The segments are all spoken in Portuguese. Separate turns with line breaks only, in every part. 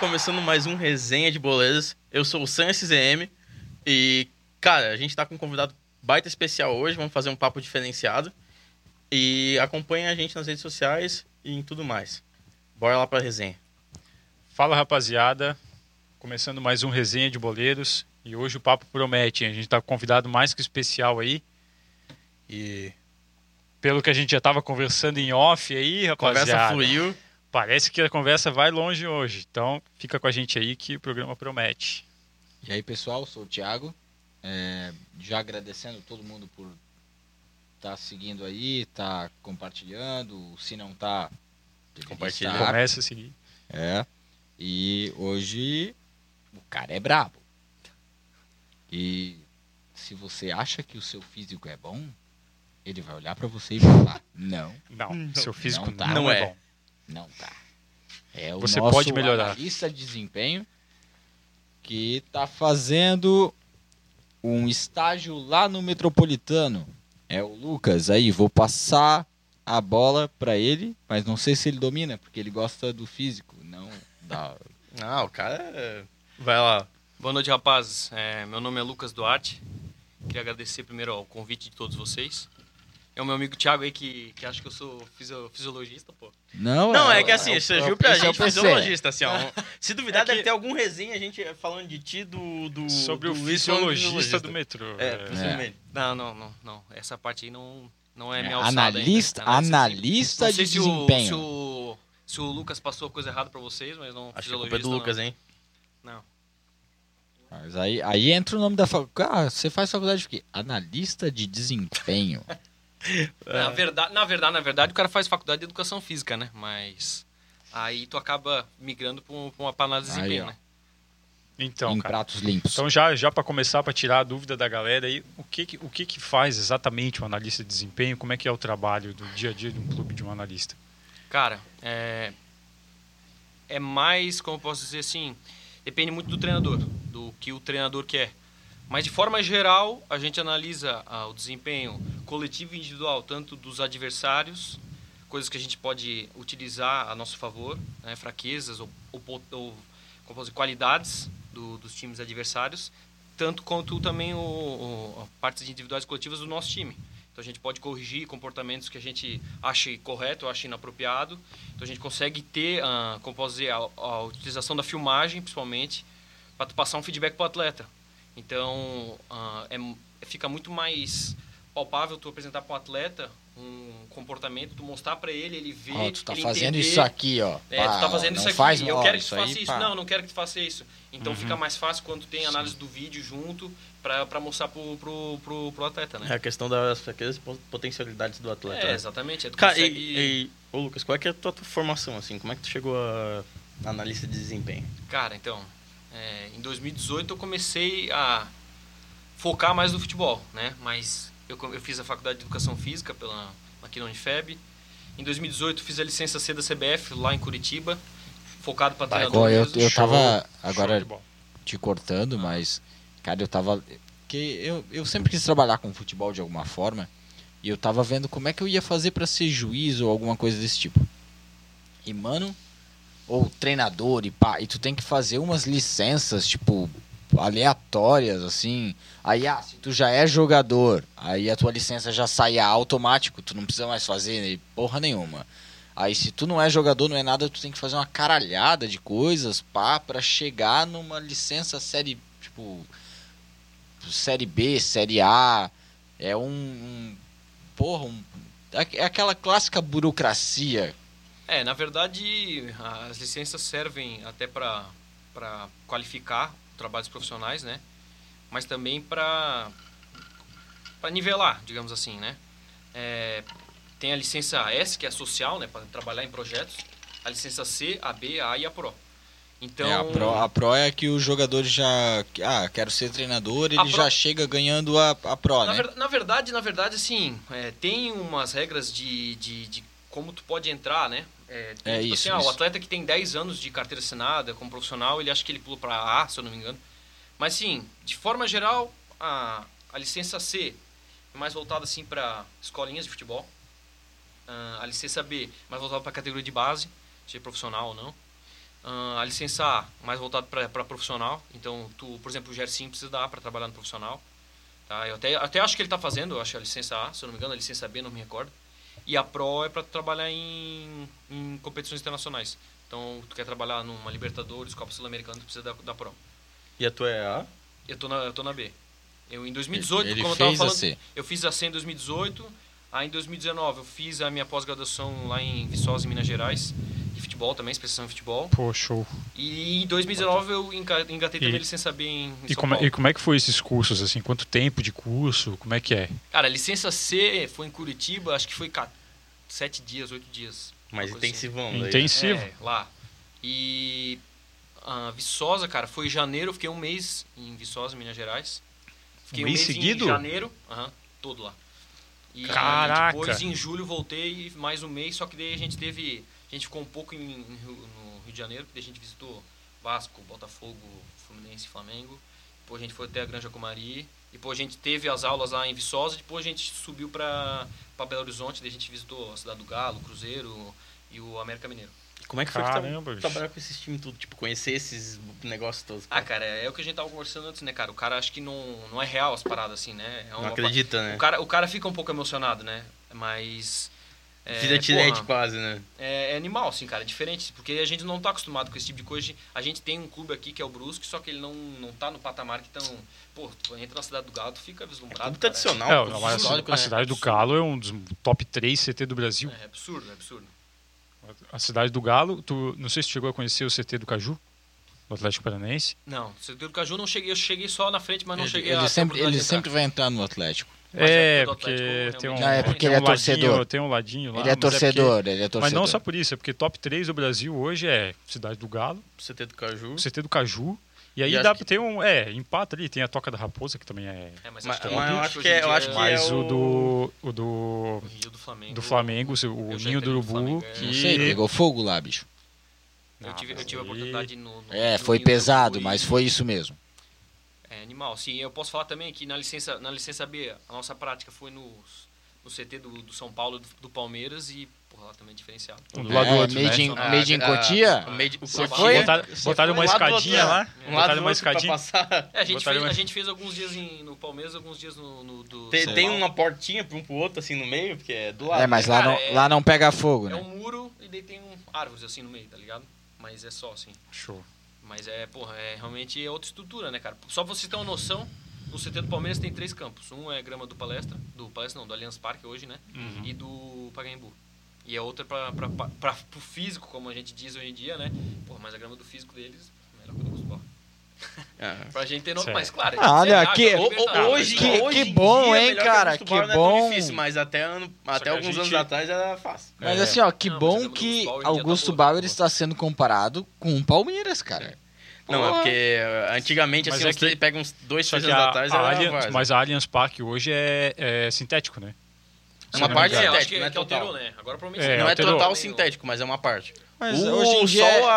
começando mais um Resenha de Boleiros. Eu sou o Sam SZM e, cara, a gente tá com um convidado baita especial hoje. Vamos fazer um papo diferenciado. E acompanha a gente nas redes sociais e em tudo mais. Bora lá pra resenha.
Fala rapaziada, começando mais um Resenha de Boleiros e hoje o papo promete, hein? a gente tá com um convidado mais que especial aí e pelo que a gente já tava conversando em off aí,
A conversa
rapaziada,
fluiu.
parece que a conversa vai longe hoje, então fica com a gente aí que o programa promete.
E aí, pessoal, sou o Thiago. É, já agradecendo todo mundo por estar seguindo aí, tá compartilhando. Se não tá, deveria
Compartilha.
estar.
Começa assim, a seguir.
É. E hoje o cara é brabo. E se você acha que o seu físico é bom, ele vai olhar pra você e falar: Não,
Não,
Não.
seu físico
Não
não,
tá.
Não
é.
é.
bom.
não tá. É o
Você
nosso
pode melhorar.
analista de desempenho que tá fazendo um estágio lá no Metropolitano. É o Lucas aí, vou passar a bola pra ele, mas não sei se ele domina, porque ele gosta do físico, não da
Ah, o cara. é- Vai lá.
Boa noite, rapazes. É, meu nome é Lucas Duarte. Queria agradecer primeiro ao convite de todos vocês. É o meu amigo Thiago aí que, que acha que eu sou fisio- fisiologista, pô.
Não,
Não, é
o-
que assim,
o-
surgiu
o-
pra
esse é o
gente
PC.
fisiologista, assim, ó. Se duvidar,
É que-
deve ter algum resenha a gente falando de ti, do. do
Sobre
do
o
Luiz é um falando de
fisiologista do metrô.
É,
é.
possivelmente.
Não, não, não, não. Essa parte aí não, não é
É,
minha alçada ainda.
analista,
Tá? Não sei se-
analista
não
de
sei se o-
desempenho.
se o, se o Lucas passou coisa errada pra vocês, mas não
Acho que a culpa
fisiologista
é do
não.
Lucas, hein?
Não.
Mas aí, aí entra o nome da faculdade. Ah, você faz faculdade de quê? Analista de desempenho.
Na
É.
verdade, na verdade, na verdade, o cara faz faculdade de educação física, né? Mas aí tu acaba migrando pra, um, pra uma pra análise de
Aí,
desempenho,
ó.
né?
Então,
em
cara,
pratos limpos.
Então já, já para começar, para tirar a dúvida da galera aí, o que, que- o que, que faz exatamente um analista de desempenho? Como é que é o trabalho do dia a dia de um clube de um analista?
Cara, é, é mais, como eu posso dizer assim, depende muito do treinador, do que o treinador quer. Mas de forma geral, a gente analisa ah, o desempenho coletivo e individual, tanto dos adversários, coisas que a gente pode utilizar a nosso favor, né, fraquezas ou, ou, po- ou, como posso dizer, qualidades do- dos times adversários, tanto quanto também o, o, a partes individuais e coletivas do nosso time. Então a gente pode corrigir comportamentos que a gente ache correto, ache inapropriado. Então a gente consegue ter, ah, como posso dizer, a, a utilização da filmagem, principalmente, para passar um feedback para o atleta. Então ah, é mu- fica muito mais palpável tu apresentar para o atleta um comportamento, tu mostrar para ele, ele ver,
Ó, tu tá
ele
fazendo
entender.
isso aqui, ó.
É, tu
Pá,
tá
ó,
fazendo
não
isso aqui,
Faz,
eu
ó,
quero que tu
isso
faça
aí,
isso.
pá. Uhum.
Não, não quero que tu faça isso. Então fica mais fácil quando tem análise do vídeo junto pra, pra mostrar pro, pro, pro, pro atleta,
É
né?
a questão das fraquezas e po- potencialidades do
É,
atleta. né?
exatamente. É, tu
Cara,
consegue-
e, e- ô Lucas, qual é, que é a tua, tua formação, assim? Como é que tu chegou a a analista de desempenho?
Cara, então, é, em 2018 eu comecei a focar mais no futebol, né? Mas eu, co- eu fiz a faculdade de Educação Física pela, aqui na Unifeb. Em 2018 fiz a licença C da CBF lá em Curitiba, focado pra
Ó,
treinador
eu,
mesmo.
eu tava
Show
agora
de bola.
te cortando, mas, cara, eu tava. Que eu, eu sempre quis trabalhar com futebol de alguma forma. E eu tava vendo como é que eu ia fazer pra ser juiz ou alguma coisa desse tipo. E, mano, ou treinador e pá. E tu tem que fazer umas licenças, tipo, aleatórias, assim. Aí, ah, se tu já é jogador, aí a tua licença já sai ah, automático, tu não precisa mais fazer né, porra nenhuma. Aí se tu não é jogador, não é nada, tu tem que fazer uma caralhada de coisas, pá, pra chegar numa licença série, tipo, série B, série A, é um, um- porra, um, é é aquela clássica burocracia.
É, na verdade, as licenças servem até para qualificar trabalhos profissionais, né? Mas também para nivelar, digamos assim, né? É, tem a licença S, que é a social, né? Para trabalhar em projetos. A licença C, a B, a A e a PRO. Então,
É, a, pro, a pro é que os jogadores já, ah, quero ser treinador, ele
A pro-
já chega ganhando a, a pro,
na,
né?
ver- na verdade, na verdade, assim, é, tem umas regras de, de, de como tu pode entrar, né? É, tem,
É
tipo
isso,
assim, ah,
isso.
O atleta que tem 10 anos de carteira assinada como profissional, ele acha que ele pulou para A, se eu não me engano. Mas sim, de forma geral, a, a licença C é mais voltada assim para escolinhas de futebol. Ah, a licença B é mais voltada para categoria de base, seja profissional ou não. Ah, a licença A, mais voltado para profissional. Então, tu, por exemplo, o Gersim precisa da A para trabalhar no profissional. Tá? Eu até, até acho que ele está fazendo, eu acho a licença A, se eu não me engano, a licença B, não me recordo. E a Pro é para trabalhar em, em competições internacionais. Então, tu quer trabalhar numa Libertadores, Copa Sul-Americana, tu precisa da, da Pro.
E a tua é A?
Eu tô na, eu tô na B. Eu, em 2018,
Ele
como eu tava
fez assim. a
falando,
C.
eu fiz a C em 2018. Aí em 2019 eu fiz a minha pós-graduação lá em Viçosa, em Minas Gerais, de futebol também, especialização em futebol.
Pô, show.
E em 2019 eu enca- engatei
E-
também licença B em, em
E
São
como, é-
Paulo.
e como é que foi esses cursos, assim? Quanto tempo de curso? Como é que é?
Cara, a licença C foi em Curitiba, acho que foi ca- sete dias, oito dias.
Mais
uma
assim.
coisa
intensivão. daí, né?
Intensivo?
É, lá. E a Viçosa, cara, foi em janeiro, eu fiquei um mês em Viçosa, Minas Gerais. Fiquei
Um mês seguido?
em janeiro, aham, todo lá. E
Caraca!
depois em julho voltei mais um mês, só que daí a gente teve, a gente ficou um pouco em, em Rio- no Rio de Janeiro, porque daí a gente visitou Vasco, Botafogo, Fluminense, Flamengo. Depois a gente foi até a Granja Comari. Depois a gente teve as aulas lá em Viçosa. Depois a gente subiu para Belo Horizonte. Daí a gente visitou a Cidade do Galo, Cruzeiro e o América Mineiro.
Como é que foi que
Caramba,
tra
bicho.
trabalhar com esses times tudo? Tipo, conhecer esses negócios todos.
Ah, cara, é o que a gente tava conversando antes, né, cara? O cara acha que não, não é real as paradas assim, né? É
não
uma-
acredita, né?
O cara, o cara fica um pouco emocionado, né? Mas. é,
Vira tirete
porra,
quase, né?
é, é animal, assim, cara, é diferente, porque a gente não tá acostumado com esse tipo de coisa. A gente tem um clube aqui que é o Brusque, só que ele não, não tá no patamar que tão. Pô, tu entra na cidade do Galo, tu fica
É
vislumbrado.
clube
cara.
tradicional.
É,
clube
não, mas
histórico,
a
né?
cidade do Galo é um dos top 3 CT do Brasil.
É absurdo, é absurdo.
A cidade do Galo, tu não sei se tu chegou a conhecer o CT do Caju, do Atlético Paranaense.
Não, o setor do Caju não cheguei, eu cheguei só na frente, mas não
Ele,
cheguei
ele
a-
sempre,
a
ele
entrar.
sempre vai entrar no Atlético.
Mas é,
é,
do
porque
Atlético
tem um,
realmente- Ah, é
tem
porque ele é
um ladinho,
torcedor.
Tem um ladinho lá.
ele
mas
é
porque-
torcedor, ele é torcedor.
Mas não só por isso, é porque top 3 do Brasil hoje é cidade do Galo,
CT do Caju.
o CT do Caju. E aí
Uhum. E acho
dá
que-
pra ter um. É, empata ali, tem a Toca da Raposa, que também é.
É, mas,
Mas-
acho que,
mas eu acho que é- eu acho que é-
Mas o
o-
do. O do.
o Rio do Flamengo.
Do Flamengo, o
Eu já
Ninho do
entrei no
Urubu,
Flamengo, é.
que.
Não sei, pegou fogo lá, bicho.
Eu tive, eu
mas
tive a
aí-
oportunidade de ir no, no-
É,
no
foi
Rio do
pesado,
Sul e-
mas foi isso mesmo.
É animal. Sim, eu posso falar também que na licença, na licença B, a nossa prática foi no, no CT do, do São Paulo, do, do Palmeiras e, porra, lá também é diferenciado.
Um do
É,
lado do outro, né?
made in,
Ah,
made in
é,
ah,
Cotia?
o made- o
Você
Cotia-
foi?
Botaram, botaram uma
Lá do outro
escadinha lá.
lado. Um lado
Botaram uma
do outro pra
escadinha.
passar.
É, a gente,
Botaram
fez, a
uma-
gente fez alguns dias em- no Palmeiras, alguns dias no, no do
Tem,
São
tem
Paulo.
uma portinha pra um pro outro, assim, no meio, porque é do lado.
É, mas lá
Cara,
não,
é-
lá não pega fogo,
É um
né?
muro e daí tem um, árvores assim no meio, tá ligado? Mas é só assim.
Show.
Mas é, porra, é realmente é outra estrutura, né, cara? Só pra vocês terem uma noção, no CT do Palmeiras tem três campos. Um é grama do Palestra, do Palestra não, do Allianz Parque hoje, né? E do Pacaembu. E a outra pra, pra, pra, pra- pro físico, como a gente diz hoje em dia, né? Porra, mas a grama do físico deles, melhor que do futebol.
Ah.
Pra gente ter noção,
Certo.
mas claro.
Ah, olha
sei lá,
aqui,
jogo
O-
de Libertadores,
o- é- hoje,
Que-
né?
hoje
que
em
bom,
dia,
hein,
melhor que
cara,
acostumar,
que
não é tão
bom.
difícil, mas até, ano, até
que a
alguns
gente-
anos atrás era fácil.
Mas
É.
assim, ó, que
Não, mas a
bom
grama do
que
futebol hoje em dia tá
Augusto
boa, tá
Bauer
boa.
está sendo comparado com o Palmeiras, cara.
Não, é porque eh, antigamente,
Mas
assim,
é
uns
que-
três- pega uns dois,
Só
três
que
anos
a,
atrás
a
era
Allianz-
várzea.
mas a Allianz Parque hoje é, é sintético, né?
É uma
Sim,
parte
É, eu acho
sintética,
que,
não é
que alterou,
total.
né? Agora provavelmente
É,
sim.
Não é
alterou. Uh,
total sintético, mas é uma parte.
Mas
o,
hoje em dia- é-
Só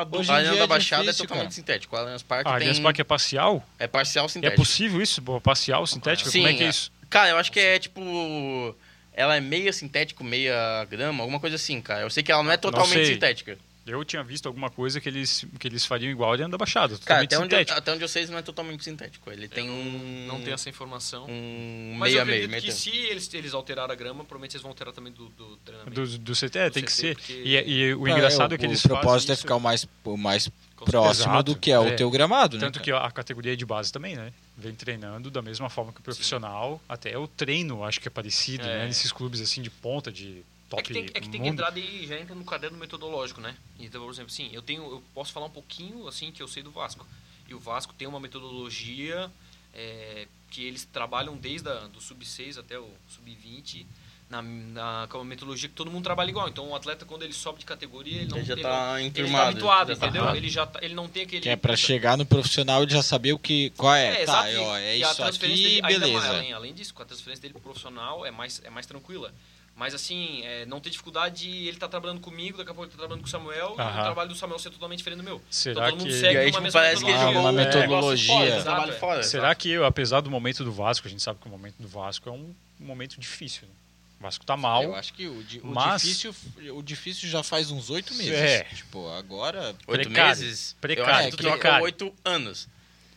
a do
hoje em
Arena
dia
da
é
Baixada
difícil,
é totalmente
cara.
sintético. O Allianz Parque,
A Allianz
tem...
Parque é parcial?
é parcial
É
sintético.
possível isso? Bo- Parcial, sintético?
Sim,
Como é que é
é.
isso?
Cara, eu acho que é tipo. Ela é meia sintético, meia grama, alguma coisa assim, cara. Eu sei que ela não é totalmente
sei.
sintética.
Eu tinha visto alguma coisa que eles, que eles fariam igual a Allianz da Baixada,
Cara,
totalmente
até onde, eu,
sintético.
até onde eu sei, isso não é totalmente sintético. Ele tem um.
Não tem essa informação.
Um
Mas
meio
eu
a meio.
acredito
meio
que
termo.
se eles, eles alteraram a grama, provavelmente eles vão alterar também do, do treinamento.
Do, do CT, é,
Do
tem que
CT,
ser.
porque-
E, e o
Ah,
engraçado
o-
é que eles
O propósito
fazem
é
isso-
ficar o mais, o mais
Com
próximo
Exato,
do que é o
é.
teu gramado, né?
Tanto que a categoria de base também, né? Vem treinando da mesma forma que o profissional, até o treino acho que é parecido,
É.
né? Nesses clubes assim de ponta, de top
É que tem, é que, tem que
mundo.
entrar daí, já entra no caderno metodológico, né? Então, por exemplo, sim, eu tenho, eu posso falar um pouquinho assim que eu sei do Vasco. E o Vasco tem uma metodologia é, que eles trabalham desde a, do sub 6 até o sub 20 na, na com uma metodologia que todo mundo trabalha igual. Então, o atleta quando ele sobe de categoria, ele não
Ele já
ele não-
tá
ele tá
enturmado.
habituado,
já tá-
entendeu?
errado.
Ele já tá- ele não tem aquele
Que é pra chegar no profissional e já saber o que, qual é.
é,
tá,
exato. E-
ó, é
e a
isso
transferência
aqui,
dele, ainda mais,
beleza.
além, além disso, com a transferência dele pro profissional é mais, é mais tranquila. Mas assim, é, não tem dificuldade de ele tá trabalhando comigo, daqui a pouco ele tá trabalhando com o Samuel, e
Aham.
o trabalho do Samuel ser totalmente diferente do meu. Então,
Será
todo mundo
que-
E
segue
aí,
uma
tipo,
mesma É,
parece que ele
Ah,
jogou
uma
um negócio
metodologia.
fora,
Exato,
trabalho
é.
fora.
Será que, apesar do momento do Vasco, a gente sabe que o momento do Vasco é um momento difícil, né? O Vasco tá mal.
Eu acho que o, di- o
Mas-
difícil, o difícil já faz uns oito meses.
É.
Tipo, agora.
Oito
Precário.
meses?
Precário.
Eu acho que tu
É,
trocou
precário.
oito anos.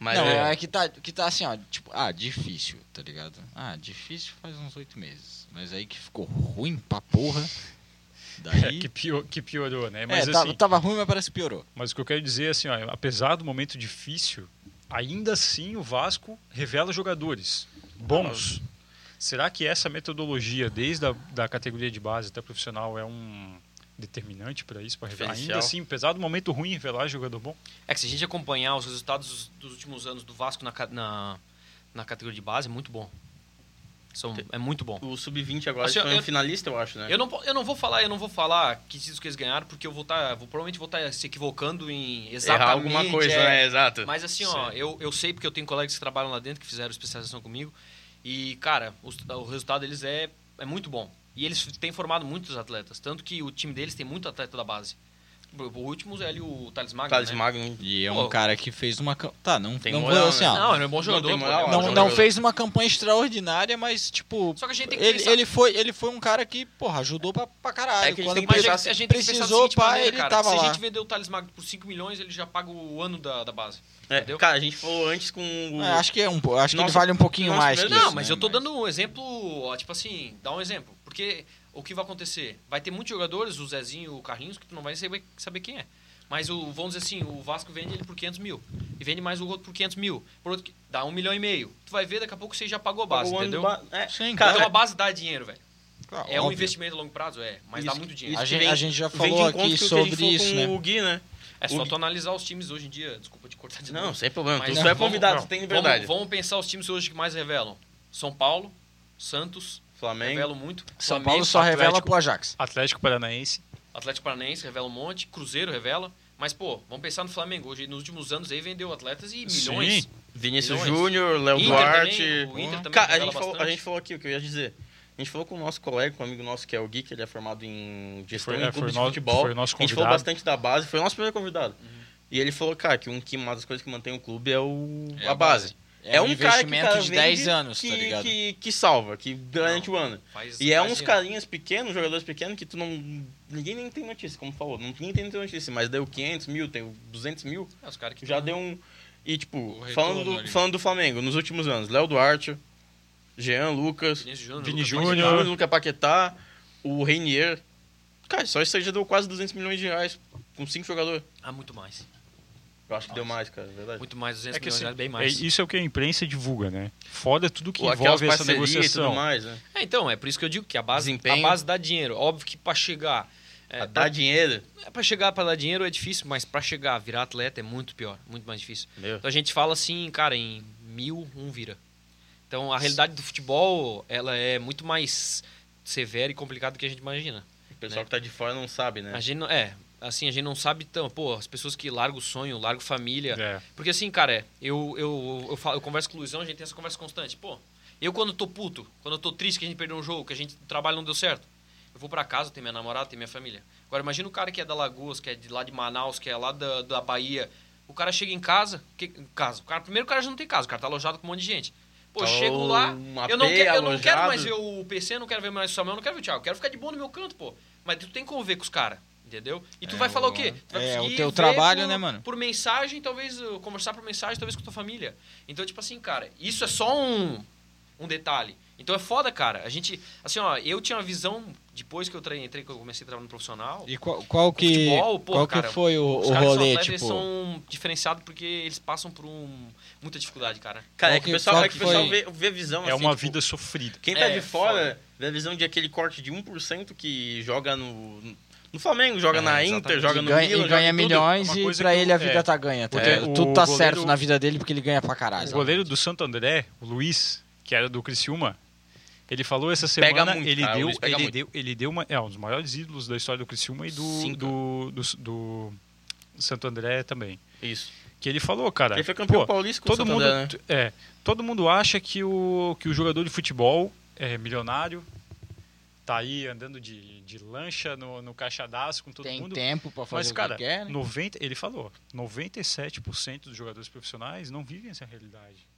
Mas
não,
é,
é, que, tá, que tá assim, ó. Tipo, ah, difícil, tá ligado? Ah, difícil faz uns oito meses. Mas aí que ficou ruim pra porra.
É,
Daí.
que, pior- que piorou, né?
É,
Mas,
tava,
assim,
tava ruim, mas parece que piorou.
mas o que eu quero dizer é assim, ó, apesar do momento difícil, ainda assim o Vasco revela jogadores bons. Será que essa metodologia, desde a da categoria de base até profissional, é um determinante para isso? Pra revelar? Ainda
Diferencial.
assim, apesar do momento ruim, revelar jogador bom?
É que se a gente acompanhar os resultados dos últimos anos do Vasco na, ca- na, na categoria de base, é muito bom. São, é muito bom.
o Sub-20 agora
Assim,
foi
eu-
um finalista, eu acho, né?
É.
Eu não, po- eu não vou falar, eu não vou falar que títulos que eles ganharam, porque eu vou estar. vou provavelmente vou estar se equivocando em exatamente.
Errar alguma coisa,
é.
né? Exato.
Mas assim, ó, eu, eu sei porque eu tenho colegas que trabalham lá dentro, que fizeram especialização comigo. E, cara, os- o resultado deles é, é muito bom. E eles têm formado muitos atletas. Tanto que o time deles tem muito atleta da base. O o último é ali o Thales Magno,
Thales
né?
Magno.
E é um
Pô.
cara que fez uma. cam- Tá, não,
Tem
não
moral,
vou assim,
né?
ó.
Não, ele é um bom
Não
jogador.
tem
pô,
moral,
ele é um bom
né?
não,
jogador.
não fez uma campanha extraordinária, mas, tipo.
Só que a gente tem que
Ele,
pensar-
ele, foi, ele foi um cara que, porra, ajudou pra, pra caralho.
É que a gente
Quando
tem que
Mas
pensar
é
se
que a gente tem que pensar da
precisou,
seguinte
pá,
maneira,
ele
cara.
tava
Se
lá.
a gente vender o Thales Magno por 5 milhões, ele já paga o ano da, da base.
É,
Entendeu?
cara, a gente falou antes com o.
É, acho que, é um, po- acho que ele
Nossa,
vale um pouquinho
nossa,
mais. que
primeiro-
Não,
isso,
mas
né?
eu tô dando um exemplo, ó, tipo assim, dá um exemplo. Porque o que vai acontecer? Vai ter muitos jogadores, o Zezinho, o Carlinhos, que tu não vai saber, saber quem é. Mas o, vamos dizer assim, o Vasco vende ele por 500 mil. E vende mais o outro por 500 mil. Por outro, que- dá um milhão e meio. Tu vai ver, daqui a pouco você já pagou a base,
o ano
entendeu?
do ba- é,
Sim,
cara,
Então a base dá dinheiro, velho.
Claro,
É um
Ah, óbvio.
investimento a longo prazo? É, mas
Isso
dá muito
que-
dinheiro.
A
isso
gente,
vem-
a gente já
vem de
falou
encontro
aqui
com o que a gente
sobre
falou
isso,
com
né?
O Gui, né?
É só
o-
tu analisar os times hoje em dia. Desculpa te cortar de
Não,
novo.
sem problema.
Mas
tu
não,
só é
vamos-
convidado,
não.
tu tem
Vamos,
liberdade.
vamos pensar os times hoje que mais revelam. São Paulo, Santos,
Flamengo.
revelam muito.
São
Flamengo,
Paulo só
Atlético.
revela pro Ajax.
Atlético Paranaense.
Atlético Paranaense revela um monte, Cruzeiro revela. Mas, pô, vamos pensar no Flamengo. Hoje, nos últimos anos, aí vendeu atletas e
Sim.
milhões.
Vinícius
Milhões.
Júnior, Léo
Inter
É Duarte.
também, o Inter também
Cara, a
revela
gente, falou, a
bastante.
gente falou aqui o que eu ia dizer. A gente falou com o nosso colega, com um amigo nosso que é o Gui, que ele é formado em gestão
Foi-
em
é,
clube
foi
de
no-
futebol.
foi o nosso
a gente falou
convidado.
bastante da base, foi o nosso primeiro convidado. E ele falou, cara, que, um, que uma das coisas que mantém o clube é, o,
É
a
a
base.
base.
É um, cara que
investimento
cara,
de
vende
10 anos,
que,
tá ligado?
Que, que salva, que garante
Não.
o ano.
Faz-
E é
faz
uns
dinheiro.
carinhas pequenos, jogadores pequenos, que tu não. Ninguém nem tem notícia, como falou. Não, ninguém tem notícia, mas deu 500 mil, deu 200 mil,
É, os caras que
que já deu um. E, tipo,
O retorno
falando do,
ali.
falando do Flamengo, nos últimos anos, Léo Duarte, Jean Lucas,
Vinícius Júnior,
Vini
Lucas
Júnior.
Paquetá.
Lucas Paquetá, o Reinier. Cara, só isso aí já deu quase 200 milhões de reais com cinco jogadores.
Ah, muito mais.
Eu acho que deu mais, cara, é verdade.
Muito mais, 200
É que
milhões,
assim,
né? bem
é,
mais.
isso é o que a imprensa divulga, né? Foda tudo que
Ou aquelas
envolve essa
parcerias e tudo
negociação.
mais, né?
É, então, é por isso que eu digo que a base, a
Desempenho.
base dá dinheiro. Óbvio que pra chegar... É,
Dá dinheiro.
É, pra chegar pra dar dinheiro é difícil, mas pra chegar, virar atleta é muito pior, muito mais difícil.
Meu.
Então a gente fala assim, cara, em mil, um vira. Então a realidade do futebol, ela é muito mais severa e complicada do que a gente imagina.
O pessoal que tá de fora não sabe, né?
A gente não, é, assim, a gente não sabe tão, pô, as pessoas que largam o sonho, largam família.
Então,
É.
Porque assim, cara, é, eu, eu, eu, falo, eu converso com o Luizão, a gente tem essa conversa constante. Pô, eu quando tô puto, quando eu tô triste que a gente perdeu um jogo, que a gente o trabalho não deu certo, eu vou pra casa, tem minha namorada, tem minha família. Agora imagina o cara que é da Lagoas, que é de lá de Manaus, que é lá da, da Bahia. O cara chega em casa, que, em casa, o cara, primeiro o cara já não tem casa, o cara tá alojado com um monte de gente. Pô,
Tá
eu chego
um
lá, eu não,
AP
quero, eu não quero
alojado.
mais ver o PC, não quero ver mais o Samuel, não quero ver o Thiago, eu quero ficar de boa no meu canto, pô. Mas tu tem que conviver com os caras, entendeu? E tu
É,
vai falar o
o-
quê? Tu vai
é, o
conseguir
teu
ver
trabalho,
por-
né, mano?
por mensagem, talvez uh, conversar por mensagem, talvez com tua família. Então, tipo assim, cara, isso é só um, um detalhe. Então é foda, cara. A gente, assim, ó, eu tinha uma visão depois que eu tra- entrei, que eu comecei a trabalhar no profissional.
E qual, qual que,
Futebol, pô,
qual
cara,
que foi o,
os
o
caras que são
rolê,
atletas, eles
tipo...
são diferedados porque eles passam por um, muita dificuldade, cara.
Cara, é
Qual
que,
que-
o pessoal,
qual
é que o
que
pessoal
foi?
vê, vê a visão
É
assim,
uma
tipo,
vida sofrida.
Quem tá
É,
de fora vê a visão de aquele corte de 1% que joga no, no Flamengo, joga
É,
na
exatamente.
Inter, joga
E
no
ganha,
Milan,
e
joga
ganha
em tudo.
milhões
Uma
e
coisa
pra
que
ele a
eu-
vida
é.
tá ganha. Tá?
O
ligado?
goleiro-
Tudo tá
o goleiro-
certo na vida dele porque ele ganha pra
Ah,
caralho.
O goleiro do Santo André, o Luiz, que era do Criciúma, ele falou essa semana,
Pega muito,
ele,
cara, o
deu,
Luiz pega
ele,
muito.
deu, ele deu uma, é um dos maiores ídolos da história do Criciúma e
Sim,
do, do, do, do Santo André também.
Isso.
Que ele falou, cara.
Ele foi campeão
É. pô,
paulista com o
todo mundo,
Santander, né?
t- é, todo mundo acha que o, que o jogador de futebol é milionário, tá aí andando de, de lancha no, no caixadaço com todo
Tem
mundo.
tempo pra fazer
Mas,
o
cara,
que quer, né?
90, ele falou, 97% dos jogadores profissionais não vivem essa realidade.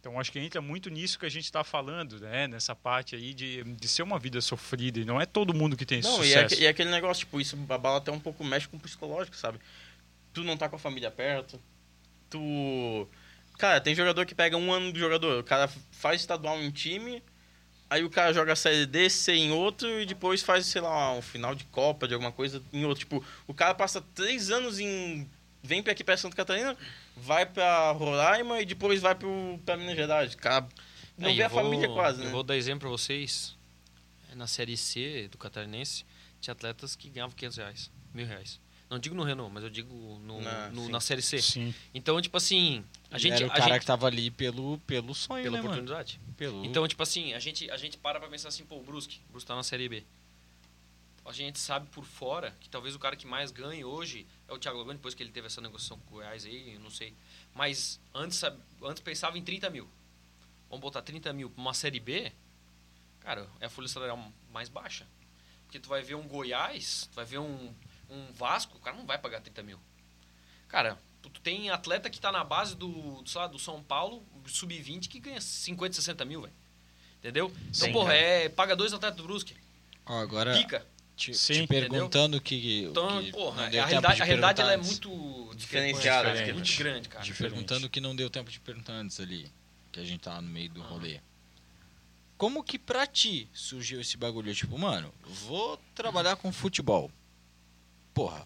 Então acho que entra muito nisso que a gente está falando, né? Nessa parte aí de, de ser uma vida sofrida e não é todo mundo que tem esse
Não, e, é,
sucesso.
aque- e é aquele negócio, tipo, isso abala até um pouco, mexe com o psicológico, sabe? Tu não tá com a família perto, tu... Cara, tem jogador que pega um ano do jogador, o cara faz estadual em um time, aí o cara joga a Série D, C em outro, e depois faz, sei lá, um final de Copa, de alguma coisa, em outro. Tipo, o cara passa três anos em... Vem pra aqui pra Santa Catarina, vai pra Roraima e depois vai pro, pra Minas Gerais. O cara não
É,
vê
eu
a família
vou-
quase, né?
Eu vou dar exemplo pra vocês. É, Na Série C do Catarinense, tinha atletas que ganhavam 500 reais, mil reais. Não digo no Renault, mas eu digo no,
Na-
no-
sim.
na Série C.
Sim.
Então, tipo assim, a gente...
era o
a
cara
gente-
que tava ali pelo, pelo sonho,
pela
né, mano?
oportunidade.
Pelo...
Então, tipo assim, a gente, a gente para pra pensar assim, pô, o Brusque, o Brusque tá na Série B. A gente sabe por fora que talvez o cara que mais ganhe hoje é o Thiago Logano, depois que ele teve essa negociação com o Goiás aí, eu não sei. Mas antes, sabe- antes pensava em 30 mil. Vamos botar 30 mil pra uma Série B, cara, é a folha salarial mais baixa. Porque tu vai ver um Goiás, tu vai ver um, um Vasco, o cara não vai pagar 30 mil. Cara, tu, tu tem atleta que tá na base do, sei lá, do São Paulo, sub-20, que ganha 50, 60 mil, velho. Entendeu? Então,
Sim,
porra,
cara.
é, paga dois atletas do Brusque,
Ó, agora,
pica.
te,
Sim.
te
Entendeu?
perguntando o que, o
Então,
que
porra,
não
a
deu tempo
realidade,
de
a
perguntar
realidade
né?
ela é
antes.
muito
Diferenciada,
diferenciada, é
diferente.
muito grande, cara.
Diferente.
Perguntando o que não deu tempo de perguntar antes ali, que a gente tava no meio do
Ah.
rolê. Como que pra ti surgiu esse bagulho? Tipo, mano, vou trabalhar com futebol. Porra,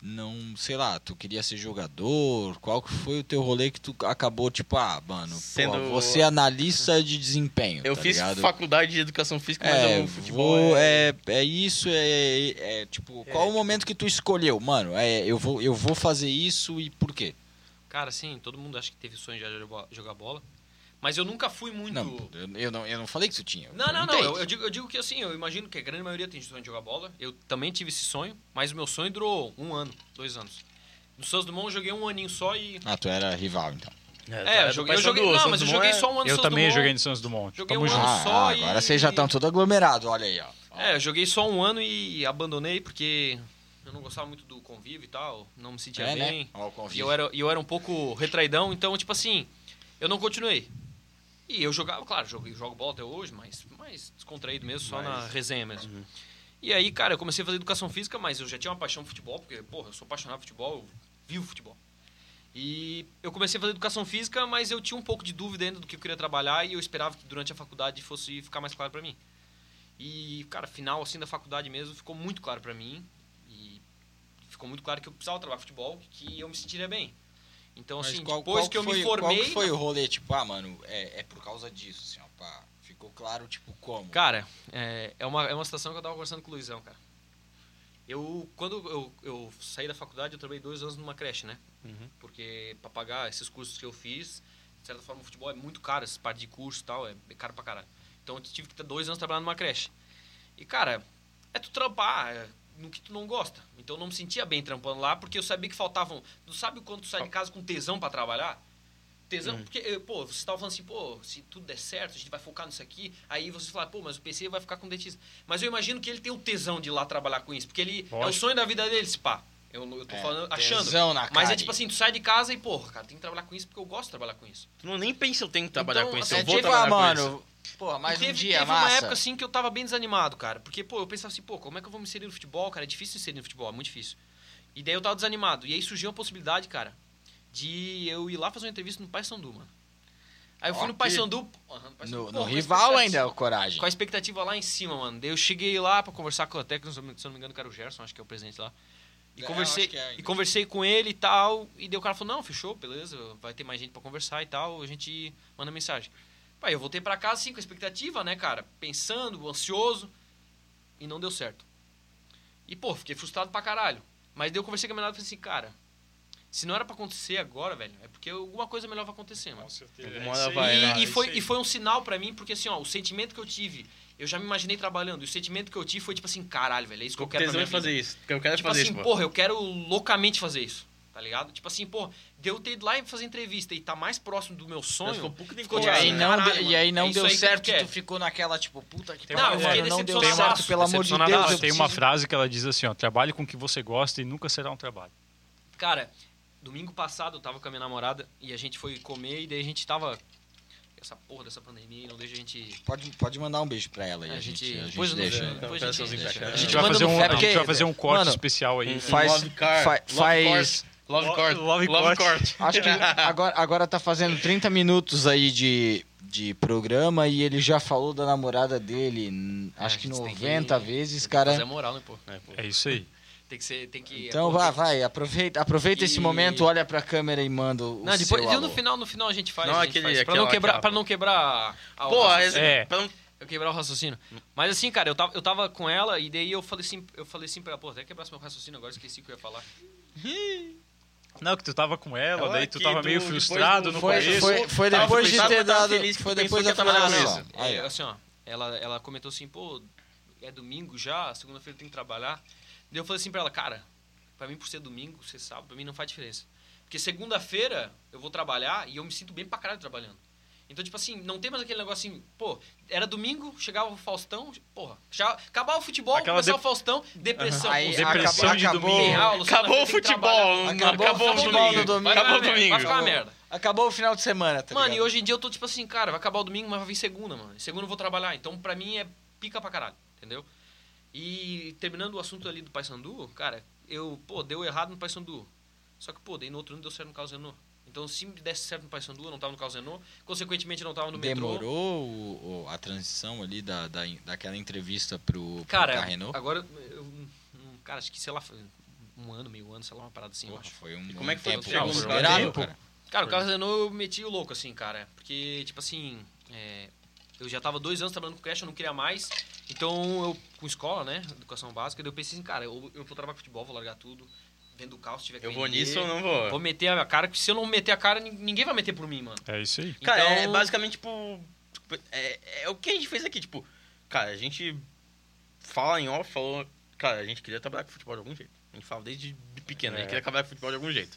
não, sei lá, tu queria ser jogador? Qual que foi o teu rolê que tu acabou, tipo, ah, mano,
Sendo-
porra, você é analista de desempenho,
Eu
tá
fiz
ligado?
faculdade de educação física, mas
É,
eu, futebol
vou-
é-
é, é isso, é, é, é, tipo, qual o momento que tu escolheu? Mano, é, eu, vou, eu vou fazer isso e por quê?
Cara, sim, todo mundo acha que teve sonho de jogar- jogar bola. Mas eu nunca fui muito.
Não, eu, eu não, eu não falei que tu tinha. eu
Não, não, não.
perguntei.
Eu, eu digo, eu digo que assim, eu imagino que a grande maioria tem sonho de jogar bola. Eu também tive esse sonho, mas o meu sonho durou um ano, dois anos. No Santos Dumont eu joguei um aninho só e.
Ah, tu era rival, então.
tá,
É, eu joguei. Eu joguei não, mas eu
é
joguei só um ano no
Eu
Santos
também
Dumont.
joguei no Santos Dumont.
Joguei
Tamo
um
junto.
ano.
Ah,
só
ah, agora
e-
vocês já estão tudo aglomerado, olha aí, ó. Ó,
É, eu joguei só um ano e abandonei porque eu não gostava muito do convívio e tal. Não me sentia
é,
bem.
né? Ó, o
E
convite.
eu era, e eu era um pouco retraidão, então, tipo assim, eu não continuei. E eu jogava, claro, jogo, eu jogo bola até hoje, mas, mas descontraído mesmo, só na resenha mesmo. E aí, cara, eu comecei a fazer educação física, mas eu já tinha uma paixão por futebol, porque, porra, eu sou apaixonado por futebol, eu vivo futebol. E eu comecei a fazer educação física, mas eu tinha um pouco de dúvida ainda do que eu queria trabalhar e eu esperava que durante a faculdade fosse ficar mais claro pra mim. E, cara, final assim da faculdade mesmo, ficou muito claro pra mim e ficou muito claro que eu precisava trabalhar futebol, que eu me sentiria bem. Então,
Mas
assim,
qual-
depois
qual
que eu
foi-
me formei,
Qual que foi o rolê, tipo, ah, mano, é, é por causa disso, assim, ó, pá. Ficou claro, tipo, como?
Cara, é, é, uma, é uma situação que eu tava conversando com o Luizão, cara. Eu, quando eu, eu saí da faculdade, eu trabalhei dois anos numa creche, né?
Uhum.
Porque pra pagar esses cursos que eu fiz, de certa forma, o futebol é muito caro, essa parte de curso e tal, é caro pra caralho. Então eu tive que ter dois anos trabalhando numa creche. E, cara, é tu trampar é, no que tu não gosta. Então eu não me sentia bem trampando lá, porque eu sabia que faltavam... Tu sabe quando tu sai de casa com tesão pra trabalhar?
Uhum.
Tesão, porque, eh, pô, você tava falando assim, pô, se tudo der certo, a gente vai focar nisso aqui. Aí você fala, pô, mas o PC vai ficar com dentista. Mas eu imagino que ele tem o tesão de ir lá trabalhar com isso, porque ele é o
Lógico.
sonho da vida dele, se pá. Eu, eu tô
É,
falando, achando.
tesão na
Mas é
cara.
tipo assim, tu sai de casa e, porra, cara, tem que trabalhar com isso porque eu gosto de trabalhar com isso.
Tu não nem pensa eu tenho que trabalhar
Então,
com isso,
assim,
eu vou
tipo,
trabalhar
ah,
com
mano, pô,
Mas
mais
teve,
um dia,
teve
massa.
uma época assim que eu tava bem desanimado, cara. Porque, pô, eu pensava assim, pô, como é que eu vou me inserir no futebol, cara? É difícil inserir no futebol, é muito difícil. E daí eu tava desanimado. E aí surgiu a possibilidade, cara, de eu ir lá fazer uma entrevista no Paysandu, mano. Aí eu fui
Ó,
no
aqui.
Paysandu. Aham, Paysandu,
No,
pô,
no
com a
rival
expectativa-
ainda, é o coragem.
Com a expectativa lá em cima, mano. Daí eu cheguei lá pra conversar com o técnico, se eu não me engano, que era o Gerson, acho que é o presidente lá. E,
É,
conversei,
acho que é ainda.
e conversei com ele e tal. E daí o cara falou: Não, fechou, beleza, vai ter mais gente pra conversar e tal. A gente manda mensagem. Pai, eu voltei pra casa assim, com expectativa, né, cara? Pensando, ansioso. E não deu certo. E, pô, fiquei frustrado pra caralho. Mas daí eu conversei com a minha namorada e falei assim: Cara, se não era pra acontecer agora, velho, é porque alguma coisa melhor vai acontecer, mano.
Com certeza.
Alguma
É isso aí.
vai, né?
É
E, e
isso
foi,
aí.
e foi um sinal pra mim, porque assim, ó, o sentimento que eu tive, eu já me imaginei trabalhando, e o sentimento que eu tive foi tipo assim, caralho, velho, é isso que eu
isso.
quero pra
tesão
minha
de fazer
vida.
isso, porque eu quero
Tipo
fazer
assim,
isso, pô.
porra, eu quero loucamente fazer isso, tá ligado? Tipo assim, porra, de eu ter ido lá e fazer entrevista e tá mais próximo do meu
Mas ficou
sonho.
um pouco de
ficou
E
de
coragem.
aí
assim,
não,
caralho,
de-
mano,
e aí não
é isso
deu
aí que tu
certo e
quer.
tu ficou naquela, tipo, puta que
Tem uma-
pariu,
eu fiquei
mano, não deu
decepcionadaço,
certo, pelo amor de Deus.
decepcionadaço.
eu
Tem uma
preciso-
frase que ela diz assim, ó, trabalhe com o que você gosta e nunca será um trabalho.
Cara, domingo passado eu tava com a minha namorada e a gente foi comer e daí a gente tava essa porra dessa pandemia e não deixa a gente.
Pode, pode mandar um beijo pra ela aí.
A
A gente,
gente-
a
depois
gente
eu-
deixa. né?
eu- Depois
Então,
a gente
pessoas
deixa.
encaixando.
A
A gente,
gente
vai
manda
fazer
no
um,
Fab,
a gente
porque-
vai fazer um corte
mano,
especial aí.
Um
Faz-
love car,
fa-
love
faz-
course, Love
Lo-
court.
love court.
court.
Acho que agora, agora tá fazendo 30 minutos aí de, de programa e ele já falou da namorada dele, n-
É,
acho
a
que
gente tem
90
que-
vezes,
Fazer a
cara.
moral, né, pô?
É, pô.
É isso aí.
Tem que ser. Tem que é
Então
pô,
vai, vai, aproveita, aproveita esse
E-
momento, olha pra câmera e manda o
Não, depois,
seu
viu,
alô.
no final, no final a gente faz.
Não,
a gente
aquele-
faz. Pra,
aquela-
não quebrar,
aquela-
pra não quebrar. a-
Pô,
a-
a resenha-
É.
pra não-
Eu quebrar o raciocínio. Mas assim, cara, eu tava, eu tava com ela e daí eu falei assim, eu falei assim pra ela, pô, até quebrar meu raciocínio agora, esqueci o que eu ia falar.
Não, que tu tava com ela,
Ela
daí tu
Ah, que
tava
É, tu-
meio
depois
frustrado
tu
no
foi-
começo.
foi, foi
Tava
depois de
frustrado,
ter
mas tava
dado.
feliz que
Foi
tu pensou
depois
que
da
ia trabalhar com
frase.
isso.
ó. Aí,
É,
ó.
assim, ó, ela, ela comentou assim, pô, é domingo já, segunda-feira tem que trabalhar. Daí eu falei assim pra ela, cara, pra mim por ser domingo, você sabe, pra mim não faz diferença. Porque segunda-feira eu vou trabalhar e eu me sinto bem pra caralho trabalhando. Então, tipo assim, não tem mais aquele negócio assim, pô, era domingo, chegava o Faustão, porra, já acabava o futebol,
Aquela
começava
de-
o Faustão, depressão.
Aí
pô,
Depressão
acabou-
de
acabou-
domingo.
tem
Acabou
aula,
o
segunda-feira tem que trabalhar.
futebol. não,
Acabou o
Acabou o
futebol no
domingo.
domingo.
Acabou o
Vai
domingo.
ficar uma merda.
Acabou o final de semana, tá
mano,
ligado?
e hoje em dia eu tô tipo assim, cara, vai acabar o domingo, mas vai vir segunda, mano. Segunda eu vou trabalhar. Então, pra mim, é pica pra caralho, entendeu? E terminando o assunto ali do Paysandu, cara, eu, pô, deu errado no Paysandu. Só que, pô, daí no outro ano deu certo no Calzenô. Então, se me desse certo no Paysandu, eu não tava no Calzenô. Consequentemente, eu não tava no metrô.
Demorou o- o- a transição ali da, da, daquela entrevista pro, pro
Cara,
Carrenou?
agora, eu, um, cara, acho que, sei lá, foi um ano, meio ano, sei lá, uma parada assim, eu
Porra,
acho.
foi um,
como é que foi?
tempo
Chegou
no
considerável,
tempo?
cara.
Cara, o Carlos Renault eu meti o louco, assim, cara. Porque, tipo assim, é, eu já tava dois anos trabalhando com creche, eu não queria mais. Então, eu, com escola, né, educação básica, daí eu pensei assim, cara, eu, eu vou trabalhar com futebol, vou largar tudo. Vendo o carro, se tiver que
Eu vou
vender,
nisso ou não vou?
Vou meter a minha cara, porque se eu não meter a cara, nin- ninguém vai meter por mim, mano.
É isso aí.
Cara, é
Então-
basicamente, tipo. É, é o que a gente fez aqui, tipo. Cara, a gente fala em off, falou. Cara, a gente queria trabalhar com futebol de algum jeito. A gente fala desde de pequeno, a
É.
gente queria trabalhar com futebol de algum jeito.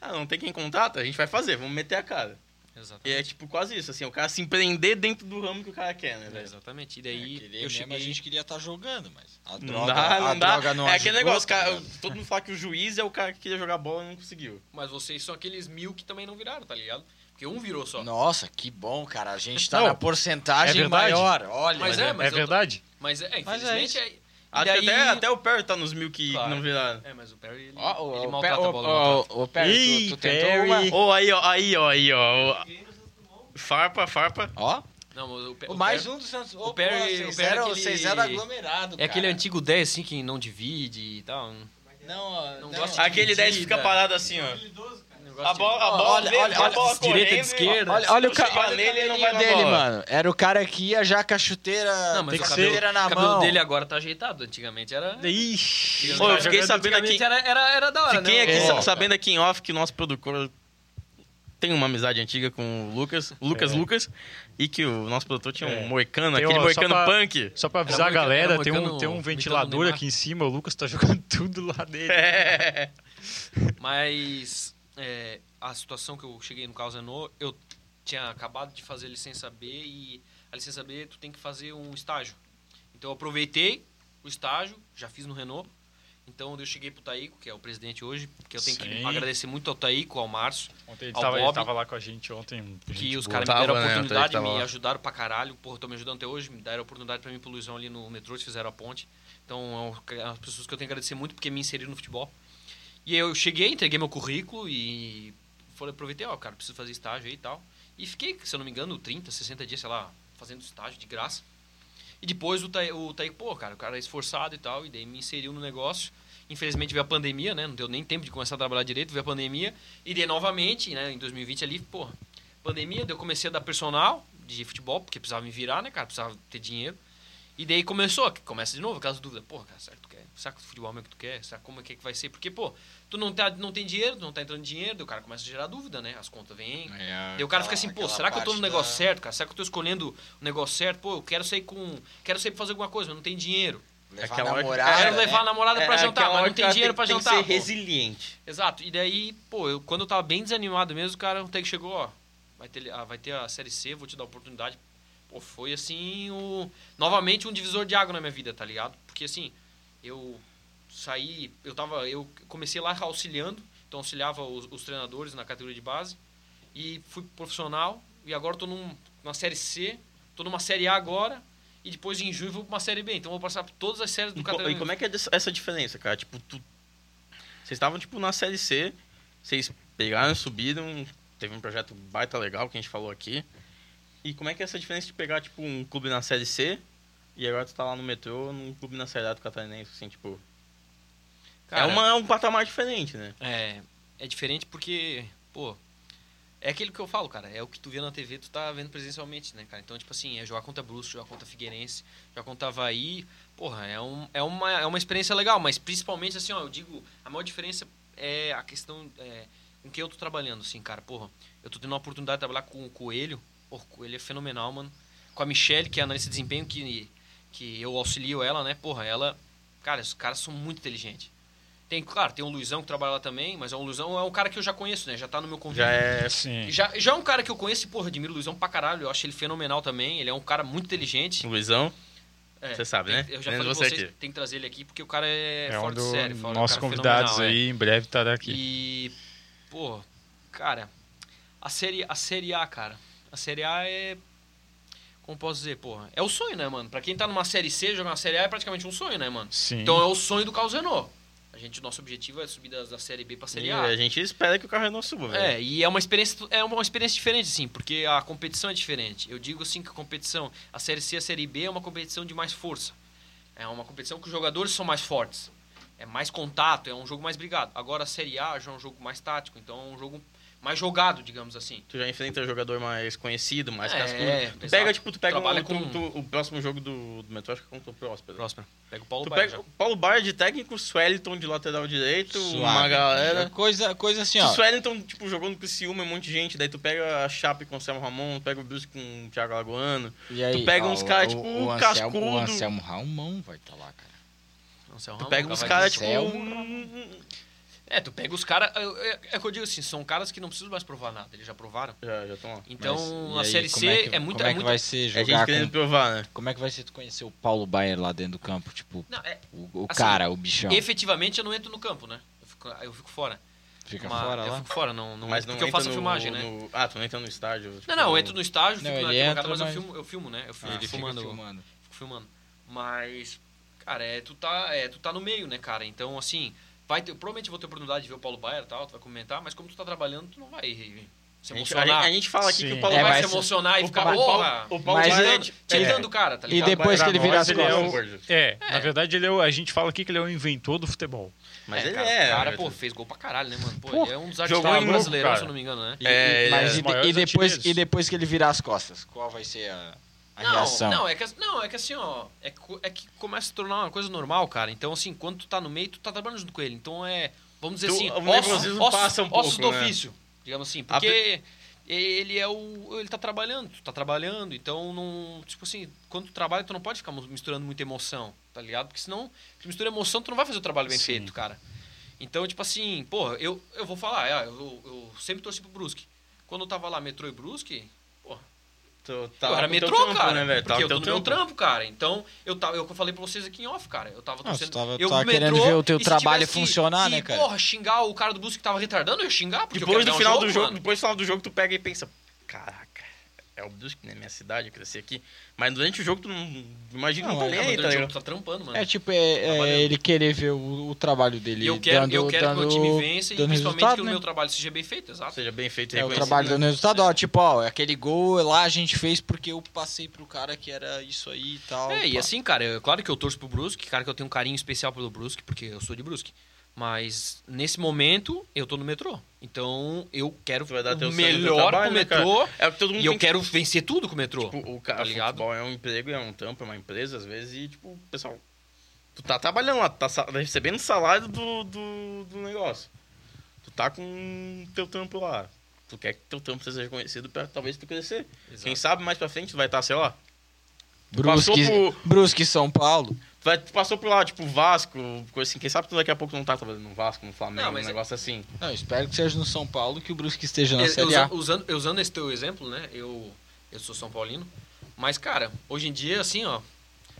Ah, não tem quem contrata? A gente vai fazer, vamos meter a cara. E
Exatamente.
é tipo quase isso, assim, o cara se empreender dentro do ramo que o cara quer, né,
É,
velho?
exatamente. E
É,
daí,
queria
eu
mesmo,
cheguei...
a gente queria
tá
estar jogando, mas a droga
Não dá,
a
não dá.
droga não
é aquele
ajudou,
negócio,
tá
cara.
ligado?
Todo mundo fala que o juiz é o cara que queria jogar bola e não conseguiu.
Mas vocês são aqueles mil que também não viraram, tá ligado? Porque um virou só.
Nossa, que bom, cara. A gente tá
Não,
na porcentagem
é verdade.
maior. Olha,
Mas é, mas
é
eu tô-
verdade.
Mas, é,
Mas é
infelizmente... é, e
Até,
daí-
até, até o Perry tá nos mil que
Claro.
não viraram.
É, mas o Perry, ele,
Ó, o-
ele
o
maltrata
Pe-
a bola. tá? maltrata.
o- o- o Perry, tu- tu
Ih,
tentou
Perry.
uma-
Ô, aí, ó, aí, ó, aí, ó. Farpa, farpa.
Ó,
Não, mas o, Pe-
o
o
mais
Perry-
um dos Santos.
o Perry- o Perry é aquele-
6 0 aglomerado,
É aquele
cara.
antigo 10, assim, que não divide e tal. um
Não, ó,
Não
não.
gosto de-
Aquele 10 fica
Medida.
parado assim, ó.
Negócio
A bola, a bola,
Olha,
vem,
olha,
a
olha,
bola
direita,
correndo,
esquerda.
ó.
Olha, olha o
Se eu chegar
cara
nele, ele não vai na
dele,
bola.
mano. Era o cara que ia já com a chuteira,
Não, mas
com
o
a
cabelo,
chuteira na
o cabelo
mão.
dele agora tá ajeitado. Antigamente era.
Ixi.
Ô, eu fiquei sabendo aqui. é
Antigamente era, era, era da hora,
Fiquei
né?
aqui
Ô,
sa-
cara.
sabendo aqui em off que o nosso produtor tem uma amizade antiga com o Lucas, o Lucas
É.
Lucas, e que o nosso produtor tinha um
É.
moicano,
Tem
aquele
uma- só
moicano
pra-
punk.
Só pra
Era
avisar a
moicano-
galera,
era
tem um,
moicano-
tem um
moicano
ventilador
Neymar.
aqui em cima, o Lucas tá jogando tudo lá dele.
É.
Mas é, a situação que eu cheguei no Calzenô, eu tinha acabado de fazer a licença B e a licença B tu tem que fazer um estágio. Então eu aproveitei o estágio, já fiz no Renault. Então eu cheguei pro Taíco, que é o presidente hoje, que eu tenho que
Sim.
agradecer muito ao Taíco, ao Márcio,
Ontem ele
Ao
tava, ele
Bob.
tava lá com a gente ontem. um
que
gente
os
boa.
caras me
Tava,
deram a
né?
oportunidade,
Tava
me
lá.
ajudaram pra caralho. Porra, estão me ajudando até hoje, me deram a oportunidade pra mim pro Luizão ali no metrô, eles fizeram a ponte. Então, é as pessoas que eu tenho que agradecer muito porque me inseriram no futebol. E aí eu cheguei, entreguei meu currículo e falei, aproveitei, ó, cara, preciso fazer estágio aí e tal. E fiquei, se eu não me engano, 30, 60 dias, sei lá, fazendo estágio de graça. E depois o Taí, o Taí, pô, cara, o cara é esforçado e tal, e daí me inseriu no negócio. Infelizmente veio a pandemia, né? Não deu nem tempo de começar a trabalhar direito, veio a pandemia. E daí novamente, né, em 2020 ali, pô, pandemia, daí eu comecei a dar personal de futebol, porque precisava me virar, né, cara? Precisava ter dinheiro. E daí começou, que começa de novo aquelas dúvidas. Porra, cara, será que tu quer? Será que o futebol é o que tu quer? Será como é que, é que vai ser? Porque, pô, tu não, tá, não tem dinheiro, tu não tá entrando dinheiro, daí o cara começa a gerar dúvida, né? As contas vêm,
É,
Daí o cara
aquela-
fica assim, pô,
aquela
será que eu tô no
parte da-
negócio certo, cara? Será que eu tô escolhendo o negócio certo? Pô, eu quero sair com. Quero sair pra fazer alguma coisa, mas não tem dinheiro.
Levar
Aquela-
a
Ah,
namorada,
quero
é,
levar a namorada né? pra
É,
jantar,
aquela
mas
hora
não
que
tem
o cara
dinheiro
tem-
pra
tem que
jantar.
ser
pô.
resiliente.
Exato. E daí, pô, eu, quando eu tava bem desanimado mesmo, o cara até que chegou, ó, vai ter, ah, vai ter a Série C, vou te dar a oportunidade. Pô, foi assim, o, novamente um divisor de água na minha vida, tá ligado? Porque assim, eu saí, eu tava, eu comecei lá auxiliando, então auxiliava os, os treinadores na categoria de base e fui pro profissional e agora estou num, numa série C, estou numa série A agora, e depois em junho vou para uma série B. Então vou passar por todas as séries do
E, co- e
Catarinense.
como é que é des- essa diferença, cara? Tipo, tu... vocês estavam tipo na série C, vocês pegaram, subiram, teve um projeto baita legal que a gente falou aqui. E como é que é essa diferença de pegar tipo um clube na série C e agora tu tá lá no metrô, num clube na série A do Catarinense, assim, tipo,
Cara,
é uma- é um patamar diferente, né?
É, é diferente porque, pô, é aquilo que eu falo, cara. É o que tu vê na TV, tu tá vendo presencialmente, né, cara? Então, tipo assim, é jogar contra Brusque, jogar contra Figueirense, jogar contra Havaí. Porra, é, um, é, uma, é uma experiência legal, mas principalmente, assim, ó, eu digo, a maior diferença é a questão é, com quem eu tô trabalhando, assim, cara. Porra, eu tô tendo a oportunidade de trabalhar com o Coelho. Porra, o Coelho é fenomenal, mano. Com a Michelle, que é analista de desempenho, que, que eu auxilio ela, né? Porra, ela... Cara, os caras são muito inteligentes. Tem, claro, tem o Luizão que trabalha lá também, mas é um Luizão é um cara que eu já conheço, né? Já tá no meu convívio.
Já é
Sim.
Já, já é um cara que eu conheço, e, porra, admiro o Luizão pra caralho. Eu acho ele fenomenal também. Ele é um cara muito inteligente.
Luizão,
É,
você sabe, né?
tem- eu já
Menos
falei
você
pra vocês,
aqui.
tem que trazer ele aqui porque o cara é,
É um
fora de
dos
série. fora- é um
nossos
cara
convidados
fenomenal, é.
aí, em breve tá estará aqui.
E, pô, cara, a série, a série A, cara, a série A é. Como posso dizer, porra? É o sonho, né, mano? Pra quem tá numa série C, jogar uma série A é praticamente um sonho, né, mano?
Sim.
Então é o sonho do Carlos Renault. A gente, o nosso objetivo é subir da, da série B pra série
E
É,
A.
a gente espera que o carro não suba, velho.
É, e é uma experiência, é uma experiência diferente, assim, porque a competição é diferente. Eu digo assim que a competição, a série C e a série B é uma competição de mais força. É uma competição que os jogadores são mais fortes. É mais contato, é um jogo mais brigado. Agora a série A já é um jogo mais tático, então é um jogo mais jogado, digamos assim.
Tu já enfrenta um jogador mais conhecido, mais
É,
cascudo. Tu
exato.
pega, tipo, tu pega
Trabalha
um, tu-
com-
tu- o próximo jogo do, do metrô, acho que é contra o Próspero.
Próspero. Pega o Paulo
Tu
Baier
pega
já.
o Paulo Baier de técnico, o Swellington de lateral direito, uma
né?
Suave.
galera.
Coisa, coisa assim,
Se o
ó.
Swellington, tipo, jogou no Criciúma, um monte de gente. Daí tu pega a Chape com o Selmo Ramon, pega o Brusque com o Thiago Lagoano.
E aí,
tu pega
ó,
uns
o-
caras,
o-
tipo,
o Anselmo,
cascudo.
O Anselmo Ramon vai estar lá, cara.
Não é um sei, o
Tu
Ramon,
pega
o
uns
Cavani.
caras, tipo...
Selmo.
um-
É, tu pega os caras. É, é, é que eu digo assim, são caras que não precisam mais provar nada, eles já provaram.
Já, já estão lá.
Então
Mas, e
a
aí,
série
como
C é,
que-
muito.
Como é
é
que
muito-
vai ser
É gente
jogar
querendo
com...
provar, né?
Como é que vai ser tu conhecer o Paulo Baier lá dentro do campo? Tipo,
Não, é-
o, o
Assim,
cara, o bichão.
efetivamente eu não entro no campo, né? Eu fico, eu fico fora.
Fica
Uma-
fora
eu
lá.
fico fora, não, não
Mas não
porque eu
entra
faço
no,
a filmagem, né?
no- Ah, tu não entra no estádio. tipo,
Não, é não, eu entro no estágio,
Não,
fico na
ele
arquibancada,
entra,
mas, eu,
mas-
filmo, eu filmo, né? Eu fico,
Ah,
Ele fica
filmando,
filmando.
fico filmando. Mas, cara, é, tu, tá, é, tu tá no meio, né, cara? Então, assim, vai ter, provavelmente eu vou ter oportunidade de ver o Paulo Baier e tal, tu vai comentar, mas como tu tá trabalhando, tu não vai
A
se
gente, a gente-
emocionar.
a gente fala aqui que
Sim.
o Paulo
Tu não
É,
Baier...
vai
vai
se
ser-
emocionar e
o
ficar,
Paulo-
porra,
o Paulo
Mas
Baier... é,
antes-
tirando o cara, tá
E
ligado?
depois
Pra
que ele virar
nós,
as
ele é
costas.
um- É, na verdade ele é o- a gente fala aqui que ele é o inventor do futebol.
Mas ele
cara,
é...
O cara,
né?
pô, fez gol pra caralho, né, mano? Pô,
Porra,
ele é um dos
jogou
artistas
em
gol,
brasileiros,
cara.
se eu não me engano, né?
E-
É,
e- mas
é.
e,
Os
de-
maiores
e depois,
artilheiros.
e depois que ele virar as costas, qual vai ser a, a
não,
reação?
Não, é que, não, é que assim, ó, é, co- é que começa a se tornar uma coisa normal, cara. Então, assim, quando tu tá no meio, tu tá trabalhando junto com ele. Então é, vamos dizer
Tu-
assim,
o
ossos,
nervosismo
ossos,
passa um
ossos
pouco,
do
né?
ofício, digamos assim, porque ele é o ele tá trabalhando, tu tá trabalhando, então não, tipo assim, quando tu trabalha, tu não pode ficar misturando muita emoção, tá ligado? Porque senão, tu mistura emoção, tu não vai fazer o trabalho bem
Sim.
feito, cara. Então, tipo assim, porra, eu, eu vou falar, é, eu, eu sempre torci pro Brusque. Quando eu tava lá, metrô e Brusque, porra,
Tu tá
eu
lá
era
com o teu
metrô,
trampo,
cara.
né, velho? Tá
porque
com o
eu tô
teu
no meu
trampo.
trampo, cara. Então, eu tava, eu falei pra vocês aqui em off, cara. Eu tava
Ah, você
torcendo.
tava-
eu
tava
metrô,
querendo ver o teu
e se
trabalho
tivesse que-
funcionar,
que,
né, cara?
Porra, xingar o cara do bus que tava retardando, eu ia xingar. Porque
Depois
eu quero
do
ganhar o um
final do jogo,
mano.
depois do final do jogo, tu pega e pensa, caraca, é o Brusque, né? Minha cidade, eu cresci aqui. Mas durante o jogo, tu não imagina não,
Não,
tá
é,
nem
Ah,
aí, tá
mas durante o jogo
ligado?
tu tá trampando, mano.
É tipo, é, é
Trabalhando.
ele querer ver o, o trabalho dele.
e eu quero,
dando,
eu quero
dando,
que o meu time vença e
dando
principalmente
resultado,
que o
né?
meu trabalho seja bem feito, exato.
Seja bem feito e
É o
reconhecido,
trabalho
né?
dando resultado, ó, tipo, ó, aquele gol lá a gente fez porque eu passei pro cara que era isso aí e tal.
É, e
pá.
assim, cara, eu- claro que eu torço pro Brusque, cara, que eu tenho um carinho especial pelo Brusque, porque eu sou de Brusque. Mas nesse momento eu tô no metrô. Então eu quero
Tu vai dar teu
o
sangue, teu
melhor
trabalho,
pro
né, cara?
metrô.
É o que todo mundo
E eu
tem que-
quero vencer tudo com o metrô.
Tipo, o cara,
tá ligado?
futebol é um emprego, é um trampo, é uma empresa, às vezes, e tipo, pessoal, tu tá trabalhando lá, tu tá sa- recebendo o salário do, do, do negócio. Tu tá com teu trampo lá. Tu quer que teu trampo seja reconhecido pra talvez tu crescer.
Exato.
Quem sabe mais pra frente tu vai estar, sei lá,
Brusque,
passou
Brusque São Paulo.
Tu vai- tu passou por lá, tipo, Vasco, coisa assim. Quem sabe tu daqui a pouco não tá trabalhando no Vasco, no Flamengo,
Não,
um
mas é-
negócio assim.
Não, espero que seja no São Paulo que o Brusque esteja na
Eu- eu
Série
usa-
A.
usando, eu usando esse teu exemplo, né? Eu, eu sou São Paulino. Mas, cara, hoje em dia, assim, ó.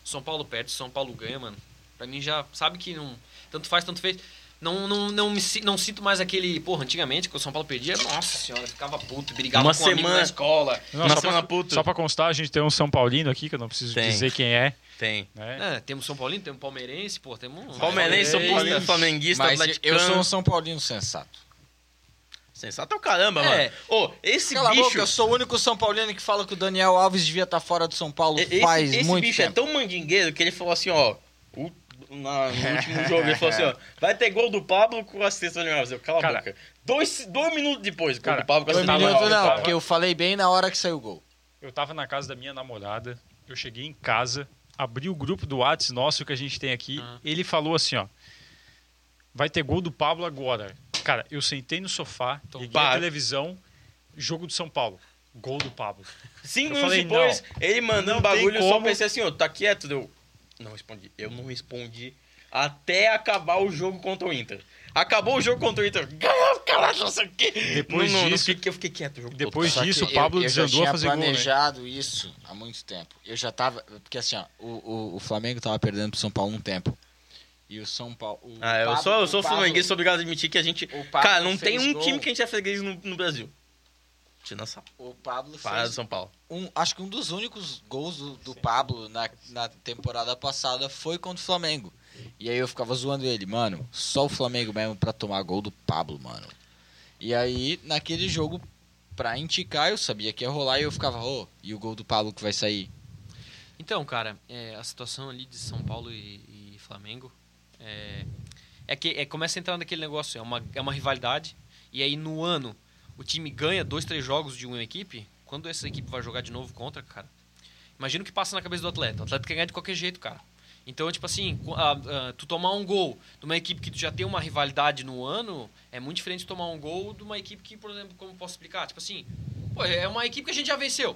São Paulo perde, São Paulo ganha, mano. Pra mim já sabe que não. Tanto faz, tanto fez. Não, não, não, me, si- não sinto mais aquele. Porra, antigamente, que o São Paulo perdia, nossa senhora, ficava puto, brigava
Uma
com um amigo
semana.
na escola.
Não,
Uma
só,
semana
pra,
puta.
só pra constar, a gente tem um São Paulino aqui, que eu não preciso
Tem.
dizer quem é.
Tem.
né?
É, temos São Paulino, temos Palmeirense, pô, temos. um
Palmeirense, São Paulino, Flamenguista,
Mas eu
atleticano.
sou um São Paulino sensato.
Sensato é o caramba,
É.
mano. Ô, esse
Cala a
bicho.
boca, eu sou o único São Paulino que fala que o Daniel Alves devia estar fora do São Paulo
esse
faz
esse
muito
bicho é
tempo.
tão mandingueiro que ele falou assim, ó. o- na- no último jogo, ele falou assim, ó. Vai ter gol do Pablo com assistência do Daniel Alves. Eu, cala
Cara.
a boca. Dois, dois minutos depois, gol
Cara,
do Pablo com
Dois
assistência do Daniel
minutos
Alves.
não,
tava-
porque eu falei bem na hora que saiu o gol.
Eu tava na casa da minha namorada, eu cheguei em casa, abri o grupo do Whats nosso que a gente tem aqui,
Ah.
ele falou assim, ó. Vai ter gol do Pablo agora. Cara, eu sentei no sofá, liguei a
Pá.
televisão, jogo do São Paulo. Gol do Pablo.
Cinco
Eu
minutos
falei,
depois, ele mandando
Não tem
bagulho, eu só
como.
pensei assim, ó, tá quieto, deu. Não respondi. Eu não respondi até acabar o jogo contra o Inter. Acabou o jogo contra o Inter. Ganhou, caralho, não sei o quê.
Depois
não, não,
disso-
Não, fiquei, eu fiquei quieto o jogo todo,
Depois
cara.
Só que
disso, o
eu-
Pablo
eu, já
desandou
tinha
a fazer gol, né?
planejado isso há muito tempo. Eu já tava. Porque assim, ó, o, o, o Flamengo tava perdendo pro São Paulo um tempo. E o São Paulo. o
Ah, eu
Pablo-
sou, eu sou
o Pablo-
flamenguista, sou obrigado a admitir que a gente.
o Pablo
Cara, não tem
fez
um
gol-
time que a gente é freguês no, no Brasil. Tirando essa
O Pablo
parada do
fez.
São Paulo.
um- acho que um dos únicos gols do, do Pablo na, na temporada passada foi contra o Flamengo. E aí eu ficava zoando ele, mano, só o Flamengo mesmo pra tomar gol do Pablo, mano. E aí, naquele jogo, pra indicar, eu sabia que ia rolar e eu ficava, ô, e o gol do Pablo que vai sair?
Então, cara, é, a situação ali de São Paulo e, e Flamengo é, é que é, começa a entrar naquele negócio, é uma, é uma rivalidade, e aí no ano o time ganha dois, três jogos de uma equipe, quando essa equipe vai jogar de novo contra, cara, imagina o que passa na cabeça do atleta. O atleta quer ganhar de qualquer jeito, cara. Então, tipo assim, co- a- a- tu tomar um gol de uma equipe que tu já tem uma rivalidade no ano, é muito diferente de tomar um gol de uma equipe que, por exemplo, como eu posso explicar? Tipo assim, pô, é uma equipe que a gente já venceu.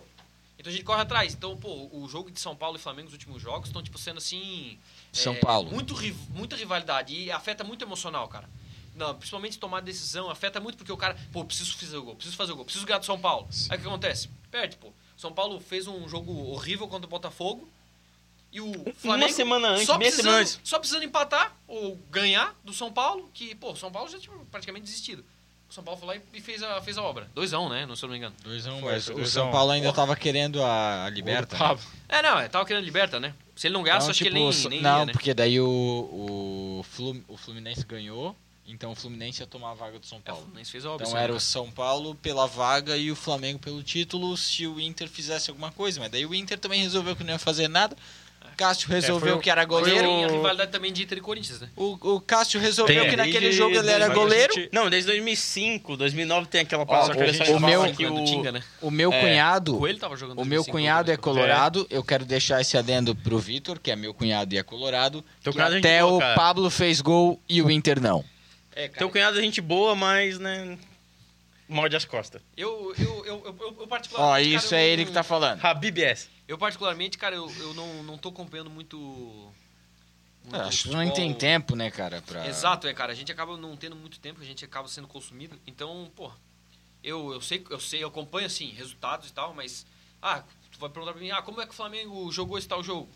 Então a gente corre atrás. Então, pô, o jogo de São Paulo e Flamengo, os últimos jogos, estão, tipo, sendo assim.
São Paulo.
Muito, ri- muita rivalidade. E afeta muito o emocional, cara. Não, principalmente tomar decisão, afeta muito porque o cara, pô, preciso fazer o gol, preciso fazer o gol, preciso ganhar do São Paulo. Aí o que acontece? Perde, pô. São Paulo fez um jogo horrível contra o Botafogo. E o Flamengo
Uma semana antes,
só
meia semana
precisando,
antes.
só precisando empatar ou ganhar do São Paulo, que, pô, o São Paulo já tinha praticamente desistido. O São Paulo foi lá e fez a, fez a obra. Doisão, né? Não, se eu não me engano.
2x1,
Foi,
mas
foi
o
2x1.
São Paulo ainda tava querendo a, a liberta.
Gol do Pablo.
É, não, é, tava querendo liberta, né? Se ele não
Então,
ganhasse, acho
tipo,
que ele nem,
só-
nem
não
ia, né?
porque daí o, o, Flu- o Fluminense ganhou, então o Fluminense ia tomar a vaga do São
É, o
Paulo.
Fluminense fez a obra.
Então
sabe,
era o
cara?
São Paulo pela vaga e o Flamengo pelo título se o Inter fizesse alguma coisa. Mas daí o Inter também resolveu que não ia fazer nada.
É.
Cássio resolveu
o-
que era
Mas
goleiro.
tem a rivalidade também de Inter e Corinthians, né?
O, o Cássio resolveu
Tem,
que naquele
desde
jogo ele era
Mas a
é goleiro.
gente-
Não, desde 2005, 2009 tem aquela
só
parada
que a gente-
pessoal
o
fala
meu-
que
do Tinga,
o...
né?
O meu
É,
cunhado.
Coelho tava jogando
O meu
2005,
cunhado é
né?
colorado, eu quero deixar esse adendo pro Vitor, que é meu cunhado e é colorado.
Teu
que
cunhado é gente
até
boa,
o
cara.
Pablo fez gol e o Inter não.
É, cara.
Então,
Teu cunhado é gente boa, mas, né... Morde as costas.
Eu, eu, eu, eu, eu, eu particularmente.
Ó,
cara,
isso
eu
é
não-
ele que tá falando.
Habib é S.
Eu, particularmente, cara, eu, eu não, não tô acompanhando muito. muito
Ah, Acho que
futebol.
não tem tempo, né, cara? Pra...
Exato, é, cara. A gente acaba não tendo muito tempo, a gente acaba sendo consumido. Então, pô, eu, eu sei, eu sei, eu acompanho, assim, resultados e tal, mas. Ah, tu vai perguntar pra mim, ah, como é que o Flamengo jogou esse tal jogo?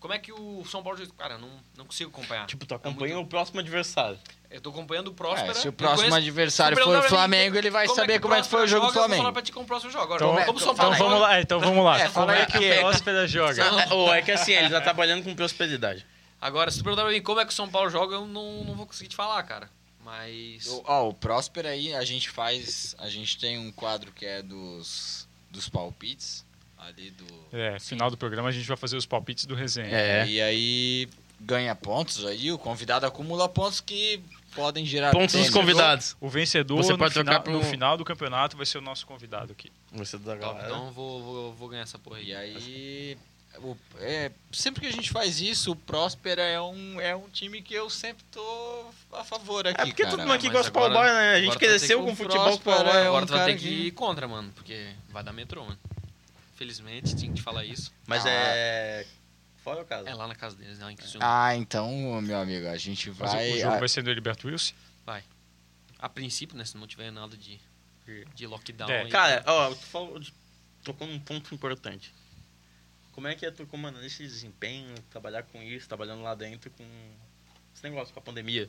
Como é que o São Paulo jogou? Cara, não, não consigo acompanhar.
Tipo, tu acompanha o próximo adversário.
Eu tô acompanhando o
É,
Próspera.
se
eu
o próximo
conheço-
adversário
se
for o
perguntar pra mim
Flamengo, ele vai saber
que
como é que foi o
Próspera
jogo do
joga, Eu vou falar
Flamengo.
pra ti como o próximo jogo. Agora,
Então,
como o São
então
Paulo
vamos lá, então vamos lá.
É,
Como
fala
é
aí
que
que
o
é.
Próspera joga?
Ou é que assim, ele tá trabalhando com prosperidade.
Agora, se tu perguntar pra mim como é que o São Paulo joga, eu não, não vou conseguir te falar, cara. Mas.
O- Ó, o Próspero aí, a gente faz. A gente tem um quadro que é dos, dos palpites. Ali do.
É, final do programa a gente vai fazer os palpites do resenha.
É.
E aí ganha pontos aí, o convidado acumula pontos que podem
Ah,
gerar.
Pontos
prêmios.
dos convidados.
O vencedor
Você
no,
pode
final,
trocar pro-
no final do campeonato vai ser o nosso convidado aqui.
Você da
Top,
galera.
então eu vou, vou, vou ganhar essa porra aí.
E aí. o- é, sempre que a gente faz isso, o Próspera é um, é um time que eu sempre tô a favor aqui.
É porque
cara.
todo mundo aqui
mas
gosta de
agora-
cowboy, né? A gente
agora tá tu vai ter
cresceu
que
com
o
futebol
Próspero
cowboy.
é um
Agora tu vai
cara
ter que
que-
ir contra, mano, porque vai dar metrô, mano. Felizmente, tinha que te falar isso.
Mas
Ah.
é. Fora o caso.
É lá na casa deles, lá em Criciúma.
Ah, então, meu amigo, a gente
Mas o-
vai.
o jogo
a-
vai ser do Heriberto Wilson.
A princípio, né? Se não tiver nada de, de lockdown
É.
aí.
Cara, ó, tu falou de- tocou num ponto importante. Como é que é tu comandando esse desempenho, trabalhar com isso, trabalhando lá dentro com esse negócio com a pandemia.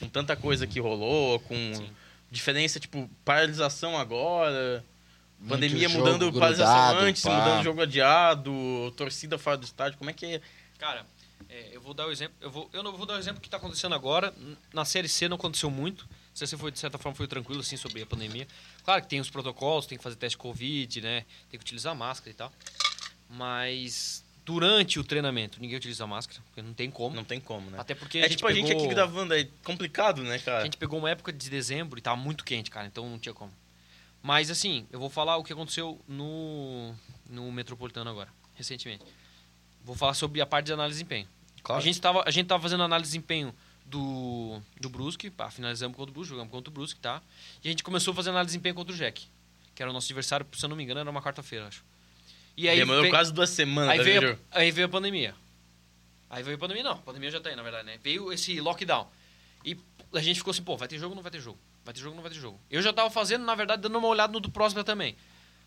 Com tanta coisa que rolou, com
Sim.
diferença, tipo, paralisação agora,
Muito
pandemia
jogo
mudando paralisação
grudado,
antes,
pá.
mudando jogo adiado, torcida fora do estádio. Como é que é?
Cara, é, eu vou dar o exemplo. Eu, vou, eu não vou dar o exemplo que está acontecendo agora. N- Na série C não aconteceu muito. Se você foi, de certa forma, foi tranquilo assim sobre a pandemia. Claro que tem os protocolos, tem que fazer teste Covid, né? Tem que utilizar máscara e tal. Mas durante o treinamento, ninguém utiliza máscara, porque não tem como.
Não tem como, né?
Até porque
É
a gente
tipo a gente
pegou-
aqui gravando, é complicado, né,
a
cara?
gente pegou uma época de dezembro e tava muito quente, cara, então não tinha como. Mas assim, eu vou falar o que aconteceu no, no Metropolitano agora, recentemente. Vou falar sobre a parte de análise de desempenho. A gente tava, a gente tava fazendo análise de desempenho do, do Brusque, pá, finalizamos contra o Brusque, jogamos contra o Brusque, tá? E a gente começou a fazer análise de desempenho contra o Jack, que era o nosso adversário, se eu não me engano, era uma quarta-feira, acho. E aí
Demorou
veio-
quase duas semanas,
Aí
tá
veio,
vendo?
a, aí veio a pandemia. Aí veio a pandemia, não. A pandemia já tá aí, na verdade, né? Veio esse lockdown. E a gente ficou assim, pô, vai ter jogo ou não vai ter jogo? Vai ter jogo ou não vai ter jogo? Eu já tava fazendo, na verdade, dando uma olhada no do Próspera também.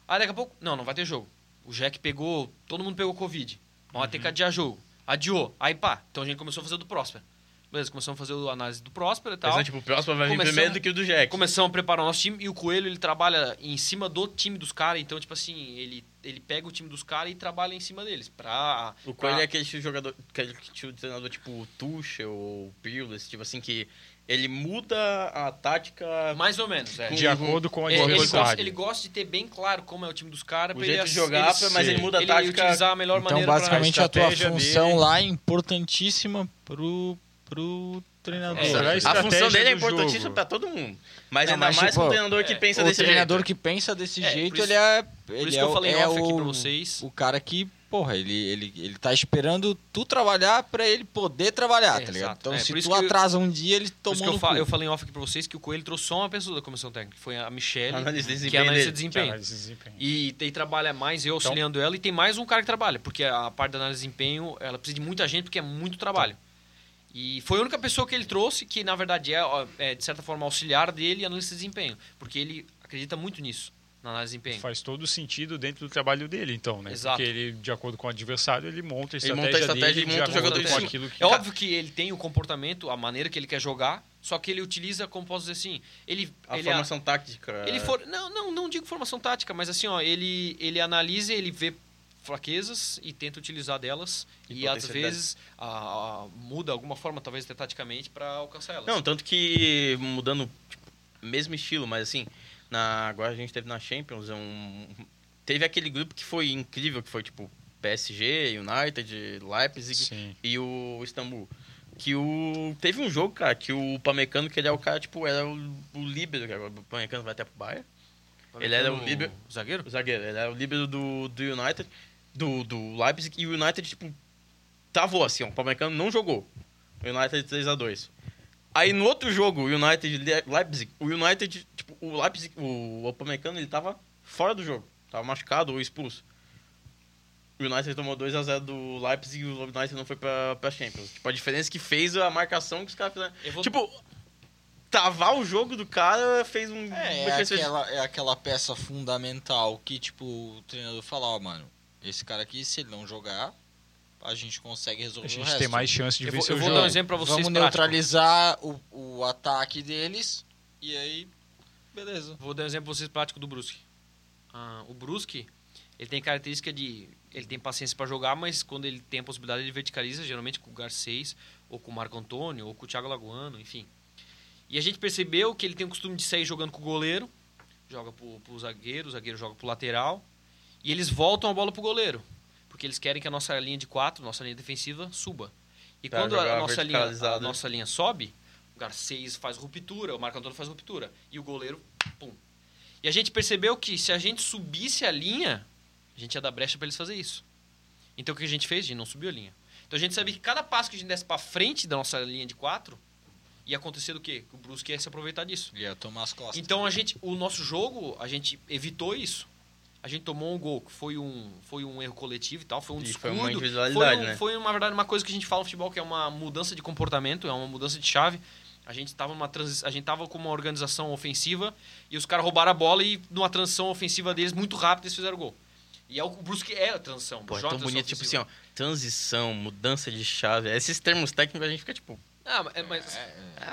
Aí daqui a pouco, não, não vai ter jogo. O Jack pegou, todo mundo pegou Covid. Não vai ter que adiar jogo. Adiou. Aí pá, então a gente começou a fazer o do Próspera. Beleza, começamos a fazer a análise do Próspera e tal.
Pensando, tipo, o próximo vai vir
Começamos-
primeiro do que o do Jack.
Começamos a preparar o nosso time e o Coelho ele trabalha em cima do time dos caras, então tipo assim, ele, ele pega o time dos caras e trabalha em cima deles. Pra,
O
pra-
Coelho é aquele tipo de jogador, aquele tipo de treinador tipo Tuchel ou Pirlo, esse tipo assim, que ele muda a tática,
Mais ou menos, é.
De acordo com a
Ele, ele gosta,
adversário.
ele gosta de ter bem claro como é o time dos caras
o
pra
jeito
ele
de
ass-
jogar,
ele,
mas ele
Sim.
muda a
ele
tática.
utilizar a melhor
Então,
maneira
basicamente,
basicamente,
pra...
a, tua
estratégia
função
dele-
lá é importantíssima pro, pro treinador.
É,
Será
a,
estratégia
função dele é
do jogo?
importantíssima pra todo mundo. Mas
Não,
ainda
mas,
mais
tipo,
um treinador que
é,
pensa
o
desse
treinador
jeito.
que pensa desse
É, por
jeito,
isso-
ele é.
Por
ele
isso
é,
que eu
o-
falei em
é
off
o,
aqui pra vocês.
O cara que, porra, ele, ele, ele tá esperando tu trabalhar pra ele poder trabalhar,
É,
tá ligado?
exato.
Então,
É,
se
por isso
tu
que eu-
atrasa um dia, ele
Por isso
tomou
que eu,
no
fa-
cu.
eu falei em off aqui pra vocês que o Coelho trouxe só uma pessoa da comissão técnica, um que foi a Michelle,
Analista de
que
desempenho
analisa de
dele.
Que
desempenho.
análise de desempenho.
E tem trabalha mais
Então
eu auxiliando ela e tem mais um cara que trabalha, porque a parte da análise de desempenho, ela precisa de muita gente porque é muito trabalho.
Então
E foi a única pessoa que ele trouxe que na verdade é, ó, é, de certa forma auxiliar dele e analista de desempenho, porque ele acredita muito nisso, na análise de desempenho.
Faz todo sentido dentro do trabalho dele, então, né?
Exato.
Porque ele, de acordo com o adversário, ele monta a
Ele
estratégia,
monta a estratégia e
dele
monta
de
o
acordo
jogador em
com
cima.
aquilo que... tá
É óbvio que ele tem o comportamento, a maneira que ele quer jogar, só que ele utiliza, como posso dizer assim, ele
A
ele
formação tática.
Ele for, não, não, não digo formação tática, mas assim, ó, ele, ele analisa, ele vê fraquezas e tenta utilizar delas e,
E
às
potencialidades.
vezes a- a- muda alguma forma, talvez até taticamente, para alcançar elas.
Não, tanto que mudando, tipo, mesmo estilo, mas assim, na, agora a gente teve na Champions, é um, teve aquele grupo que foi incrível, que foi tipo PSG, United, Leipzig
Sim.
e o Istambul. Que o. Teve um jogo, cara, que o Pamecano, que ele é o cara, tipo, era o, o líbero, que agora o Pamecano vai até pro Bayern.
Pra
ele
meter
era um
no
o líbero-
zagueiro?
O zagueiro, ele era o líbero do, do United, do, do Leipzig, e o United, tipo, travou assim, ó, o Pamecano não jogou. O United 3x2. Aí no outro jogo, o United Le- Leipzig, o United, tipo, o Leipzig, o Upamecano, ele tava fora do jogo, tava machucado ou expulso. O United tomou 2x0 do Leipzig e o United não foi pra, pra Champions. Tipo, a diferença que fez a marcação que os caras fizeram.
Eu vou-
Tipo, travar o jogo do cara fez um.
É, é
fez- fez-
aquela, é aquela peça fundamental que, tipo, o treinador fala, ó, mano, esse cara aqui, se ele não jogar, a gente consegue
A
resolver o
gente
resto.
tem mais chance de
Eu vou,
vencer
eu
o
vou dar um
jogo.
exemplo para vocês.
Vamos
prático.
neutralizar o, o ataque deles e aí, beleza.
Vou dar um exemplo pra vocês prático do Brusque. Ah, o Brusque, ele tem característica de... Ele tem paciência para jogar, mas quando ele tem a possibilidade, ele verticaliza, geralmente com o Garcês, ou com o Marco Antônio, ou com o Thiago Lagoano, enfim. E a gente percebeu que ele tem o costume de sair jogando com o goleiro, joga pro, pro zagueiro, o zagueiro joga pro lateral, e eles voltam a bola pro goleiro, porque eles querem que a nossa linha de quatro, nossa linha defensiva, suba. E
Pra
quando a
jogar
nossa, linha, a
verticalizado. né?
nossa linha sobe, o Garcês faz ruptura, o Marco Antônio faz ruptura, e o goleiro, pum. E a gente percebeu que se a gente subisse a linha, a gente ia dar brecha para eles fazer isso. Então o que a gente fez? A gente não subiu a linha. Então a gente sabia que cada passo que a gente desse para frente da nossa linha de quatro, ia acontecer do quê? Que o Brusque ia se aproveitar disso.
E aí eu tomar as costas.
Então a gente, o nosso jogo, a gente evitou isso. A gente tomou um gol que foi um, foi um erro coletivo e tal, foi um
E
descuido.
foi uma individualidade,
foi, um-
né?
foi, na verdade uma coisa que a gente fala no futebol que é uma mudança de comportamento, é uma mudança de chave. A gente tava numa transi- a gente tava com uma organização ofensiva e os caras roubaram a bola e numa transição ofensiva deles muito rápido eles fizeram gol. E é o o Brusque é a transição,
Pô, é
joga
tão
transição
bonito, tipo assim,
ofensiva.
ó, transição, mudança de chave. Esses termos técnicos a gente fica tipo.
Ah, Ah, mas- mas,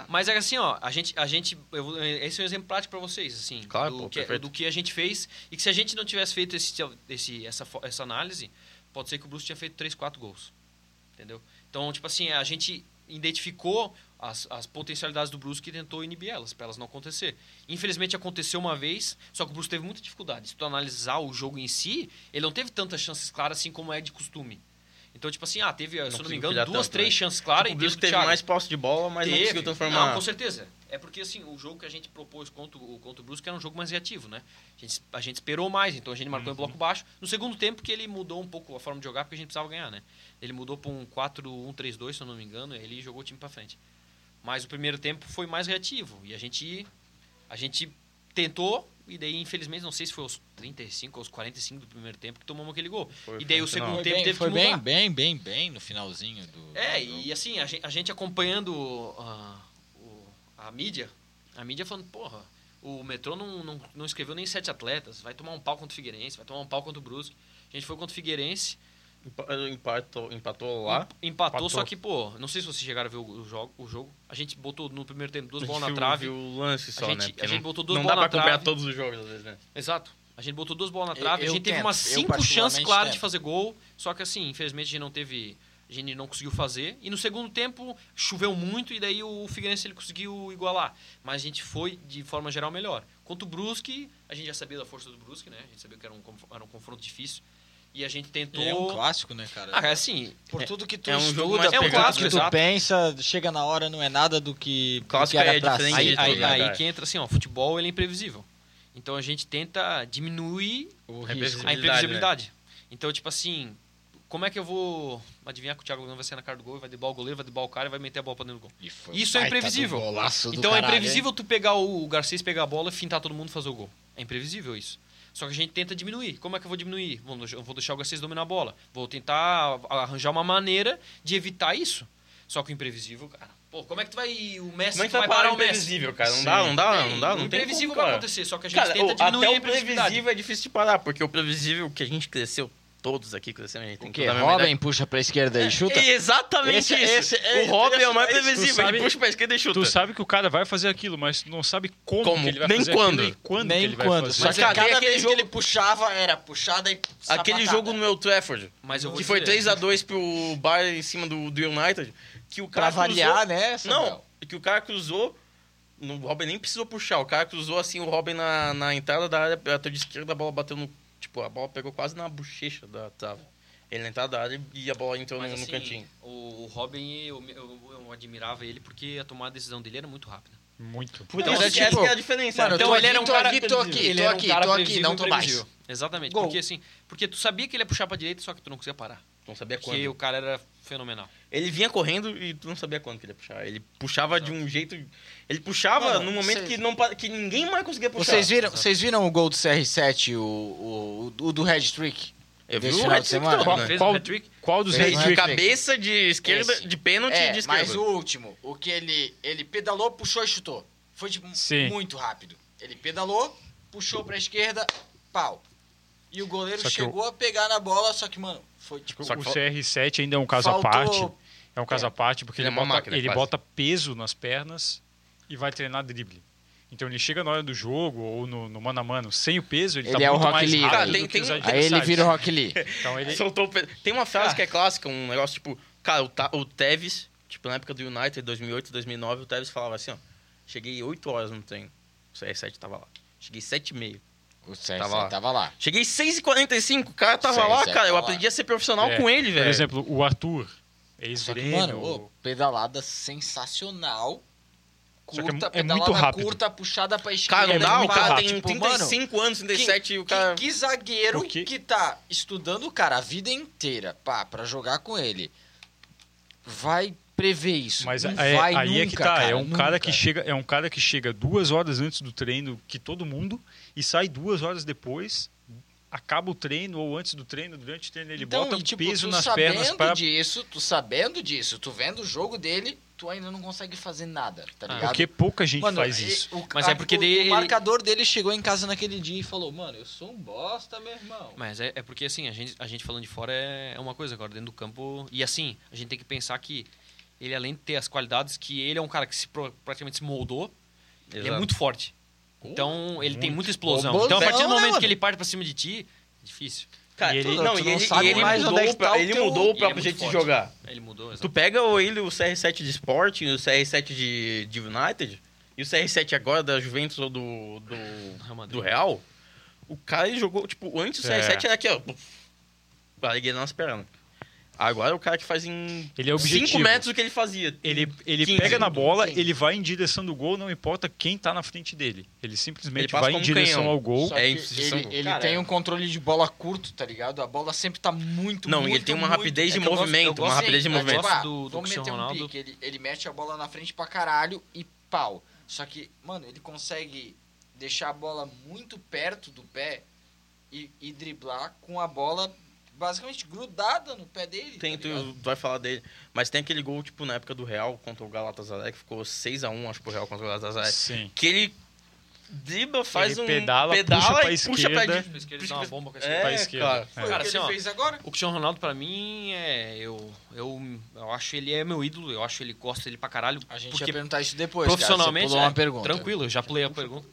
mas é assim, ó, a gente, a gente, eu vou- esse é um exemplo prático para vocês, assim,
Claro,
do,
pô,
que,
perfeito.
do que a gente fez e que se a gente não tivesse feito esse, esse, essa, fo- essa análise, pode ser que o Bruce tinha feito 3, 4 gols, entendeu? Então, tipo assim, a gente identificou as, as potencialidades do Brusque e tentou inibir elas, para elas não acontecer. Infelizmente aconteceu uma vez, só que o Brusque teve muita dificuldade. Se tu analisar o jogo em si, ele não teve tantas chances claras assim como é de costume. Então, tipo assim, ah, teve, se eu não me
conseguiu
engano,
criar
duas,
tanto,
três
né?
chances claras
o
e teve
Brusque
do
teve
Thiago.
mais posse de bola, mas não
Teve.
conseguiu transformar.
Não, com certeza. É porque assim, o jogo que a gente propôs contra o, contra o Brusque era um jogo mais reativo, né? A gente, a gente esperou mais, então a gente
Uhum.
marcou em bloco baixo. No segundo tempo que ele mudou um pouco a forma de jogar, porque a gente precisava ganhar, né? Ele mudou para um 4-1-3-2, se eu não me engano, e ele jogou o time para frente. Mas o primeiro tempo foi mais reativo e a gente a gente tentou e daí infelizmente não sei se foi aos 35 ou aos 45 do primeiro tempo que tomamos aquele gol.
Foi,
e
foi
daí o
no final.
Foi,
segundo tempo
bem,
Então, teve
foi
que
bem,
mudar.
bem, bem, bem no finalzinho do.
É,
do
e assim, a gente, a gente acompanhando ah, o- a mídia, a mídia falando, porra, o metrô não, não, não escreveu nem sete atletas, vai tomar um pau contra o Figueirense, vai tomar um pau contra o Brusque. A gente foi contra o Figueirense,
Empa- Empatou, empatou eh, lá.
emp- empatou,
Empatou.
só que, pô, não sei se vocês chegaram a ver o, o jogo, o jogo. A gente botou no primeiro tempo duas
A gente
bolas na
viu-
trave.
viu o lance só,
gente-
né?
a
Porque
gente
não-
botou duas
Não dá
bolas
pra
na
acompanhar
trave.
todos os jogos, às vezes, né?
Exato. A gente botou duas bolas na
Eu-
trave,
eu
a gente teve
tento,
umas
eu
cinco chances
particularmente
claras de
tento.
fazer gol, só que assim, infelizmente a gente não teve, a gente não conseguiu fazer. E no segundo tempo choveu muito e daí o Figueirense ele conseguiu igualar, mas a gente foi de forma geral melhor. Quanto o Brusque, a gente já sabia da força do Brusque, né? A gente sabia que era um, conf- era um confronto difícil e a gente tentou
É um clássico, né, cara?
Ah, é assim,
Por tudo que tu
é um jogo
estuda,
mais
É um
por
pegado,
tudo Tá que
né?
tu
exato.
pensa, chega na hora, não é nada do que, do
Clássico
que era
é
pra
diferente
ser,
aí,
jeito,
tá
aí-
né,
ligado?
aí
cara?
que entra assim, ó, futebol ele é imprevisível. Então a gente tenta diminuir
O
É
risco.
a
Imprevisibilidade,
imprevisibilidade. Então, tipo assim, como é que eu vou adivinhar que o Thiago Leão vai sair na cara do gol, vai driblar o goleiro, vai driblar o cara e vai meter a bola pra dentro do gol?
E foi
Isso é
um baita
imprevisível.
do golaço do
então é
caralho, hein?
imprevisível tu pegar o, o Garcês, pegar a bola, fintar todo mundo e fazer o gol. É imprevisível isso. Só que a gente tenta diminuir. Como é que eu vou diminuir? Vou, eu vou deixar o Garcês dominar a bola. Vou tentar arranjar uma maneira de evitar isso. Só que o imprevisível, cara. Pô, como é que tu vai. O Messi
Como é que
tu
vai parar o imprevisível, cara? Não dá, não dá,
É,
não dá,
O
não tem
imprevisível
como,
vai
cara.
acontecer, só que a gente
Cara,
tenta
o-
diminuir
até
a
o
imprevisibilidade.
previsível é difícil de parar, porque o previsível que a gente cresceu, todos aqui crescemos, a gente tem
O
que
que?
dar a
Robin
verdade.
puxa pra esquerda e chuta?
É Exatamente
Esse-
isso.
esse- é-
o Robin é o mais
é isso, tu
previsível.
sabe-
ele puxa pra esquerda e chuta.
Tu sabe que o cara vai fazer aquilo, mas tu não sabe como,
Como,
que ele vai
nem
fazer
quando.
aquilo e quando que
Nem
ele vai
quando.
fazer.
Só
Mas,
é, que
cara, tem
cada
aquele
vez
jogo-
que ele puxava, era puxada e
Aquele
sapatada.
jogo no meu Trafford,
Mas eu vou
que
te
foi
dizer.
3x2 pro Bayern em cima do, do United, que o
Pra
cara
variar, né, Samuel?
Não, que o cara cruzou. no- O Robin nem precisou puxar. O cara cruzou assim, o Robin na, na entrada da área, até de esquerda, a bola bateu no. Tipo, a bola pegou quase na bochecha da trava. Ele na entrada da área e a bola entrou
Mas,
no, no
assim,
cantinho.
O, o Robin, eu, eu- eu admirava ele porque a tomada de decisão dele era muito rápida.
Muito.
Puta,
mas é
essa que
tipo-
é a diferença. né?
Mano, Então, tô ele aqui, era um tô cara aqui, tô aqui.
Ele era um
aqui,
cara
tô aqui,
previsível
não
e
tô mais.
imprevisível. Exatamente,
Gol.
porque assim, porque tu sabia que ele ia puxar pra direita, só que tu não conseguia parar.
não
É
sabia quando.
Porque o cara era fenomenal.
Ele vinha correndo e tu não sabia quando que ele ia puxar. Ele puxava de um jeito. Ele puxava
Mano,
num momento
vocês-
que, não, pa- que ninguém mais conseguia puxar.
Vocês viram, vocês viram o gol do CR7, o, o, o do Red Trick?
Eu vi
desse
o
final
hat
de semana?
todo,
Qual,
né?
Fez um
qual,
hat-trick?
qual dos
Fez
Fez
de
um
hat-trick?
cabeça, de esquerda,
Esse.
de pênalti e
É,
de esquerda.
mas o último, o que ele, ele pedalou, puxou e chutou. Foi tipo,
Sim.
muito rápido. Ele pedalou, puxou pra esquerda, pau. E o goleiro
Só que
chegou a pegar na bola, só que, mano, foi tipo...
O
Só que fal-
CR7 ainda é um caso à
faltou-
parte. É um caso
É.
à parte, porque
Ele
ele,
é uma
bota,
máquina,
ele
quase.
bota peso nas pernas e vai treinar drible. Então ele chega na hora do jogo ou no, no mano a mano, sem o peso, ele,
Ele
tá
é o
muito
Rock
mais
Lee,
rápido
cara.
do
Tem-
que os
tem-
Aí ele
adversários.
vira o Rock Lee.
Então ele...
Soltou o pe- Tem uma
Ah.
frase que é clássica, um negócio tipo, cara, o, Ta- o Tevez, tipo, na época do United, 2008, 2009, o Tevez falava assim, ó, cheguei 8 horas no treino, o CR7 tava lá. Cheguei 7 e meio.
O Sérgio
Tava lá.
tava lá.
Cheguei 6 e 45, o cara tava
CR7
lá, cara, eu
tava lá.
aprendi a ser profissional
É,
com ele, velho.
Por exemplo, o Arthur,
Só que,
ex-grêmio...
mano, ô, pedalada sensacional.
Só que é
Curta,
mu- é
pedalada
muito rápido.
curta, puxada pra esquerda.
cara, não dá, o
pá,
cara tem um
tipo, mano,
35 anos, 37 e o
que-
cara...
Que, zagueiro
Porque-
que tá estudando o cara a vida inteira, pá, pra jogar com ele. Vai prever isso.
Mas
Não
aí,
vai
aí
nunca,
é que tá, é um cara que
nunca.
chega, é um cara que chega duas horas antes do treino que todo mundo e sai duas horas depois, acaba o treino ou antes do treino, durante o treino ele
Então,
bota
e,
um
tipo,
peso
tu
nas
sabendo
pernas para
disso, tu sabendo disso, tu vendo o jogo dele, tu ainda não consegue fazer nada, tá
Ah,
ligado?
porque pouca gente
Mano,
faz
e-
isso.
o
Mas
ca-
é porque
o, o
dele-
marcador dele chegou em casa naquele dia e falou: "Mano, eu sou um bosta, meu irmão".
Mas é, é porque assim, a gente, a gente falando de fora é, é uma coisa, agora dentro do campo. E assim, a gente tem que pensar que Ele, além de ter as qualidades, que ele é um cara que se pro- praticamente se moldou, ele é
Exato.
muito forte. Então, ele tem muita explosão.
Uh, Robôzão,
Então, a partir do
né,
momento
mano?
que ele parte pra cima de ti, é difícil.
Cara,
E ele-
não,
tu
e
não
ele,
sabe
e ele
mais
mudou,
onde é que
o
tá
pra-
o
ele
teu-
mudou o
ele é
próprio
muito
jeito de
forte.
jogar.
Ele mudou,
Tu
exato.
pega o- ele, o CR7 de Sporting, o CR7 de, de United, e o CR7 agora da Juventus ou do,
Real
do,
Madrid.
do Real, o cara ele jogou, tipo, antes o
É.
CR7 era aqui, ó. Alegria não esperando. Agora o cara que faz em
Ele é
5
objetivo.
metros o que ele fazia.
Ele, ele
15,
pega na bola,
15.
ele vai em direção do gol, não importa quem tá na frente dele. Ele
Ele
simplesmente
passa
vai em
como
direção
canhão.
ao gol.
Só-
que
É imposição.
ele, ele
Cara,
tem
é.
um controle de bola curto, tá ligado? A bola sempre tá muito,
Não, e
muito,
ele tem uma
muito-
rapidez de
É que eu gosto- eu
movimento, uma
gosto,
rapidez de
sim, eu
movimento.
gosto
Tipo, ah,
do, do
vamos
Cristiano
meter um
Ronaldo.
pique, ele, ele mete a bola na frente pra caralho e pau. Só que, mano, ele consegue deixar a bola muito perto do pé e, e driblar com a bola basicamente grudada no pé dele.
Tem,
tá
tu,
ligado?
tu vai falar dele. Mas tem aquele gol, tipo, na época do Real contra o Galatasaray, que ficou 6x1, acho, pro Real contra o Galatasaray.
Sim.
Que ele dribla, faz
Ele
um.
pedala, puxa pra
e
esquerda.
di-
Pra esquerda,
puxa
dá uma
pra-
bomba com a
é,
esquerda.
Pra esquerda.
Cara.
É.
Foi
Cara,
o que
assim,
ele
ó,
fez agora.
O Cristiano Ronaldo, pra mim, é. Eu, eu, eu acho ele é meu ídolo. Eu acho ele gosta dele pra caralho.
A gente
porque
ia perguntar isso depois, cara, você
profissionalmente.
pulou
é,
uma pergunta.
Tranquilo, eu já pulei a pergunta.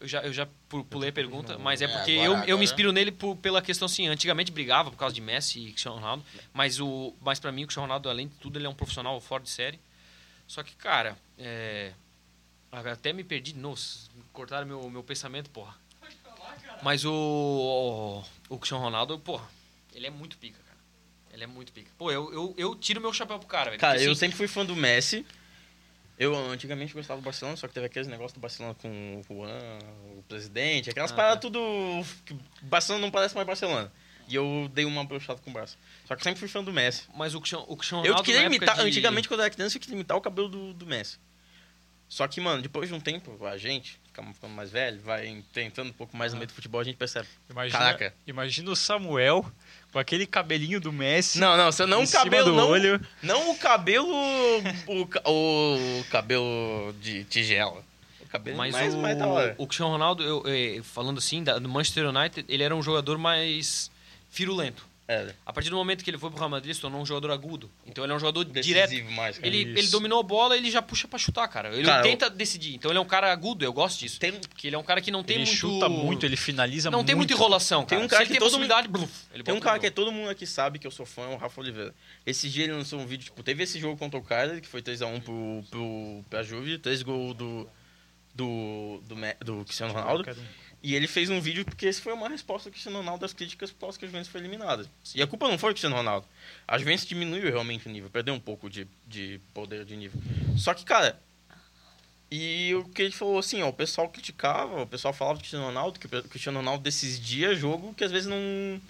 Eu já, eu já pu- pulei a pergunta, mas é
É,
porque
agora-
eu, eu
agora-
me inspiro nele por- pela questão assim. Antigamente brigava por causa de Messi e Cristiano Ronaldo, mas, o, mas pra mim o Cristiano Ronaldo, além de tudo, ele é um profissional fora de série. Só que, cara, é, até me perdi de novo. vocês Cortaram meu, meu pensamento, porra. Mas o, o, o Cristiano Ronaldo, porra, ele é muito pica, cara. Ele é muito pica. Pô, eu, eu, eu tiro meu chapéu pro cara, velho.
Cara,
porque,
eu
assim,
sempre fui fã do Messi. Eu antigamente gostava do Barcelona, só que teve aqueles negócios do Barcelona com o Juan, o presidente, aquelas
Ah,
paradas tudo. que o Barcelona não parece mais Barcelona. E eu dei uma brochada com o Barça. Só que eu sempre fui fã do Messi.
Mas o Cristiano, o Cristiano
Eu
Ronaldo.
queria
na época
imitar,
de-
antigamente quando eu era criança, eu queria imitar o cabelo do, do Messi. Só que, mano, depois de um tempo, a gente, ficamos ficando mais velho, vai tentando um pouco mais no meio do futebol, a gente percebe.
Imagina,
Caraca.
imagina o Samuel com aquele cabelinho do Messi.
Não, não, você não
em
o
cima
cabelo,
do
não,
olho.
não o cabelo, o, ca- o cabelo de tigela. O cabelo
Mas
mais,
o,
mais da tá hora.
o Cristiano Ronaldo, eu, eh, falando assim, da- do Manchester United, ele era um jogador mais firulento.
É,
A partir do momento que ele foi pro Real Madrid, ele se tornou um jogador agudo. Então ele é um jogador
decisivo
direto.
mais, cara.
Ele,
Isso.
ele dominou a bola, ele já puxa pra chutar, cara. Ele
Cara,
tenta decidir. Então ele é um cara agudo, eu gosto disso.
Tem,
Porque ele é um cara que não tem
ele
muito...
chuta muito, ele finaliza
Não
muito.
tem muita enrolação,
Tem
cara.
um cara
Se
que
ele tem
todo
possibilidade, bluf, ele
tem um
bota
cara
no
que
gol.
é todo mundo aqui sabe que eu sou fã, é o Rafa Oliveira. Esse dia ele lançou um vídeo, tipo, teve esse jogo contra o Cagliari, que foi 3x1 pro, pro, pra Juve, 3 gols do, do, do, Me- do Cristiano Ronaldo. E ele fez um vídeo porque esse foi uma resposta do Cristiano Ronaldo às críticas por causa que a Juventus foi eliminada. E a culpa não foi do Cristiano Ronaldo. A Juventus diminuiu realmente o nível, perdeu um pouco de, de poder de nível. Só que, cara, e o que ele falou assim, ó, o pessoal criticava, o pessoal falava do Cristiano Ronaldo, que o Cristiano Ronaldo decidia jogo que às vezes não.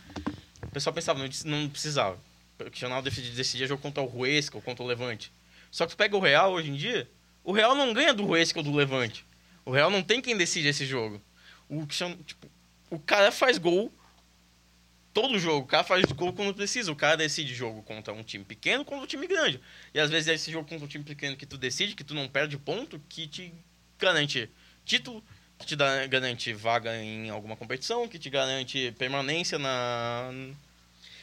O pessoal pensava, não, não precisava. O Cristiano Ronaldo decidi- decidia jogo contra o Huesca ou contra o Levante. Só que tu pega o Real hoje em dia, o Real não ganha do Huesca ou do Levante. O Real não tem quem decide esse jogo. O Cristiano, tipo, o cara faz gol todo jogo. O cara faz gol quando precisa. O cara decide jogo contra um time pequeno, contra um time grande. E às vezes é esse jogo contra um time pequeno que tu decide, que tu não perde ponto, que te garante título, que te dá, garante vaga em alguma competição, que te garante permanência na.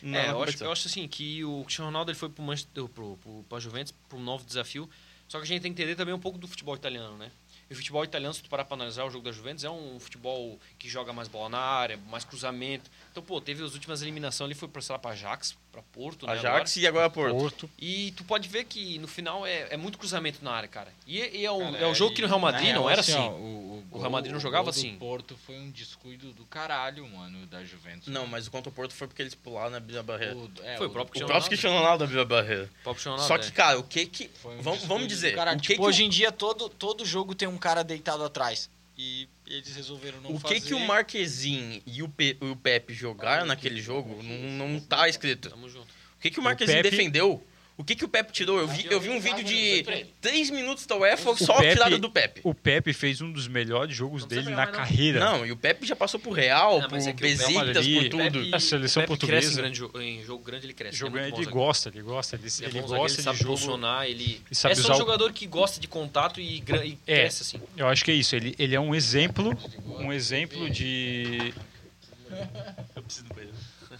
na
É, eu acho,
competição.
eu acho assim que o Cristiano Ronaldo ele foi pro Manchester, pro, pro, pra Juventus, para um novo desafio. Só que a gente tem que entender também um pouco do futebol italiano, né? E o futebol italiano, se tu parar pra analisar o jogo da Juventus, é um futebol que joga mais bola na área, mais cruzamento. Então, pô, teve as últimas eliminações ali, foi pra, sei lá, pra Ajax, pra Porto, né? agora.
Ajax e agora Porto.
Porto.
E tu pode ver que no final é, é muito cruzamento na área, cara. E, e é, um,
Cara,
é um jogo
e
que no Real Madrid
na
não
real,
era
ó,
assim.
o,
O Real Madrid não jogava
gol do
assim.
Porto foi um descuido do caralho, mano, da Juventus.
Não, mas o contra o Porto foi porque eles pularam na Bia Barreira. O,
O- é,
Foi o
do
próprio
Porto.
próprio Cristiano Ronaldo abriu a barreira.
O próprio Cristiano
Só
Ronaldo,
que,
é.
cara, o que que.
Foi um
vamos, vamos
descuido
dizer.
do caralho.
o que
Tipo,
que o-
hoje em dia todo, todo jogo tem um cara deitado atrás. E eles resolveram não
O
fazer.
que, que o Marquezin e o, Pe e o Pepe jogaram naquele jogo não, não tá escrito.
Tamo junto.
O que, que o Marquezin
Pepe-
defendeu? O que, que o Pepe tirou? Eu vi, eu vi um vídeo de 3 minutos da UEFA só
Pepe-
tirada do Pepe.
O Pepe fez um dos melhores jogos
Não precisa né?
dele
pegar
na
mais, não.
carreira.
Não, e o Pepe já passou pro Real,
Não,
pro
mas é que o
Besiktas,
Real
por
Madrid-
tudo.
Pepe-
A seleção
o Pepe Cresce
portuguesa.
em, grande jo- em jogo grande ele cresce.
Jogando,
ele é muito
ele
bom,
gosta, ele gosta, ele,
Ele,
ele
é bom zagueiro,
gosta
ele
de
sabe
jogo.
posicionar, ele...
Ele sabe
é só
usar
um
o-
jogador que gosta de contato e, gra... e
É.
cresce, assim.
Eu acho que é isso. Ele, ele é um exemplo, um exemplo de.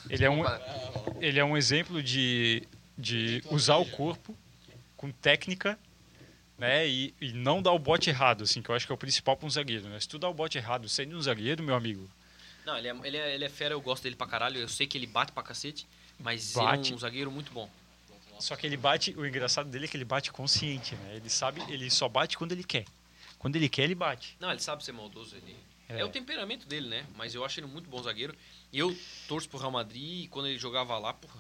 Ele é um, ele é um exemplo de, de usar o corpo com técnica, né? E, e não dar o bote errado, assim, que eu acho que é o principal para um zagueiro, né? Se tu dá o bote errado sendo um zagueiro, meu amigo,
Não, ele é, ele, é, ele é fera, eu gosto dele pra caralho. Eu sei que ele bate pra cacete, mas
Bate.
ele é um zagueiro muito bom.
Só que ele bate, o engraçado dele é que ele bate consciente, né? Ele sabe, ele só bate quando ele quer. Quando ele quer, ele bate.
Não, ele sabe ser maldoso. Ele...
É.
É. o temperamento dele, né? Mas eu acho ele muito bom zagueiro. E eu torço pro Real Madrid e quando ele jogava lá, porra,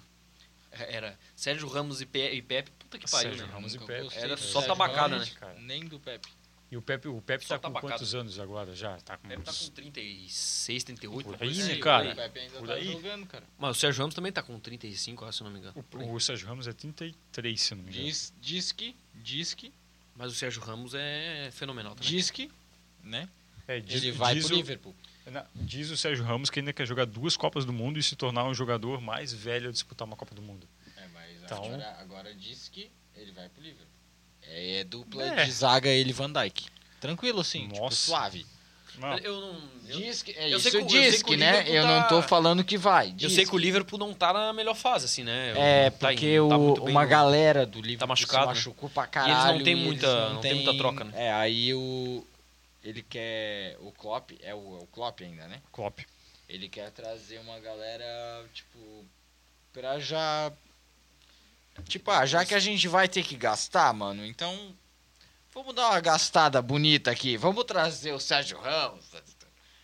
é, era Sérgio Ramos e, Pe e Pepe. Puta que pariu,
Sérgio
né?
Ramos e
Nunca
Pepe.
gostei
Era
do
só
Sérgio
tabacada,
Ramos,
né?
cara. Nem do Pepe.
E o Pepe, o Pepe
Só
tá com
tabacada.
quantos anos agora já? Tá com
Pepe tá com
uns...
36, 38.
Por
uma coisa
aí, né,
assim,
cara?
por aí.
Pepe ainda
por
tá
aí.
jogando, cara.
Mas o Sérgio Ramos também tá com 35, eu acho, se eu não me engano. por aí.
O, o Sérgio Ramos é 33, se não me engano.
Diz, diz que, diz que,
Mas o Sérgio Ramos é fenomenal também.
diz que, né?
É, diz,
Ele vai
diz
pro
o,
Liverpool.
na- diz o Sérgio Ramos que ainda quer jogar duas Copas do Mundo e se tornar um jogador mais velho a disputar uma Copa do Mundo.
É, mas
Então-
agora, agora diz que ele vai pro Liverpool. É, é dupla
É.
de zaga ele e Van Dijk. Tranquilo assim, tipo,
Nossa.
suave.
Não,
Eu não. eu-
Diz que, é
eu
isso,
sei que o- eu
diz
sei que
que,
o
né?
Liverpool
Eu não
tá-
tô falando que vai.
Eu
diz
sei que o Liverpool não tá na melhor fase, assim, né?
É,
Tá em-
porque o,
tá muito bem
uma
no-
galera do Liverpool
tá machucado,
se
né?
machucou pra
não
caralho.
têm
eles
muita- não tem muita troca, né?
É, aí o... Ele quer... O Klopp... É o, é o Klopp ainda, né?
Klopp.
Ele quer trazer uma galera, tipo... Pra já... Tipo, ah, já que a gente vai ter que gastar, mano, então... Vamos dar uma gastada bonita aqui. Vamos trazer o Sérgio Ramos.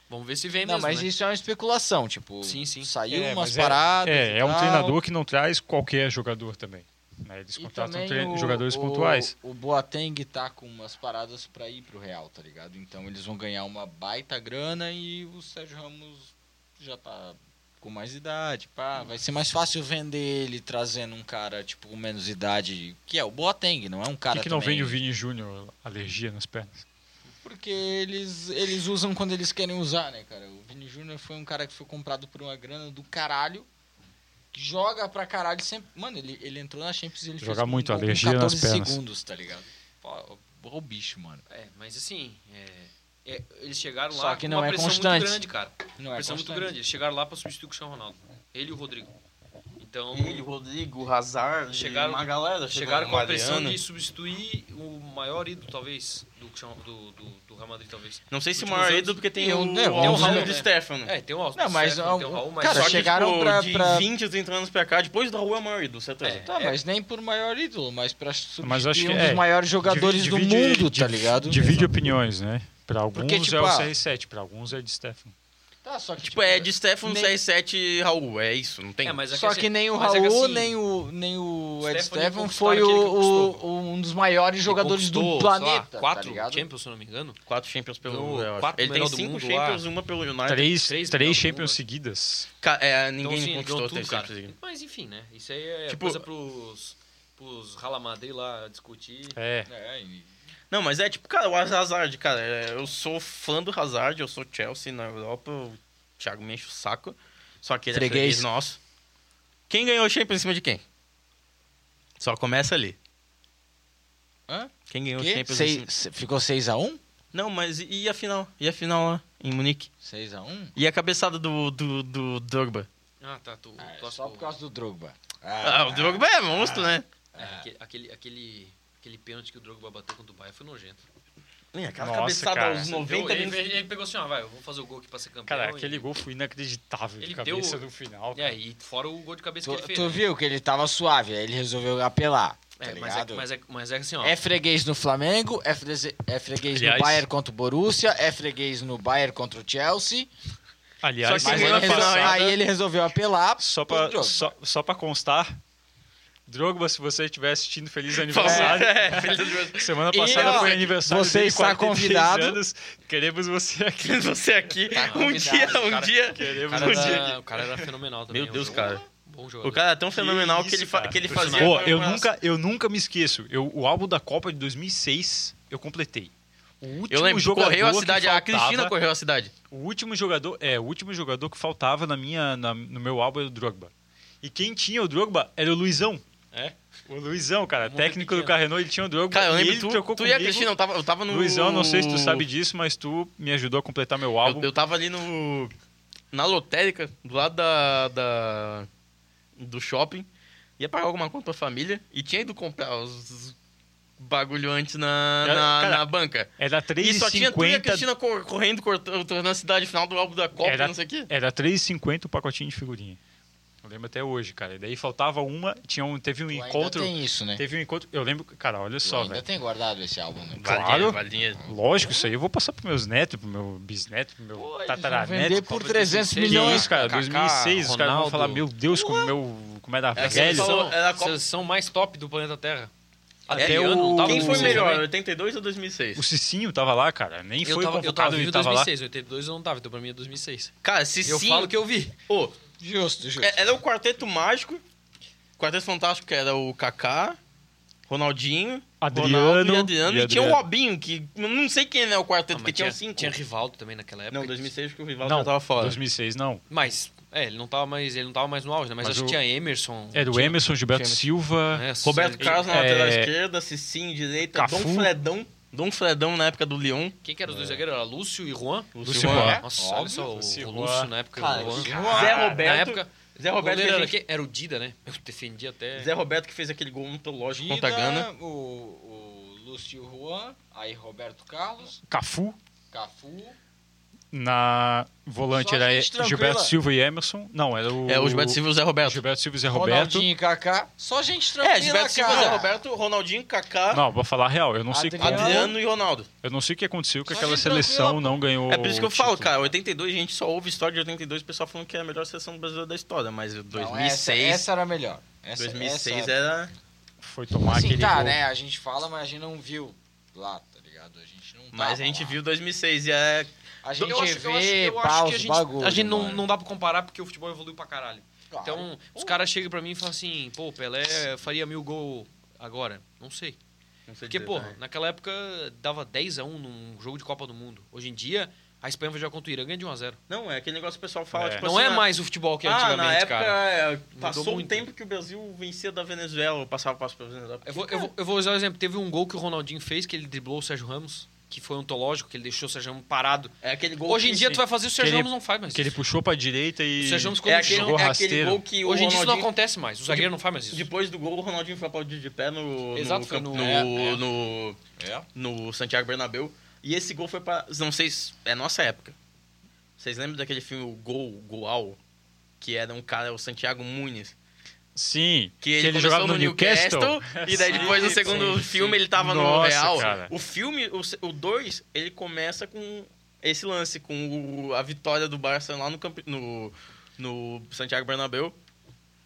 Vamos ver se vem
Não,
É mesmo,
mas
né?
isso é uma especulação, tipo...
Sim, sim.
Saiu
É,
umas
mas
paradas
É,
e
é um
tal.
treinador que não traz qualquer jogador também. né? Eles
E
contratam
também
trein-
o-
jogadores
o-
pontuais.
O Boateng tá com umas paradas pra ir pro Real, tá ligado? Então eles vão ganhar uma baita grana e o Sérgio Ramos já tá com mais idade, pá. Vai ser mais fácil vender ele trazendo um cara, tipo, com menos idade, que é o Boateng, não é um
Por
cara
que, que não
também-
vende o Vini Júnior alergia nas pernas?
Porque eles, eles usam quando eles querem usar, né, cara? O Vini Júnior foi um cara que foi comprado por uma grana do caralho, que joga pra caralho sempre... Mano, ele, ele entrou na Champions e ele
Joga
fez um
muito,
gol com
alergia nas
14
pernas.
segundos, tá ligado? Pô, o bicho, mano.
É, mas assim, é- é, eles chegaram
Só
lá
que
com
não
uma
é
pressão
constante.
muito grande, cara.
Não é
pressão muito
constante.
grande. Eles chegaram lá pra substituir o Cristiano Ronaldo. Ele e o Rodrigo. Então,
Ele, o Rodrigo, o Hazard,
Chegaram-
uma galera. chegou
chegaram
o
com a pressão
Mariano.
de substituir o maior ídolo, talvez, do, Cristiano- do, do, do Real Madrid, talvez.
Não sei se o
Últimos
maior
anos.
ídolo, porque tem
E
o,
o-
o,
né, o
Alves
Raul,
e o de
né?
Stefano.
É, tem o Aldo
Não, mas
Stefano, tem o
algum-
Raul, mas...
cara,
Só que,
chegaram
tipo,
pra-
de
pra-
20 a 30 anos pra cá, depois do Raul é o maior ídolo, certeza.
Tá, mas nem por maior ídolo, mas pra substituir
Mas acho que
um
é.
dos maiores jogadores
Divi-
do
divide-
mundo, tá
divi-
ligado?
Divide opiniões, né? Pra alguns
Porque, tipo,
é o
ah,
CR7, pra alguns é de Stefano.
Tá, só que,
Tipo, é de Stefano,
nem-
CR7 e Raul, é isso, não tem?
É, mas é
Só
assim-
que nem o
mas é
Raul,
que assim,
nem o, nem o Ed
Stefano
Stefan
conquistaram
foi o,
aquele que
o-
conquistou.
um dos maiores jogadores do
conquistou, sei lá,
planeta,
quatro
tá ligado?
Champions, se eu não me engano.
Quatro Champions pelo
Ganhou
eu acho.
quatro
Ele tem
melhor do
cinco
mundo
Champions, uma pelo United.
Três,
três
três,
não,
Champions
duas.
seguidas.
Ca- é,
Então,
ninguém
assim, ele
conquistou
ganhou
os três
tudo, cara.
Champions.
assim.
seguidos.
Mas enfim, né? Isso aí é
Tipo-
coisa pros, pros Rala Madrid lá discutir.
É.
É, e-
Não, mas é tipo, cara, o Hazard, cara, é, eu sou fã do Hazard, eu sou Chelsea na Europa, o Thiago me enche o saco, só que ele é
Freguês.
freguês nosso. Quem ganhou o Champions em cima de quem? Só começa ali.
Hã?
Quem ganhou o
Quê?
Champions em
Seis- um?
cima...
assim.
se- ficou 6x1?
Não, mas e e a final? E a final lá, em Munique?
6x1?
E a cabeçada do, do, do Drogba?
Ah, tá. Tu, tu
Ah, só
acha
por
que o-
causa do Drogba.
Ah, o Drogba é monstro, né?
É, aquele, aquele, aquele, aquele pênalti que o Drogba bateu contra o Bahia foi nojento.
Ah. Ih, Aquela
Nossa,
cabeçada
cara.
aos
Você deu-
90
ele,
minutos.
ele- ele pegou assim, ó, vai, eu vou fazer o gol aqui pra ser campeão.
Cara,
e-
aquele gol foi inacreditável de
Ele
cabeça
deu-
no final.
É, e fora o gol de cabeça
Tu,
que ele fez.
tu
né?
viu que ele tava suave, aí ele resolveu apelar, tá
É, mas, é,
ligado?
mas, é, mas é assim, ó.
É freguês no Flamengo, é, freze- é freguês
Aliás-
no Bayern contra o Borussia, é freguês no Bayern contra o Chelsea.
Aliás,
Só que
Mas
ganhou
semana
na final
ele resol-
é
passada,
ainda.
aí ele resolveu apelar.
só
pro
pra,
Drogba.
só, só pra constar, Drogba, se você estiver assistindo, feliz aniversário.
É, filho do-
Semana
E,
passada
ó,
foi aniversário
você
dele,
está
43
convidado.
anos. Queremos você aqui.
Você aqui,
Tá
um
convidado,
dia, um
cara.
dia...
o,
Queremos
cara
um
você
dia
aqui.
era, o cara era fenomenal também.
Meu Deus,
um
cara.
Bom jogador.
O cara é tão fenomenal que,
isso,
ele fa-
cara.
que ele fazia...
Pô, eu
comemoração.
nunca, eu nunca me esqueço. Eu, o álbum da Copa de 2006 eu completei. O último
Eu lembro,
um jogador
correu a
que
cidade, a
faltava,
Cristina correu a cidade.
O último jogador, é, o último jogador que faltava na minha, na- no meu álbum era o Drogba. E quem tinha o Drogba era o Luizão.
É?
O Luizão, cara,
Mundo
técnico do
pequeno.
Carrenô, ele tinha o Drogba.
Cara, eu
e
lembro
ele
tu,
trocou
tu e a
comigo.
Cristina, eu tava, eu tava no...
Luizão, não sei se tu sabe disso, mas tu me ajudou a completar meu álbum.
Eu, eu tava ali no. Na lotérica, do lado da. da- do shopping. Ia pagar alguma conta pra família. E tinha ido comprar os, os bagulho antes na,
Cara,
na,
cara,
na banca.
Era
E só tinha tu e a
3,50.
Cristina cor- correndo, cortando, tornando a cidade final do álbum da Copa,
Era-
não sei o quê.
Era 3,50 o pacotinho de figurinha. Eu lembro até hoje, cara. E daí faltava uma, tinha um, teve um
Tu ainda
encontro.
tem isso, né?
Teve um encontro. Eu lembro, cara, olha
Tu
só,
ainda
velho.
tem guardado esse álbum, né?
Claro.
Valia, valia.
Lógico, isso aí eu vou passar pros meus netos, pro meu bisneto, pro meu
Pô, eles
tataraneto.
Vender por
Copa de
300
16,
Que
milhões.
isso, cara,
Kaká,
2006, os caras vão
Ronaldo.
falar, meu Deus, como, meu, como era
É que
velho.
eles falam-
Seleção,
era a Copa-
seleção mais top do planeta Terra.
Até
Adriano não
o-
tava
Quem
com
foi
vocês
melhor,
também?
82 ou 2006?
O Cicinho tava lá, cara, nem
Eu
foi
tava, eu tava
convocado,
vivo em
ele tava lá.
2006, 82 eu não tava, então pra mim é 2006.
Cara, se
Eu
sim,
falo que eu vi.
Pô,
Justo, justo.
é- era o Quarteto Mágico, Quarteto Fantástico, que era o Kaká, Ronaldinho,
Adriano
Ronaldo e Adriano.
e
E, tinha o
Adriano.
Robinho, que eu não sei quem é o quarteto,
Ah,
porque tinha,
mas
cinco.
tinha Rivaldo também naquela época.
Não, 2006 que o Rivaldo
Não,
já tava fora.
2006 não.
Mas, é, ele não tava mais, ele não tava mais no auge, né? Mas, É
Mas
acho
o-
que tinha Emerson.
É,
Era o
tinha-
Emerson, Gilberto
tinha-
Silva,
né,
Roberto
Sérgio-
Carlos na
é,
lateral esquerda, Cicinho direita,
Cafu.
Dom Fredão. Dom Fredão na época do Lyon.
Quem que era os dois zagueiros? Era É. Lúcio e Juan?
Lúcio
Juan.
Juan.
Nossa, olha só, o,
Lúcio
o
Juan.
Lúcio na época
Cara,
era o Juan.
que
Zé
Ah,
Roberto.
na época,
Zé
o
Roberto, que
goleiro
a
era,
gente-
quem? era o Dida, né? Eu defendi até...
Zé Roberto que fez aquele gol ontológico contra a Gana.
Dida, o, o Lúcio Juan, aí Roberto Carlos,
Cafu,
Cafu.
na volante
Só
era
gente tranquila.
Gilberto Silva e Emerson. Não, era o
É, o Gilberto Silva e o Zé Roberto.
Gilberto Silva e Zé Roberto.
Ronaldinho e Kaká. Só gente tranquila,
É, Gilberto Silva,
cara.
Zé Roberto, Ronaldinho, Kaká,
Não, vou falar a real, eu não sei
Adriano.
como-
Adriano e Ronaldo.
eu não sei o que aconteceu que
Só
aquela
gente tranquila,
seleção
pô.
não ganhou.
É por isso que eu
o
falo,
Tipo,
título.
cara, 82, a gente só ouve história de 82, o pessoal falando que é a melhor seleção brasileira da história, mas
Não,
2006,
essa, essa era a melhor. Essa,
2006
essa... Tá
era...
Foi tomar
Assim,
aquele
tá,
gol.
né? A gente fala, mas a gente não viu lá, tá ligado? A gente não tava
Mas a gente
lá.
viu 2006 e é...
A gente
Então, eu acho, eu acho-
vê,
eu acho
pá,
que a
os
gente,
bagulho,
a gente não,
mano.
não dá pra comparar porque o futebol evoluiu pra caralho.
Claro.
Então, os caras chegam pra mim e falam assim, pô, Pelé faria mil gol agora. Não sei.
Não sei
Porque,
dizer,
porra,
né?
naquela época dava 10 a 1 num jogo de Copa do Mundo. Hoje em dia, a Espanha vai jogar contra o Irã, ganha de 1 a 0
Não, é aquele negócio que o pessoal fala,
É.
tipo
Não
assim,
é
ah,
mais o futebol que
Ah, na
antigamente,
época,
cara.
é, passou um
muito.
tempo que o Brasil vencia da Venezuela, ou passava passo pra Venezuela.
Eu vou, eu, vou, eu vou usar um exemplo. Teve um gol que o Ronaldinho fez, que ele driblou o Sérgio Ramos, que foi ontológico, que ele deixou o Sérgio Ramos parado.
É aquele gol
Hoje em
que-
dia, tu vai fazer o Sérgio
ele-
Ramos não faz mais
Que ele
isso.
puxou pra direita e.
O Sérgio Ramos
É
quando
aquele,
jogou
é aquele
rasteiro.
gol que
Hoje
o
em dia isso não
Ronaldinho...
acontece mais. O zagueiro não faz mais isso.
Depois do gol, o Ronaldinho foi aplaudido de pé no...
Exato,
no,
foi
campo-
no-
é, é.
no- no Santiago Bernabéu. E esse gol foi pra. Não sei, se- é nossa época. Vocês lembram daquele filme O Gol, Goal? Que era um cara, o Santiago Muniz.
Sim.
Que ele, começou
jogava no Newcastle.
e daí
Sim,
depois no
sim,
segundo
sim.
filme ele tava no
Nossa,
Real.
cara.
O filme, o 2, ele começa com esse lance, com o- a vitória do Barça lá no, campe- no, no Santiago Bernabéu.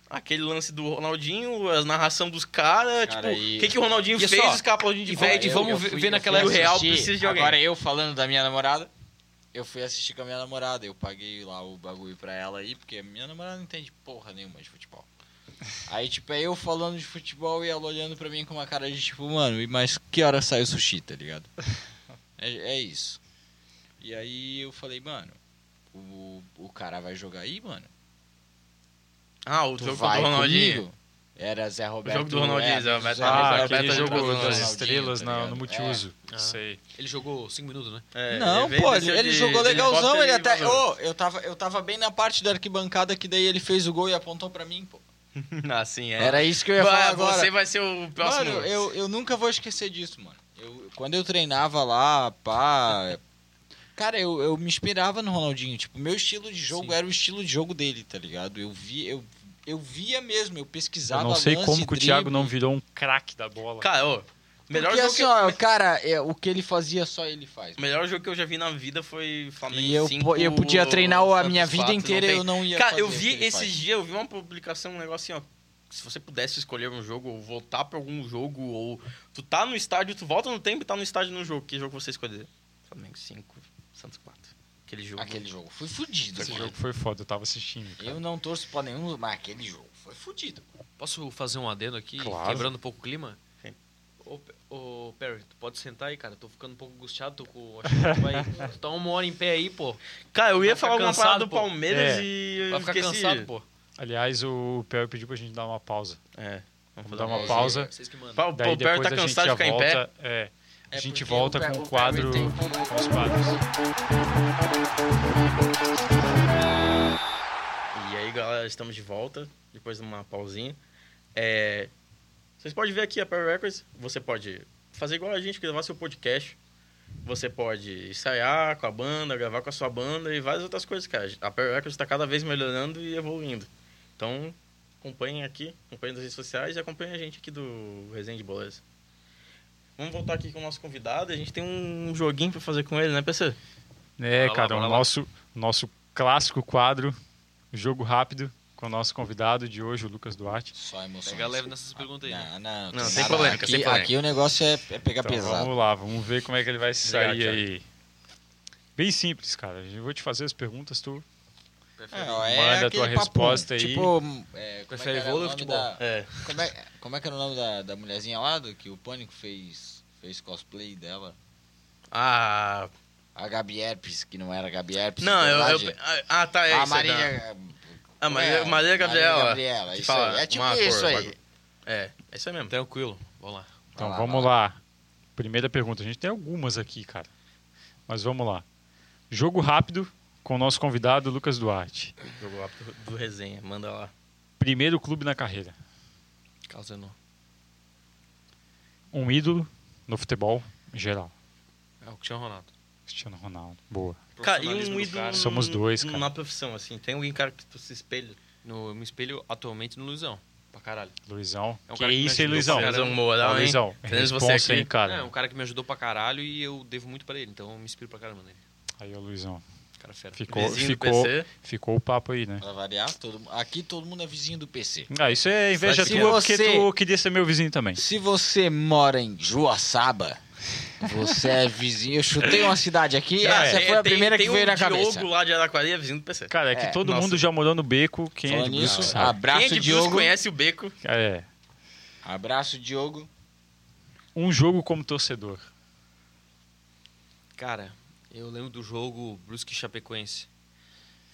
Aquele lance do Ronaldinho, a narração dos caras, tipo,
Cara, e-
o que, que o Ronaldinho
e é
fez
só-
os caras aplaudindo de
e
pé,
vai-
É,
de
e
vamos-
vamos ver- ver naquela
o
época.
Real precisa de alguém.
Agora eu falando da minha namorada, eu fui assistir com a minha namorada. Eu paguei lá o bagulho pra ela aí, porque a minha namorada não entende porra nenhuma de futebol. Aí, tipo, é eu falando de futebol e ela olhando pra mim com uma cara de tipo, mano, e mas que hora sai o sushi, tá ligado? É, é isso. E aí eu falei, mano, o, o cara vai jogar aí, mano?
Ah, o
Tu
jogo
vai
do Ronaldinho.
comigo? Era Zé Roberto.
jogo do Ronaldinho,
é,
Zé Roberto.
Zé
Ah,
Ah,
Roberto
aquele
Roberto
jogo
jogou
das
Ronaldinho,
estrelas
tá
na-
ligado?
no multiuso.
É.
Sei.
Ele jogou 5 minutos, né?
É,
Não,
veio-
pô, ele,
desceu
ele
de-
jogou
de
legalzão,
helicóptero
ele
e
até.
vazou.
Ô, eu tava, eu tava bem na parte da arquibancada que daí ele fez o gol e apontou pra mim, pô.
Ah, sim, é.
Era isso que eu ia
Vai,
falar agora.
Você vai ser o próximo.
Mano, eu, eu nunca vou esquecer disso, mano. Eu, quando eu treinava lá, pá. Cara, eu, eu me inspirava no Ronaldinho. Tipo, meu estilo de jogo
Sim.
era o estilo de jogo dele, tá ligado? Eu vi, eu, eu via mesmo, eu pesquisava.
Eu não sei
lance,
como que o
drible.
Thiago não virou um craque da bola.
Cara, ô, melhor,
Porque
jogo
assim,
que eu,
ó, cara, é, o que ele fazia só ele faz.
melhor jogo que eu já vi na vida foi Flamengo
E eu,
5,
po- eu podia treinar a
Santos
minha
4,
vida
não
inteira
tem-
eu não ia
Cara,
fazer
eu
o que
vi
ele
esses
faz.
dias, eu vi uma publicação, um negócio assim, ó. Se você pudesse escolher um jogo ou voltar pra algum jogo, ou tu tá no estádio, tu volta no tempo e tá no estádio no jogo, que jogo você escolheria? Flamengo 5, Santos 4. Aquele jogo.
Aquele jogo foi fudido,
Esse
mano.
jogo foi foda, eu tava assistindo. cara.
Eu não torço pra nenhum, mas aquele jogo foi fudido.
Posso fazer um adendo aqui,
Claro.
quebrando um pouco o clima?
Sim.
Ô, Pe- Ô, Perry, tu pode sentar aí, cara. Tô ficando um pouco angustiado, tô com... Acho que tu vai... tu tá uma hora em pé aí, pô.
Cara, eu
Vai
ia
ficar
falar alguma
cansado,
parada do
pô.
Palmeiras
É.
e. eu
Vai ficar
esqueci.
cansado, pô.
Aliás, o Pel pediu pra gente dar uma pausa.
É. Vamos
Vamos
dar
dar
uma.
uma pausa.
Vocês que mandam.
Pa- O
Daí
Palmeiras
depois
tá
a gente
cansado de
já
ficar em pé.
volta. É. A
É
gente
porque
volta
o Pe-
com o
o
quadro.
Perry tem-
Com os quadros.
E aí, galera, estamos de volta, depois de uma pausinha. É, Vocês podem ver aqui a Power Records, você pode fazer igual a gente, gravar seu podcast. Você pode ensaiar com a banda, gravar com a sua banda e várias outras coisas, cara. A Pearl Records está cada vez melhorando e evoluindo. Então, acompanhem aqui, acompanhem nas redes sociais e acompanhem a gente aqui do Resenha de Bolas. Vamos voltar aqui com o nosso convidado. A gente tem um joguinho para fazer com ele, né, PC?
É,
Bora lá,
cara,
bora
o
lá.
nosso, nosso clássico quadro, jogo rápido, com o nosso convidado de hoje, o Lucas Duarte.
Só emoções.
Pega leve nessas perguntas aí. né?
Ah, Não, não,
Não,
que
sem
nada.
polêmica,
aqui,
sem polêmica.
Aqui o negócio é, é pegar
Então,
pesado.
vamos lá, vamos ver como é que ele vai se sair
Obrigado,
aí. Bem simples, cara. Eu vou te fazer as perguntas, tu.
Perfeito.
É,
Não,
ó, é
Manda a tua
aquele
resposta aí.
Tipo, é, como
Prefere
é que era o
vôlei ou
nome
futebol?
da-
É.
como, é, como é que era o nome da, da mulherzinha lá do que o Pânico fez, fez cosplay dela?
Ah.
A Gabi Herpes, que não era a Gabi Herpes.
Não, eu.
verdade.
eu- ah, tá, é
a
isso. aí, tá.
Maria.
Ah, Maria,
é,
Maria Gabriela.
Maria Gabriela,
que
isso
fala
aí. É tipo
uma cor,
isso aí.
bagulho. É, é isso aí mesmo.
Tranquilo, vamos lá.
Então
lá,
vamos lá. Primeira pergunta. A gente tem algumas aqui, cara. Mas vamos lá. Jogo rápido com o nosso convidado, Lucas Duarte.
Jogo rápido do resenha, manda lá.
Primeiro clube na carreira.
Causando.
Um ídolo no futebol em geral.
É o Cristiano Ronaldo.
Cristiano Ronaldo. Boa.
Cara, e
Profissionalismo
um
do
ídolo
cara.
Somos dois, cara.
na profissão, assim. Tem alguém, cara, que tu se espelha.
No, eu me espelho atualmente no Luizão. Pra caralho.
Luizão.
É um
que
cara que me
isso, hein,
ajudou
Luizão?
pra
Luizão
caramba.
Moral,
Ó,
hein?
Luizão,
Temos você
responsa
aqui.
aí, cara.
É, um cara que me ajudou pra caralho e eu devo muito pra ele. Então eu me inspiro pra caramba nele.
Aí, ó, Luizão.
Cara fera.
Ficou,
Vizinho do
ficou,
PC.
ficou o papo aí, né?
Pra variar, todo, aqui todo mundo é vizinho do PC.
Ah, isso é inveja
Se
tua,
você-
porque tu queria ser meu vizinho também.
Se você mora em Joaçaba, você é vizinho. Eu chutei uma cidade aqui,
Ah,
essa
é,
foi a
tem-
primeira
tem
que veio
o
na cabeça.
Diogo lá de Araquari é vizinho do PC.
Cara, é que
É,
todo
nossa.
mundo já morou no beco, quem é
Falando
de
nisso,
Brusque sabe.
Quem é de
abraço
Brusque
Diogo.
conhece o Beco.
É.
Abraço Diogo.
Um jogo como torcedor.
Cara, eu lembro do jogo Brusque e Chapecoense.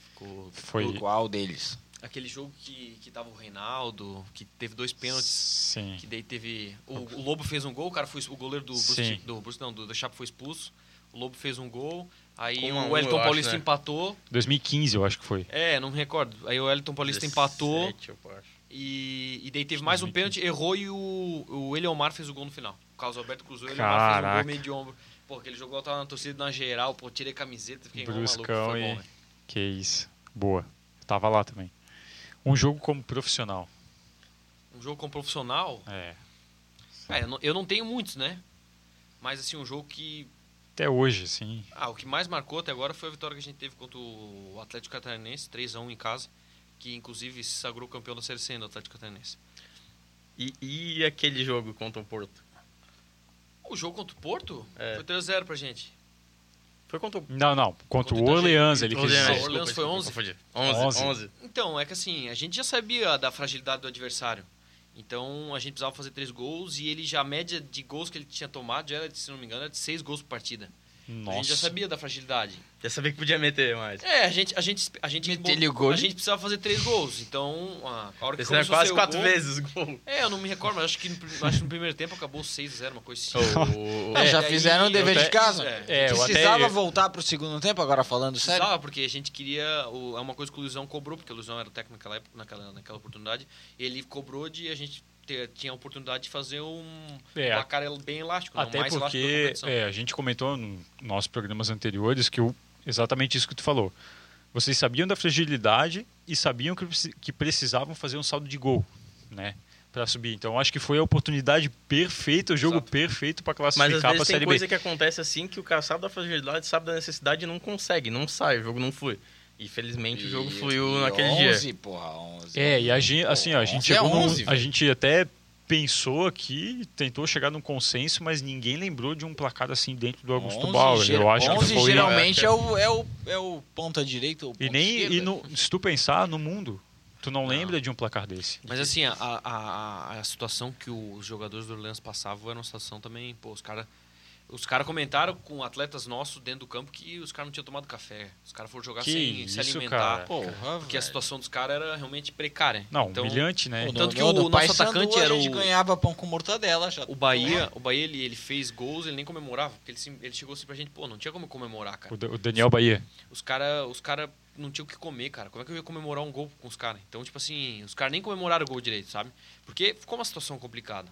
Ficou...
Foi
Qual deles?
Aquele jogo que, que tava o Reinaldo, que teve dois pênaltis.
Sim.
Que daí teve. O, o Lobo fez um gol, o cara foi. O goleiro do Bruce,
Sim.
do Brusque, não, do, do Chapo foi expulso. O Lobo fez um gol. Aí
Um a um,
o Wellington
eu acho,
Paulista
né?
empatou.
2015, eu acho que foi.
É, não me recordo. Aí o Wellington Paulista empatou.
17, eu acho.
E, e daí teve mais um pênalti, errou e o, o Eliomar fez o gol no final. O Carlos Alberto cruzou, o Eliomar fez um
Caraca.
gol meio de ombro. Pô, aquele jogo eu tava na torcida na geral, pô, tirei camiseta, fiquei igual um maluco.
Bruscão
Foi
e-
bom, velho.
Que isso. Boa. Eu tava lá também. Um jogo como profissional.
Um jogo com profissional,
É.
é, eu, não, eu não tenho muitos, né? Mas assim, um jogo que.
Até hoje, assim.
Ah, o que mais marcou até agora foi a vitória que a gente teve contra o Atlético Catarinense, 3x1 em casa, que inclusive se sagrou campeão da Série C né, do Atlético Catarinense.
E, e aquele jogo contra o Porto?
O jogo contra o Porto
É.
foi 3x0 pra gente.
Foi contra o
Não, não. Contra o
Contra o
Orleans, ele quis
Orleans,
Ah, o
dizer.
desculpa,
Orleans foi
desculpa,
11?
confundi. 11. 11.
Onze.
Então, é que assim, a gente já sabia da fragilidade do adversário. Então, a gente precisava fazer três gols e ele já, a média de gols que ele tinha tomado, já era, de, se não me engano, era de seis gols por partida. A gente já
Nossa.
sabia da fragilidade.
Já sabia que podia meter mais.
É, a gente, a gente, a gente,
Meteu-lhe o gol.
a gente precisava fazer três gols. Então, a a hora que
Esse é
começou a
quase
sair o
quatro
gol-
vezes o gol.
É, eu não me recordo, mas acho que no, prim- acho que no primeiro tempo acabou 6 a 0 uma coisa assim.
O-
Ah,
É,
já
daí-
fizeram o dever
eu
de
até-
casa.
É,
Oh. É, eu
Precisava
até...
voltar pro segundo tempo, agora falando sério.
Precisava, porque a gente queria. o- É uma coisa que o Luizão cobrou, porque o Luizão era o técnico naquela, época, naquela, naquela oportunidade. Ele cobrou de a gente ter, tinha a oportunidade de fazer um
É,
placar el- bem elástico, não
Até
mais elástico da
porque
competição.
é, a gente comentou nos nossos programas anteriores que o- exatamente isso que tu falou. Vocês sabiam da fragilidade e sabiam que, preci- que precisavam fazer um saldo de gol, né? Pra subir. Então acho que foi a oportunidade perfeita, o jogo
Exato.
perfeito para
Mas às
classificar para a
vezes tem
Série
coisa
B.
que acontece assim que o cara sabe da fragilidade, sabe da necessidade e não consegue, não sai, o jogo não flui. E felizmente o jogo
E- é
fluiu
e
naquele
11,
dia.
porra, 11.
É, e a gente, assim, ó, a gente
Pô,
chegou num-
11,
a
é velho.
gente até pensou aqui, tentou chegar num consenso, mas ninguém lembrou de um placar assim dentro do Augusto
11
Bauer.
gera-
Eu acho
11
que foi
geralmente é o, é, o, é o ponta direita ou
E
ponta
nem e
esquerda.
no, se tu pensar no mundo, tu não lembra de um placar desse.
Mas assim, a, a, a- a situação que os jogadores do Orleans passavam era uma situação também, pô, os caras. Os caras comentaram com atletas nossos dentro do campo que os caras não tinham tomado café. Os caras foram jogar
Que
sem se
isso,
alimentar.
cara.
Porra,
Porque a
velho.
situação dos caras era realmente precária.
Não,
então,
humilhante, né?
Pô,
Tanto que
meu-
o
do
nosso
Pai Sandu
atacante era
A gente
o-
ganhava pão com mortadela já.
O Bahia, o Bahia ele, ele fez gols, ele nem comemorava, porque ele, se- ele chegou assim pra gente, pô, não tinha como comemorar,
O
cara.
Da- o Daniel Bahia.
Os cara, os cara não tinham o que comer, cara. Como é que eu ia comemorar um gol com os caras? Então, tipo assim, os caras nem comemoraram o gol direito, sabe? Porque ficou uma situação complicada.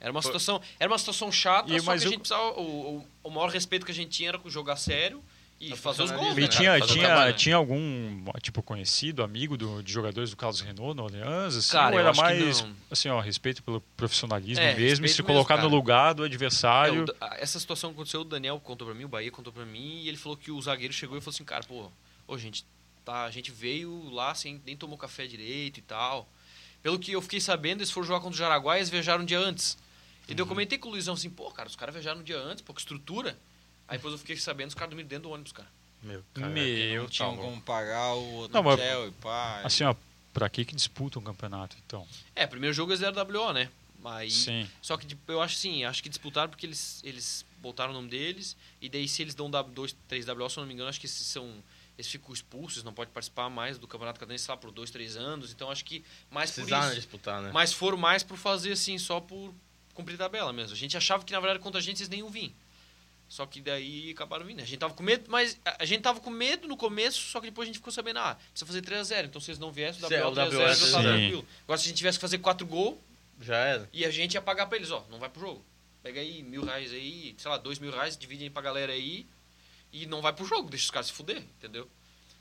Era uma situação, era uma situação chata,
E
só
mas
que a
o-
gente precisava. O, o- o maior respeito que a gente tinha era com jogar sério e
Tá
fazer os gols.
funcionando.
né,
E
Fazer
tinha,
cara? Fazer o
tinha,
trabalho.
tinha algum, tipo, conhecido, amigo do, de jogadores do Carlos Renault no Orleans? Assim,
Cara,
ou
eu
era
acho que
mais,
não.
assim, ó, respeito pelo profissionalismo
É,
mesmo e se
respeito mesmo,
colocar
cara.
no lugar do adversário.
É, o Da- essa situação que aconteceu, o Daniel contou pra mim, o Bahia contou pra mim, e ele falou que o zagueiro chegou e falou assim, cara, pô, ô, gente, tá, a gente veio lá sem nem tomou café direito e tal. Pelo que eu fiquei sabendo, eles foram jogar contra o Jaraguá e eles viajaram um dia antes. E daí eu comentei com o Luizão assim, pô, cara, os caras viajaram um dia antes, pô, que estrutura. Aí depois eu fiquei sabendo, os caras dormiram dentro do ônibus, cara.
Meu,
Meu,
Tinha
tá
como pagar o
Não, mas-
hotel e pá.
assim, ó, pra que que disputa um campeonato, então?
É, primeiro jogo é 0WO, né? Mas
Sim.
Só que de- eu acho sim, acho que disputaram porque eles, eles botaram o nome deles, e daí se eles dão W- dois 3 WO, se eu não me engano, acho que esses são. Eles ficam expulsos, não pode participar mais do Campeonato Catarinense lá por dois, três anos. Então acho que mais por
Precisar né,
isso.
disputar, né?
Mas foram mais por fazer assim, só por cumprir tabela mesmo. A gente achava que, na verdade, contra a gente, eles nem iam vir. Só que daí acabaram vindo. né? A gente tava com medo, mas a a gente tava com medo no começo, só que depois a gente ficou sabendo, ah, precisa fazer 3x0. Então se eles não viessem, o
Sim,
WO
é, o
3x0
WO,
já tava
sim.
tranquilo. Agora se a gente tivesse que fazer 4 gols,
Já era.
e a gente ia pagar pra eles, ó, não vai pro jogo. Pega aí mil reais aí, sei lá, dois mil reais, divide aí pra galera aí e não vai pro jogo, deixa os caras se fuder, entendeu?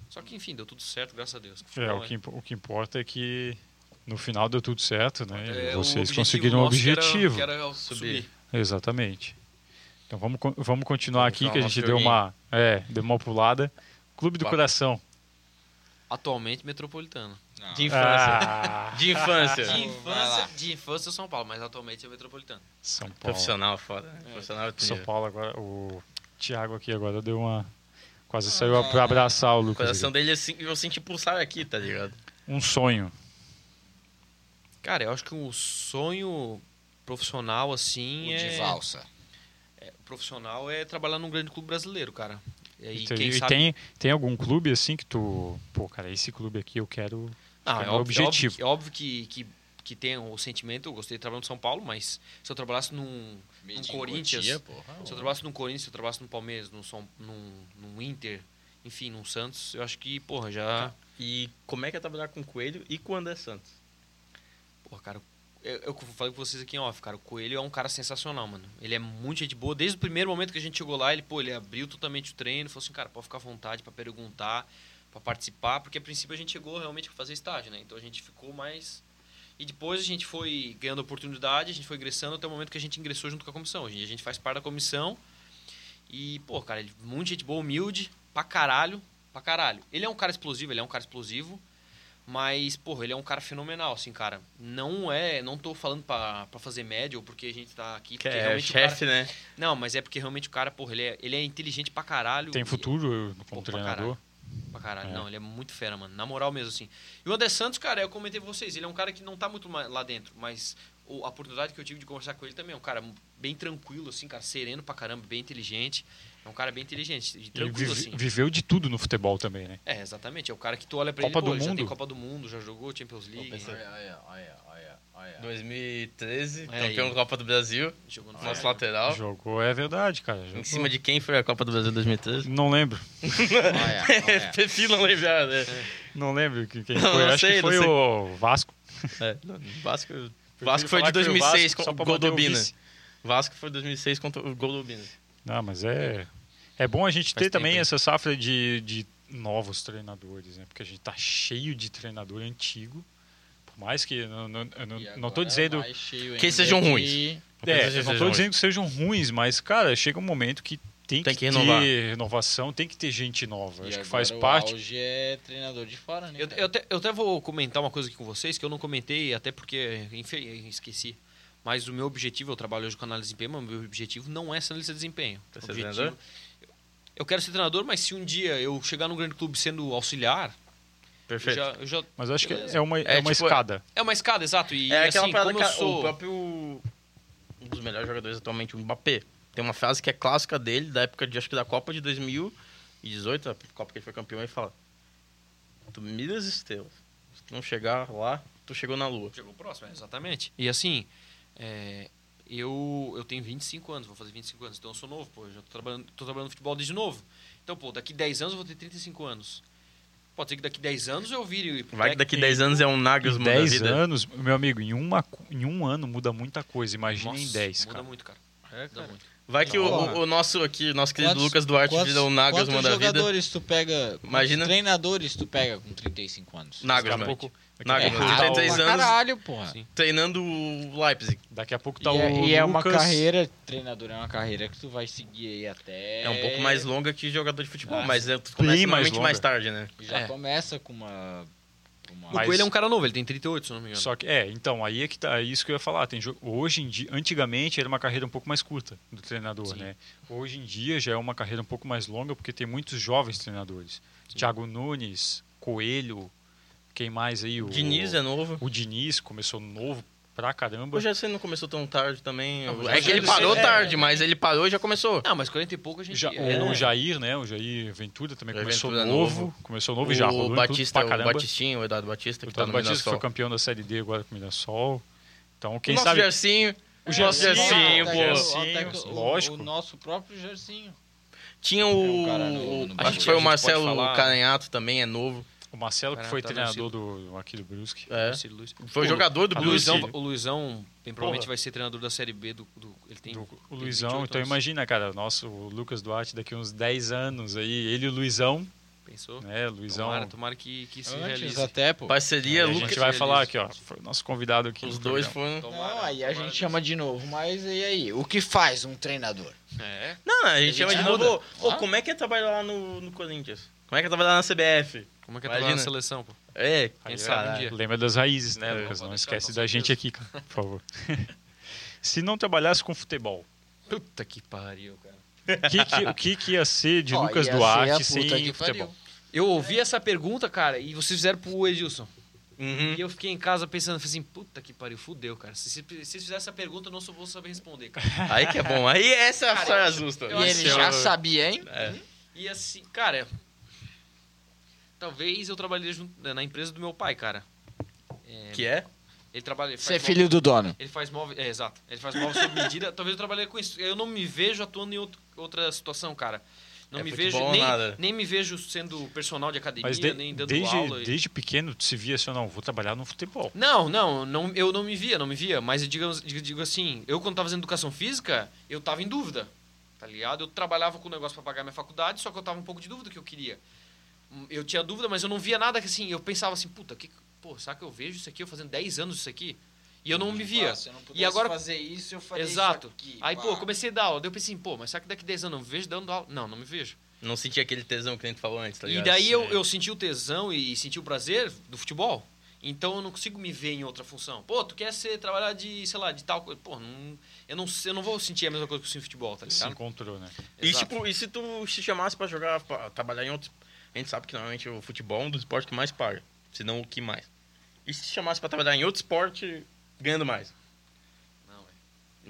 Só que enfim, deu tudo certo, graças a Deus.
É,
Futebol,
o
né?
que, impo- o que importa é que no final deu tudo certo, né?
É,
E
o
vocês
objetivo
conseguiram um
nosso que era-
objetivo.
Que era,
Subir.
subir.
Exatamente. Então vamos, con- vamos continuar
Vamos
aqui,
falar
que a
nosso
gente deu uma, é, deu uma pulada. Clube do
Ba-
Coração.
Atualmente metropolitano.
Não.
De infância.
Ah,
De infância.
De
vai lá.
infância, de infância São Paulo, mas atualmente é metropolitano.
São Paulo.
Profissional, foda. né? Profissional é outro
São
nível.
Paulo agora. O Thiago aqui agora deu uma. Quase saiu a- pra abraçar o
O
Lucas.
coração dele, assim, eu senti pulsar aqui, tá ligado?
aqui. Um sonho.
Cara, eu acho que um sonho profissional assim
O
é
de valsa.
profissional é trabalhar num grande clube brasileiro, cara. E aí,
Então,
quem
e
sabe
tem, tem algum clube assim que tu. Pô, cara, esse clube aqui eu quero.
Ah,
que
é
é o
óbvio,
objetivo.
É óbvio que, que, que tem o sentimento, eu gostei de trabalhar no São Paulo, mas se eu trabalhasse num.
Made in
um Corinthians.
Cotia, porra.
Se eu trabalhasse num Corinthians, se eu trabalhasse num Palmeiras, num, São, num, num Inter, enfim, num Santos, eu acho que, porra, já.
Tá.
E como é que é trabalhar com o Coelho e com o André Santos?
Porra, cara, eu, eu falei com vocês aqui em off, cara. O Coelho é um cara sensacional, mano. Ele é muito gente boa. Desde o primeiro momento que a gente chegou lá, ele, pô, ele abriu totalmente o treino, falou assim, cara, pode ficar à vontade pra perguntar, pra participar, porque a princípio a gente chegou realmente pra fazer estágio, né? Então a gente ficou mais. E depois a gente foi ganhando oportunidade, a gente foi ingressando até o momento que a gente ingressou junto com a comissão. Hoje em dia a gente faz parte da comissão. E, pô, cara, ele é muito gente boa, humilde, pra caralho, pra caralho. Ele é um cara explosivo, ele é um cara explosivo. Mas, porra, ele é um cara fenomenal, assim, cara. Não é. Não tô falando pra, pra fazer médio ou porque a gente tá aqui.
Que
porque
é
realmente o
chefe, né?
cara- não, mas é porque realmente o cara, porra, ele é, ele é inteligente pra caralho.
Tem
E-
futuro
Pô,
como
pra
treinador?
Pra caralho.
É.
Não, ele é muito fera, mano. Na moral mesmo, assim. E o André Santos, cara, eu comentei pra vocês, ele é um cara que não tá muito ma- lá dentro, mas o- a oportunidade que eu tive de conversar com ele também é um cara bem tranquilo, assim, cara, sereno pra caramba, bem inteligente. É um cara bem inteligente e
Ele
tranquilo,
vive-
assim.
viveu de tudo no futebol também, né?
É, exatamente. É o cara que tu olha pra
Copa
ele, pô,
do
ele já
Mundo.
tem Copa do Mundo, já jogou Champions League,
pensei.
Olha, olha, olha, olha, olha.
2013,
Olha aí.
campeão da Copa do Brasil,
jogou no
nosso
Flamengo.
lateral.
Jogou, é verdade, cara.
Em
jogou.
cima de quem foi a Copa do Brasil 2013?
Não lembro.
Olha, olha.
Prefiro É, não lembrar, né?
Não lembro que- quem
Não,
foi.
não
Acho
sei,
que
não
foi
sei.
o Vasco.
É, não, Vasco,
Prefiro
Vasco foi
falar
de
que foi o
2006,
Vasco,
com
só pra
o gol do
manter o
Bina.
vice.
Vasco foi 2006 contra o gol do Bina.
Não, mas é. É bom a gente
Faz
ter
tempo,
também
hein?
essa safra de, de novos treinadores, né? Porque a gente tá cheio de treinador antigo. Por mais que. Não, não, eu não,
E
não tô
agora é
dizendo.
mais cheio
Que
ainda
sejam
de-
ruins.
É,
Apesar de
eu não
seja
tô
ruim.
dizendo que sejam ruins, mas, cara, chega um momento que tem,
Tem que
que,
renovar.
ter renovação, tem que ter gente nova.
E
Acho
agora
que faz
o
parte.
auge é treinador de fora, né?
Eu,
cara?
eu até, eu até vou comentar uma coisa aqui com vocês que eu não comentei, até porque enfim, esqueci. Mas o meu objetivo, eu trabalho hoje com análise de desempenho, mas o meu objetivo não é ser analista de desempenho.
Quer
O
ser
objetivo-
Tá treinador?
Eu quero ser treinador, mas se um dia eu chegar num grande clube sendo auxiliar, eu
Perfeito.
já- eu já-
Mas acho que
Beleza.
é uma, é
É,
uma
tipo,
escada.
É uma escada, exato. E
é aquela
assim,
parada
como
que
eu
a- o
sou...
próprio um dos melhores jogadores atualmente, o Mbappé. Tem uma frase que é clássica dele, da época de acho que da Copa de 2018, a Copa que ele foi campeão, ele fala: Tu mira as estrelas. Se tu não chegar lá, tu chegou na lua.
Chegou próximo, é, exatamente. E assim, é, eu, eu tenho 25 anos, vou fazer 25 anos, então eu sou novo, pô, eu já tô trabalhando, tô trabalhando no futebol desde novo. Então, pô, daqui 10 anos eu vou ter 35 anos. Pode ser que daqui 10 anos eu vire.
Vai que daqui 10 anos é um Nagelsmann da
10
vida.
anos, meu amigo, em, uma, em um ano muda muita coisa. Imagina em
Nossa,
10,
Muda
cara.
muito, cara.
É,
Muda muito.
Vai que o,
Porra.
o- o nosso aqui, nosso querido
Quantos-
Lucas Duarte
quantos-
vira um Nagelsmann
quantos
da vida.
jogadores tu pega... quantos
Imagina.
treinadores tu pega com 35 anos?
Daqui a
É
Nagelsmann.
pouco, daqui a
Nagelsmann.
pouco
Ele
tá
tem
o-
36
pra
anos.
caralho, porra.
Sim.
Treinando o Leipzig.
Daqui a pouco tá
e,
o
é,
Então,
e é uma
Lucas.
carreira, treinador é uma carreira que tu vai seguir aí até.
É um pouco mais longa que jogador de futebol,
Ah,
mas é, tu começa
Bem mais
normalmente mais,
longa.
tarde, né?
Já
É.
começa com uma. com uma-
O
Mas-
Coelho é um cara novo, ele tem 38, se eu não me engano.
Só que, é, então, aí é que tá, é isso que eu ia falar. Tem, jo- hoje em dia, antigamente era uma carreira um pouco mais curta do treinador,
Sim.
né? Hoje em dia já é uma carreira um pouco mais longa porque tem muitos jovens treinadores. Thiago Nunes, Coelho, quem mais aí? O
Diniz é novo.
O Diniz começou novo pra caramba.
O Gerson não começou tão tarde também.
Não, mas
é
o
que ele
Gerson-
parou
é.
tarde, mas ele parou e já começou.
Não, mas 40 e pouco a gente.
Ja-
é,
o
não é.
Jair, né? O Jair Ventura também
Jair
começou
Ventura é
novo,
novo.
Começou novo e já rolou
o
em
Batista, é
tudo pra
o
caramba.
Batistinho, o Eduardo Batista,
o
que
Eduardo
tá no
Batista foi
Mirassol.
campeão da Série D agora com o Mirassol. Então, quem
o nosso
sabe...
Gersinho. O nosso
Gersinho, tá
Gersinho,
o
pô.
Gersinho.
até que o-
lógico.
O, nosso próprio Jercinho.
Tinha
É um cara novo
o...
no
acho
Brasil.
que foi
A
o
gente pode
Marcelo
falar-
Caranhato também, é novo.
O Marcelo, que
Cara,
foi
tá
treinador do, aqui do Brusque.
É.
né? Esse Luiz.
Foi
Pô,
jogador do
O
a
Blues.
Luizão,
Luiz,
o Luizão, bem provavelmente
Tá Porra.
vai ser treinador da Série B do. do- ele tem.
Do- o
tem
Luizão,
28
então
anos.
imagina, cara, o nosso o Lucas Duarte daqui uns 10 anos aí, ele e o Luizão,
Pensou?
né, Luizão.
Tomara, tomara que, que se
Antes
realize.
até, pô.
E
Parceria,
a gente
Lucas.
vai
Feliz.
falar aqui, ó, foi o nosso convidado aqui.
Os
no
dois
programa.
foram...
Tomara,
Não, aí a
tomara
gente
que-
chama de novo. Mas e aí? O que faz um treinador?
É.
Não, a gente chama de
muda.
novo. ô, ô,
Ah.
como é que é trabalhar lá no, no Corinthians? Como é que é trabalhar na CBF?
Como é que
Imagina.
é trabalhar na seleção, pô?
É,
Aí,
Quem sabe um
cara,
dia.
Lembra das raízes, né,
É.
Lucas?
Não
Não
pode
esquece
deixar,
da
com
gente aqui, cara, por favor. Se não trabalhasse com futebol,
Puta que pariu, cara.
o que que- o que, que ia ser de
Ó,
Lucas
ia ser a
Duarte
puta
sem
que pariu.
futebol?
Eu ouvi essa pergunta, cara, e vocês fizeram pro Edilson.
uhum.
E eu fiquei em casa pensando, falei assim, puta que pariu, fudeu, cara. Se se- se vocês fizerem essa pergunta, eu não sou- vou saber responder, cara.
aí que é bom. Aí essa é a história justa. É.
eu
E
acho
ele
que
já
eu-
sabia, hein?
E assim, cara, talvez eu trabalhei junto, né, na empresa do meu pai, cara. É,
Que é?
Ele trabalha. ele
Você é
faz
filho do dono.
móvel- Ele faz móvel. É, exato. Ele faz móvel sob medida. Talvez eu trabalhei com isso. Eu não me vejo atuando em out- outra situação, cara. Não
É
me
futebol
vejo.
ou
Nem,
nada.
nem me vejo sendo personal de academia,
Mas de-
nem dando aula.
desde,
e-
desde pequeno tu se via assim, não, vou trabalhar no futebol.
Não, não, não, eu não me via, não me via. Mas eu digo, digo- digo assim, eu quando tava fazendo educação física, eu tava em dúvida, tá ligado? Eu trabalhava com o negócio para pagar minha faculdade, só que eu tava um pouco de dúvida do que eu queria. Hum, Eu tinha dúvida, mas eu não via nada que assim, eu pensava assim, puta, que, pô, será que eu vejo isso aqui, eu fazendo 10 anos isso aqui? E eu não me via.
Se eu não
pudesse agora-
fazer isso, eu faria
Exato. Aí, pô, eu comecei a dar aula. Daí eu pensei, pô, mas será que daqui 10 anos eu me vejo dando aula? Não, não me vejo.
Não senti aquele tesão que a gente falou antes, tá
E
ligado?
daí eu,
É.
eu senti o tesão e senti o prazer do futebol. Então eu não consigo me ver em outra função. Pô, tu quer ser trabalhar de, sei lá, de tal coisa. Pô, não- eu, não, eu não vou sentir a mesma coisa que eu sinto em futebol, tá
Se
ligado?
encontrou, né?
E,
Exato.
tipo, e se tu se chamasse pra jogar, pra trabalhar em outros... A gente sabe que normalmente o futebol é um dos esportes que mais paga. Se não o que mais. E se te chamasse pra trabalhar em outro esporte, ganhando mais?
Não, é.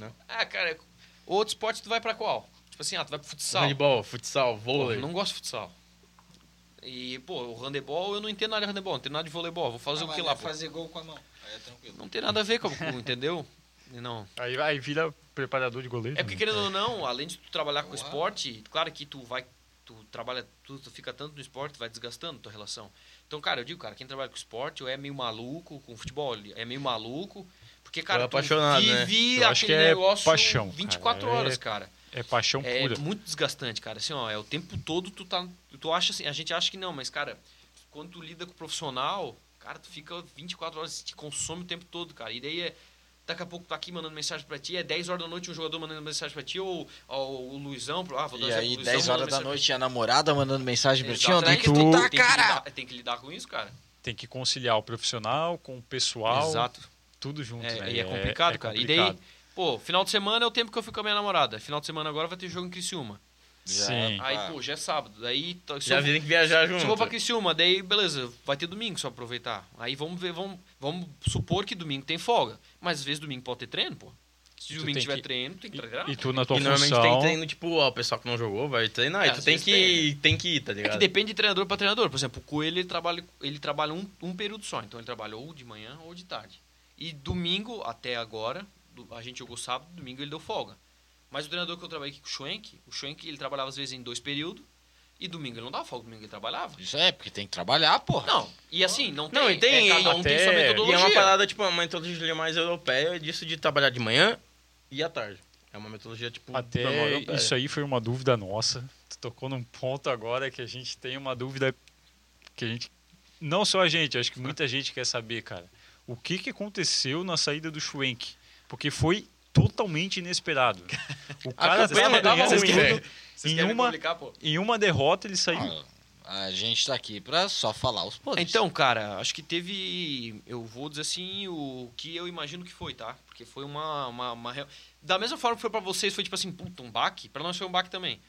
Não?
Ah, cara, outro esporte tu vai pra qual? Tipo assim, ah, tu vai pro futsal.
Handebol, futsal,
Pô,
vôlei.
eu não gosto de futsal. E, pô, o handebol, eu não entendo nada de handebol, não entendo nada de voleibol. Vou fazer o que lá, pô?
Fazer gol com a mão. Aí é tranquilo.
Não tem nada a ver com, com entendeu? Não.
Aí, aí vira preparador de goleiro.
É porque,
né?
querendo ou não, além de tu trabalhar com
Uau.
esporte, claro que tu vai. Tu trabalha, tu, tu fica tanto no esporte, vai desgastando tua relação. Então, cara, eu digo, cara, quem trabalha com esporte ou é meio maluco, com futebol ele é meio maluco. Porque, cara,
Ou é
tu
apaixonado, né?
vive
Eu
aquele
acho que é
negócio
paixão, cara.
24
É
horas, cara.
É paixão
É
pura.
muito desgastante, cara. Assim, ó, é o tempo todo tu tá. Tu acha assim, a gente acha que não, mas, cara, quando tu lida com o profissional, cara, tu fica 24 horas, te consome o tempo todo, cara. E daí é. Daqui a pouco tá aqui mandando mensagem pra ti, é 10 horas da noite um jogador mandando mensagem pra ti, ou, ou o Luizão, pro- ah, vou dar
E
exemplo,
aí,
o Luizão
10
mandando
horas da
mensagem-
noite, a namorada mandando mensagem pra ti.
Exato.
Onde é
Aí
que
tem
tu tá,
tem que
cara?
lidar- tem que lidar com isso, cara.
Tem que conciliar o profissional com o pessoal,
Exato.
tudo junto,
É,
né?
e é complicado,
é
cara. E
complicado.
daí, pô, final de semana é o tempo que eu fico com a minha namorada. Final de semana agora vai ter jogo em Criciúma.
Sim.
Aí,
Ah.
pô, já é sábado. Daí, to- se
Já
eu-
viram que viajar junto.
Tipo, Se for pra Criciúma, daí beleza, vai ter domingo só aproveitar. Aí vamos ver, vamos, vamos supor que domingo tem folga. Mas às vezes domingo pode ter treino, pô. Se
Tu
domingo
tem
tiver
que-
treino, tem que treinar.
E, tá e tu na tua
e normalmente tem
função...
treino, tipo, ó, o pessoal que não jogou vai treinar.
É,
e tu
às
tem
vezes
que, tem que ir, tá
É que
ligado?
depende de treinador pra treinador. Por exemplo, o Coelho ele trabalha, ele trabalha um, um período só. Então ele trabalha ou de manhã ou de tarde. E domingo, até agora, do- a gente jogou sábado, domingo ele deu folga. Mas o treinador que eu trabalhei aqui com o Schwenk, o Schwenk ele trabalhava às vezes em dois períodos. E domingo ele não dava folga, domingo ele trabalhava.
Isso é, porque tem que trabalhar, porra.
Não, e assim, não tem.
Não, e tem-
é, cada um tem sua
até-
E é
metodologia.
uma parada, tipo, uma metodologia mais europeia é disso de trabalhar de manhã e à tarde. É uma metodologia, tipo, normal
Até
europeia.
isso aí foi uma dúvida nossa. Tu tocou num ponto agora que a gente tem uma dúvida que a gente. Não só a gente, acho que muita gente quer saber, cara. O que, que aconteceu na saída do Schwenk? Porque foi totalmente inesperado. O cara
campanha
tava
tava
ganhando
ruim,
tudo.
né?
um
Vocês
em
querem me
uma-
complicar, pô?
Em uma derrota ele saiu.
Ah, a gente tá aqui pra só falar os podres.
Então, cara, acho que teve. Eu vou dizer assim o que eu imagino que foi, tá? Porque foi uma. uma, uma real- Da mesma forma que foi pra vocês, foi tipo assim, puta, um baque. Pra nós foi um baque também.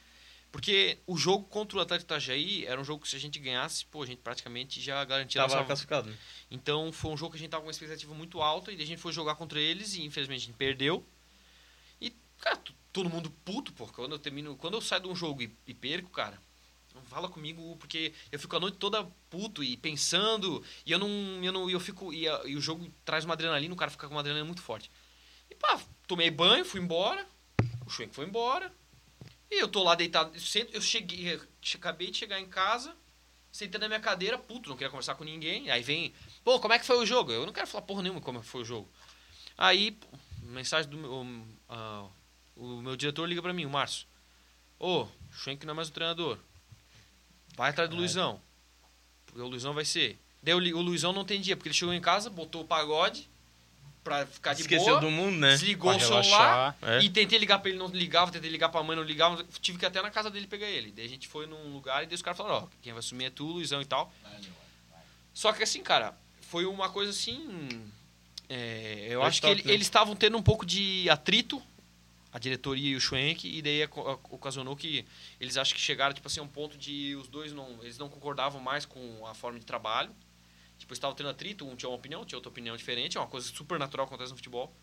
Porque o jogo contra o Atlético Itajaí era um jogo que se a gente ganhasse, pô, a gente praticamente já garantia a
Tava
nossa...
classificado. né?
Então foi um jogo que a gente tava com uma expectativa muito alta e daí a gente foi jogar contra eles e infelizmente a gente perdeu. E, cara, t- todo mundo puto, pô. Quando eu termino. Quando eu saio de um jogo e, e perco, cara, não fala comigo, porque eu fico a noite toda puto e pensando. E eu não. Eu não e eu fico. E, a- e o jogo traz uma adrenalina, o cara fica com uma adrenalina muito forte. E pá, tomei banho, fui embora. O Schwenk foi embora. E eu tô lá deitado. sento- Eu cheguei. eu che- acabei de chegar em casa. Sentei na minha cadeira, puto, não queria conversar com ninguém. Aí vem, pô, como é que foi o jogo? Eu não quero falar porra nenhuma como foi o jogo. Aí, pô, mensagem do meu. um, ah, o meu diretor liga pra mim, o Márcio. Ô, o Schwenk não é mais o treinador. Vai atrás
É.
do Luizão. Porque o Luizão vai ser. Daí eu li- o Luizão não tem dia, porque ele chegou em casa, botou o pagode pra ficar de
Esqueceu
boa.
do mundo, né?
Desligou
Pra
o celular
relaxar,
é.
e tentei ligar pra ele, não ligava, tentei ligar pra mãe, não ligava. Tive que ir até na casa dele pegar ele. Daí a gente foi num lugar e daí os caras falaram, ó, quem vai sumir é tu, Luizão e tal. Só que assim, cara, foi uma coisa assim. é, eu
Dois
acho que
toques,
ele-
né?
eles estavam tendo um pouco de atrito, a diretoria e o Schwenk, e daí aco- a- ocasionou que eles acham que chegaram tipo assim, a um ponto de os dois não, eles não concordavam mais com a forma de trabalho. Tipo, eles estavam tendo atrito, um tinha uma opinião, tinha outra opinião diferente, é uma coisa super natural que acontece no futebol.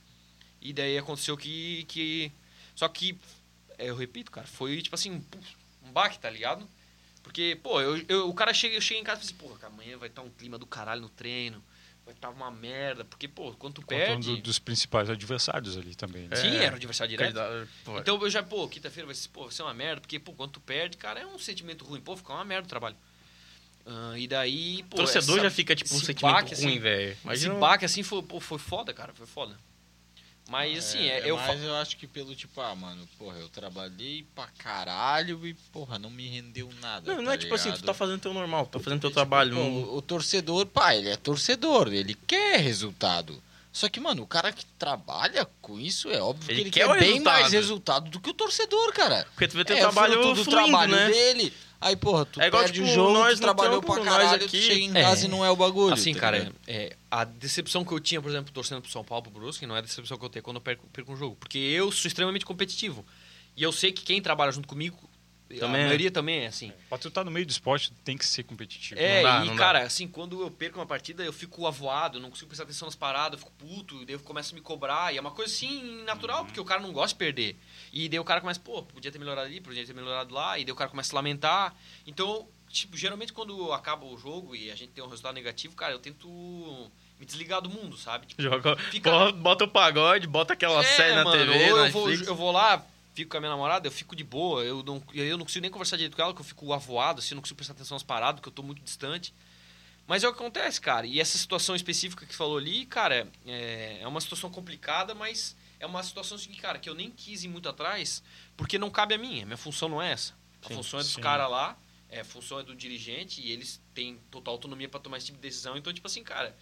E daí aconteceu que. que só que, é, eu repito, cara, foi tipo assim, um, puf, um baque, tá ligado? Porque, pô, eu, eu- o cara chega, eu cheguei em casa e pensei, porra, cara, amanhã vai estar um clima do caralho no treino, vai estar uma merda, porque, pô, quando tu
Contra um
perde.
do- dos principais adversários ali também. Né?
Sim,
É.
era o adversário direto.
Candidato- pô, é.
Então eu já, pô, quinta-feira vai ser, pô, vai ser uma merda, porque, pô, quando tu perde, cara, é um sentimento ruim, pô, fica uma merda o trabalho. Ah, e daí, pô.
torcedor
essa-
já fica, tipo, um
esse
sentimento
baque,
ruim,
assim,
velho. Imagina um
Esse baque, assim, foi, pô, foi foda, cara, foi foda. Mas, assim, é, eu fa-
mas eu acho que pelo tipo, ah, mano, porra, eu trabalhei pra caralho e, porra, não me rendeu nada.
Não, não é tipo assim, tu tá fazendo teu normal, tu tá fazendo teu
Tipo,
trabalho.
pô,
não-
o, o torcedor, pá, ele é torcedor, ele quer resultado. Só que, mano, o cara que trabalha com isso é óbvio
Ele
que ele
quer
quer,
o
bem
resultado.
mais resultado do que o torcedor, cara.
Porque tu vê teu
é,
trabalho
fruto
fluindo,
do trabalho
né?
dele. Aí, porra, tu
É igual,
perde
tipo,
o jogo,
nós
tu
no
trabalhou
campo,
pra
nós
caralho,
aqui.
tu chega em
É.
casa e não é o bagulho.
Assim,
tá
cara,
ligado?
é, a decepção que eu tinha, por exemplo, torcendo pro São Paulo, pro Brusque, não é a decepção que eu tenho quando eu perco, perco um jogo. Porque eu sou extremamente competitivo. E eu sei que quem trabalha junto comigo,
Também é.
a maioria também é assim.
Pra tu tá no meio do esporte, tu tem que ser competitivo.
É,
Tipo, Não dá,
e
não dá.
cara, assim, quando eu perco uma partida, eu fico avoado, eu não consigo prestar atenção nas paradas, eu fico puto, e daí eu começo a me cobrar. E é uma coisa assim, natural,
Uhum.
porque o cara não gosta de perder. E daí o cara começa, pô, podia ter melhorado ali, podia ter melhorado lá, e daí o cara começa a lamentar. Então, tipo, geralmente quando acaba o jogo e a gente tem um resultado negativo, cara, eu tento me desligar do mundo, sabe? Tipo,
Joga,
Fica- É,
bota- bota o pagode, bota aquela série na
mano,
TV,
ou
na
eu, vou,
Netflix.
eu vou lá, fico com a minha namorada, eu fico de boa, eu não, eu não consigo nem conversar direito com ela, que eu fico avoado, assim, eu não consigo prestar atenção nas paradas, porque eu tô muito distante. Mas é o que acontece, cara. E essa situação específica que falou ali, cara, é, é uma situação complicada, mas é uma situação assim, que, cara, que eu nem quis ir muito atrás, porque não cabe a mim. A minha função não é essa. A
Sim,
função é dos
sim.
caras lá, é, a função é do dirigente, e eles têm total autonomia pra tomar esse tipo de decisão. Então, tipo assim, cara,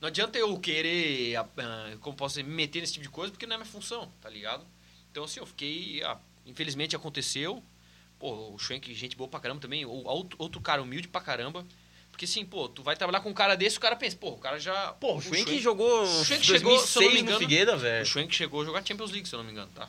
não adianta eu querer, ah, ah, como posso dizer, me meter nesse tipo de coisa, porque não é minha função, tá ligado? Então, assim, eu fiquei. ah, infelizmente aconteceu. Pô, o Schwenk, gente boa pra caramba também. o- Outro, outro cara humilde pra caramba. Porque, assim, pô, tu vai trabalhar com um cara desse, o cara pensa, pô, o cara já.
Pô, o Schwenk jogou
o Schwenk chegou, se eu não
2006
me
no
engano,
Figueira,
O
velho.
Schwenk chegou a jogar Champions League, se eu não me engano, tá?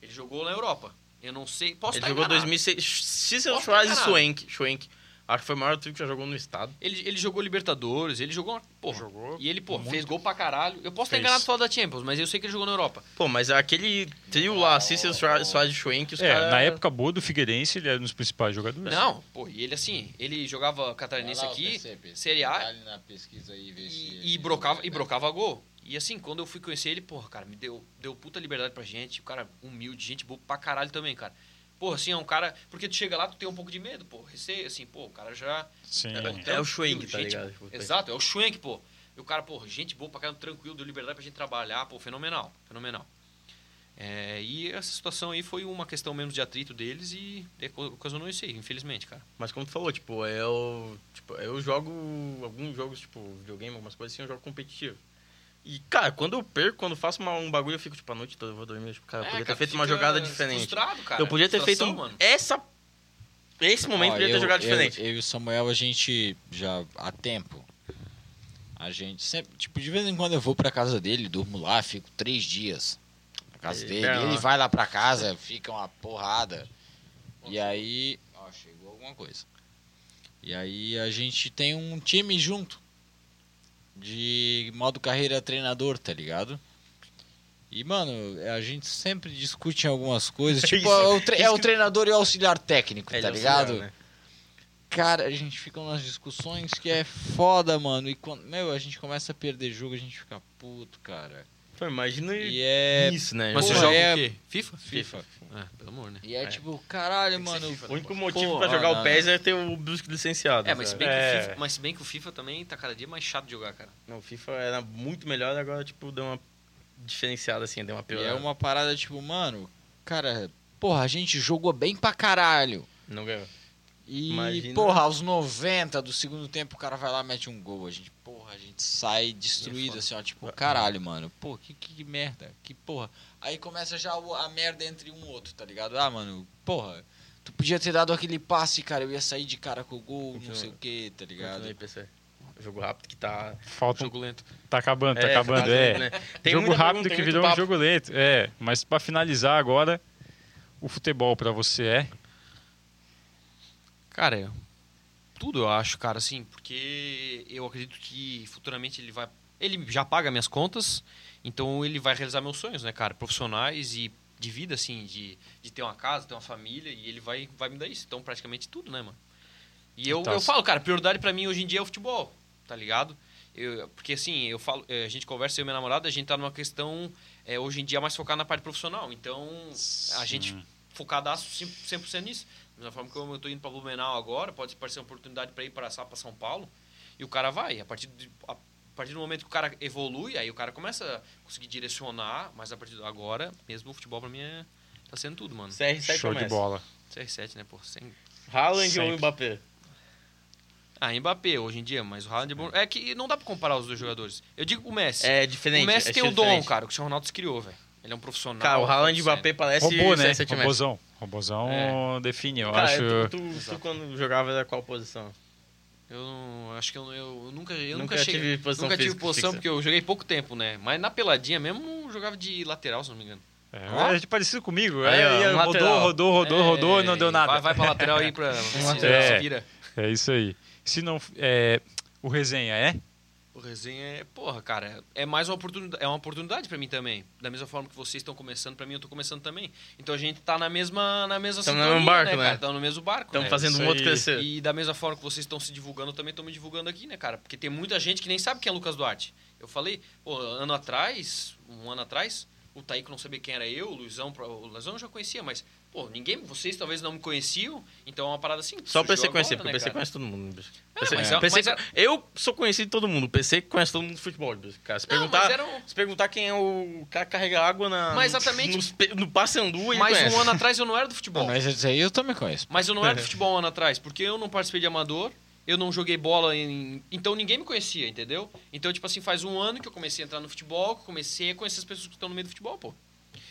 Ele jogou na Europa. Eu não sei. Posso
Ele
estar
jogou
enganado.
2006. Cícero
Posso tá
Schwarz e
enganado.
Schwenk. Schwenk. Acho que foi o maior trio que já jogou no estado.
Ele, ele jogou Libertadores, ele jogou. uma- Porra.
Jogou
e ele, pô,
muito.
fez gol pra caralho. Eu posso estar
Fez.
enganado só da Champions, mas eu sei que ele jogou na Europa.
Pô, mas é aquele trio lá, Cícero Schwarz Schwarz e Schwenk, os
É,
caras...
na época boa do Figueirense, ele era um dos principais jogadores.
Não, pô, e ele assim, ele jogava catarinense
Vai lá,
aqui,
PC, PC,
Série A,
vai ali na pesquisa aí, vê se
e, e
ele-
brocava, e brocava gol. E assim, quando eu fui conhecer ele, porra, cara, me deu, deu puta liberdade pra gente. O cara humilde, gente boa pra caralho também, cara. Porra, assim, é um cara. Porque tu chega lá, tu tem um pouco de medo, pô. Receio, assim, pô, o cara já.
Sim.
Então,
É o Schwenk,
gente,
tá ligado? Tipo, tem-
Exato, é o Schwenk, pô. E o cara, pô, gente boa pra caramba, tranquilo, deu liberdade pra gente trabalhar, pô, fenomenal, fenomenal. É, e essa situação aí foi uma questão menos de atrito deles e é, co- ocasionou isso aí, infelizmente, cara.
Mas como tu falou, tipo, eu, tipo, eu jogo alguns jogos, tipo, videogame, algumas coisas assim, eu jogo competitivo. E, cara, quando eu perco, quando eu faço uma- um bagulho, eu fico, tipo, a noite toda eu vou dormir. Tipo, cara, eu
É,
podia
cara,
ter feito uma
fica
jogada diferente.
Frustrado, cara.
eu podia ter feito
Frustração,
um,
mano.
essa... Esse momento
Ó,
eu podia ter
eu-
jogado
eu-
diferente.
Eu, e o Samuel, a gente já há tempo. A gente sempre. Tipo, de vez em quando eu vou pra casa dele, durmo lá, fico três dias na casa
Eita,
dele.
ó.
Ele vai lá pra casa, fica uma porrada. E aí. Ó, chegou alguma coisa. E aí a gente tem um time junto. De modo carreira treinador, tá ligado? E, mano, a gente sempre discute algumas coisas.
É
Tipo,
isso.
é o, tre- é o treinador e o auxiliar técnico,
É,
tá
ele
ligado?
auxiliar, né?
Cara, a gente fica nas discussões que é foda, mano. E quando, meu, a gente começa a perder jogo, a gente fica puto, cara.
Pô, imagina
E é
isso, né?
Mas
Porra,
você
Pô,
joga
é-
o quê? FIFA?
FIFA.
É, pelo amor, né?
E é,
É.
tipo, caralho,
Tem que ser
mano.
FIFA,
O
né?
único motivo
Pô,
pra jogar
ah,
o PES é ter o Brusque licenciado.
É, mas se,
sabe?
bem Que
É.
o FIFA, mas se bem que o FIFA também tá cada dia mais chato de jogar, cara.
Não, o FIFA era muito melhor, agora, tipo, deu uma diferenciada, assim, deu uma
E
piorada.
é uma parada tipo, mano, cara, porra, a gente jogou bem pra caralho.
Não ganhou.
E,
Imagina.
porra, aos 90 do segundo tempo o cara vai lá e mete um gol. A gente, porra, a gente sai destruído,
foda.
assim, ó, tipo, caralho, mano. Pô, que, que merda, que porra. Aí começa já o- a merda entre um e outro, tá ligado? Ah, mano, porra, tu podia ter dado aquele passe, cara, eu ia sair de cara com o gol, não
Continua.
sei o que, tá
Continua aí,
ligado?
PC. Jogo rápido que tá
Falta um...
Jogo lento.
Tá acabando, tá acabando,
tá
é.
vendo, né?
jogo
muita
rápido
pergunta,
que
muito
virou um
papo.
jogo lento. É, mas pra finalizar agora, o futebol pra você é.
Cara, eu- tudo eu acho, cara, assim, porque eu acredito que futuramente ele vai. Ele já paga minhas contas, então ele vai realizar meus sonhos, né, cara? Profissionais e de vida, assim, de, de ter uma casa, ter uma família, e ele vai, vai me dar isso. Então, praticamente tudo, né, mano? E eu,
Tá
eu
certo.
falo, cara, prioridade pra mim hoje em dia é o futebol, tá ligado? Eu, porque, assim, eu falo, eh, a gente conversa, eu e minha namorada, a gente tá numa questão, eh, hoje em dia, mais focada na parte profissional. Então, a gente focadaço 100% nisso. Da mesma forma que eu estou indo para Blumenau agora, pode parecer uma oportunidade para ir para São Paulo, e o cara vai. A partir, de- a partir do momento que o cara evolui, aí o cara começa a conseguir direcionar, mas a partir de agora, mesmo o futebol para mim é, tá sendo tudo, mano.
CR7
Show de
começa.
bola.
CR7, né, pô? Sem...
Haaland ou
Sempre.
Mbappé?
Ah, Mbappé hoje em dia, mas o Haaland é bom. É que não dá para comparar os dois jogadores. Eu digo o Messi.
É diferente.
o Messi
é
tem o
estilo
dom,
diferente.
cara, que o Cristiano Ronaldo se criou, velho. Ele é um profissional.
Cara, o Haaland e o
sério.
Mbappé parece
Robô, né?
17 metros.
Robôzão. Robôzão define, eu
Cara,
acho.
tu, tu- tu quando jogava era qual posição?
Eu não- acho que eu, eu- eu nunca, eu
Nunca
nunca, cheguei,
tive posição
nunca tive
física
posição
fixa.
porque eu joguei pouco tempo, né? Mas na peladinha mesmo eu jogava de lateral, se não me engano.
É, é parecido comigo.
Aí, ó,
é, é,
um
rodou,
lateral.
rodou, rodou,
É,
rodou e não deu nada. Um
Vai, vai pra lateral aí pra se,
lateral.
se vira.
É isso aí. Se não. É, o resenha é?
O resenha é, porra, cara, é mais uma oportunidade, é uma oportunidade para mim também. Da mesma forma que vocês estão começando, para mim eu tô começando também. Então a gente tá na mesma na mesma
Tamo no
sintonia,
mesmo barco,
né?
né?
cara? Tamo no mesmo barco.
Estamos
né?
fazendo
isso
um outro
aí.
crescer.
E da mesma forma que vocês estão se divulgando, eu também estou me divulgando aqui, né, cara? Porque tem muita gente que nem sabe quem é Lucas Duarte. Eu falei, pô, ano atrás, um ano atrás, o Taíco não sabia quem era eu, o Luizão, pro- o Luizão eu já conhecia, mas, pô, ninguém, vocês talvez não me conheciam, então é uma parada assim. que
Só o
surgiu
PC conhecer,
agora,
porque o PC
cara?
conhece todo mundo. bicho.
É,
PC,
mas é-
PC
mas é-
Eu sou conhecido de todo mundo. O PC conhece todo mundo do futebol. bicho, Cara, se,
Não,
perguntar,
mas era um-
se perguntar quem é o cara que carrega água na,
Mas exatamente-
nos pe- no Passandu, ele
Mas
conhece.
um ano atrás eu não é era do futebol.
Bom, mas isso aí eu também conheço.
Mas eu não era do futebol um ano atrás, porque eu não participei de amador, eu não joguei bola, em... então ninguém me conhecia, entendeu? Então, tipo assim, faz um ano que eu comecei a entrar no futebol, que eu comecei a conhecer as pessoas que estão no meio do futebol, pô.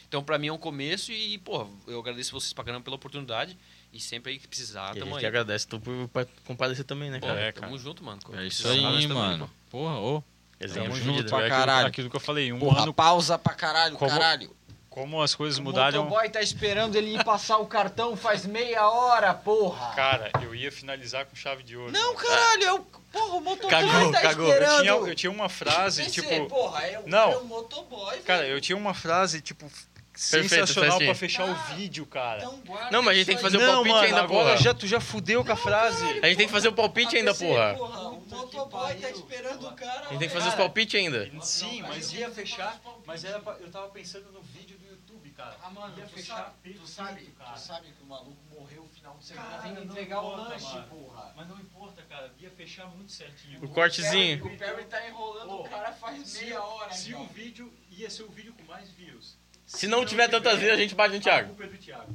Então, pra mim é um começo e, pô, eu agradeço vocês pra caramba pela oportunidade e sempre aí que precisar,
E a
tamo
gente
aí.
que agradece tu por por comparecer também, né,
Pô,
cara?
É,
Tamo
cara.
junto, mano. Quando
É isso
precisar, nós
aí,
tamo
mano. Porra, ô.
Exemplo
Tamo
de
junto
vida.
pra
é aquilo-
caralho.
aquilo que eu falei, um
Porra,
ano.
pausa pra caralho,
Como-
caralho.
Como as coisas
O
mudaram.
motoboy tá esperando ele ir passar o cartão faz meia hora, porra.
Cara, eu ia finalizar com chave de ouro.
Não, caralho, eu. Porra, o motoboy
Cagou,
tá
cagou.
Eu
esperando.
tinha, eu tinha uma frase,
Esse,
tipo.
porra, é o,
Não.
é o motoboy,
Cara,
velho.
eu tinha uma frase, tipo,
Perfeito,
sensacional
assim.
pra fechar
Ah,
o vídeo, cara.
Então guarda
Não, mas a gente
isso
tem que
aí.
fazer o
não,
palpite
mano,
ainda,
agora
porra.
já, tu já fudeu com a frase.
A gente tem que fazer o palpite ainda,
ABC,
porra.
O motoboy tá esperando o cara.
A gente tem que fazer os
Cara,
palpites ainda.
assim.
Sim, mas ia fechar, mas era pra- eu tava pensando no vídeo do YouTube, cara.
Ah, mano,
Ia
tu
fechar
sabe,
peito,
tu sabe,
cara.
tu sabe que o maluco morreu no final de semana,
Cara,
vem
não
entregar o
importa,
lanche,
mano.
porra.
Mas não importa, cara. Ia fechar muito certinho.
O cortezinho.
O Perry tá enrolando
Pô,
o cara faz
se
meia
o-
hora,
Se
cara.
o vídeo ia ser o vídeo com mais views. Então,
Se não tiver tantas vezes, a gente bate no
A
Thiago.
culpa é do Thiago.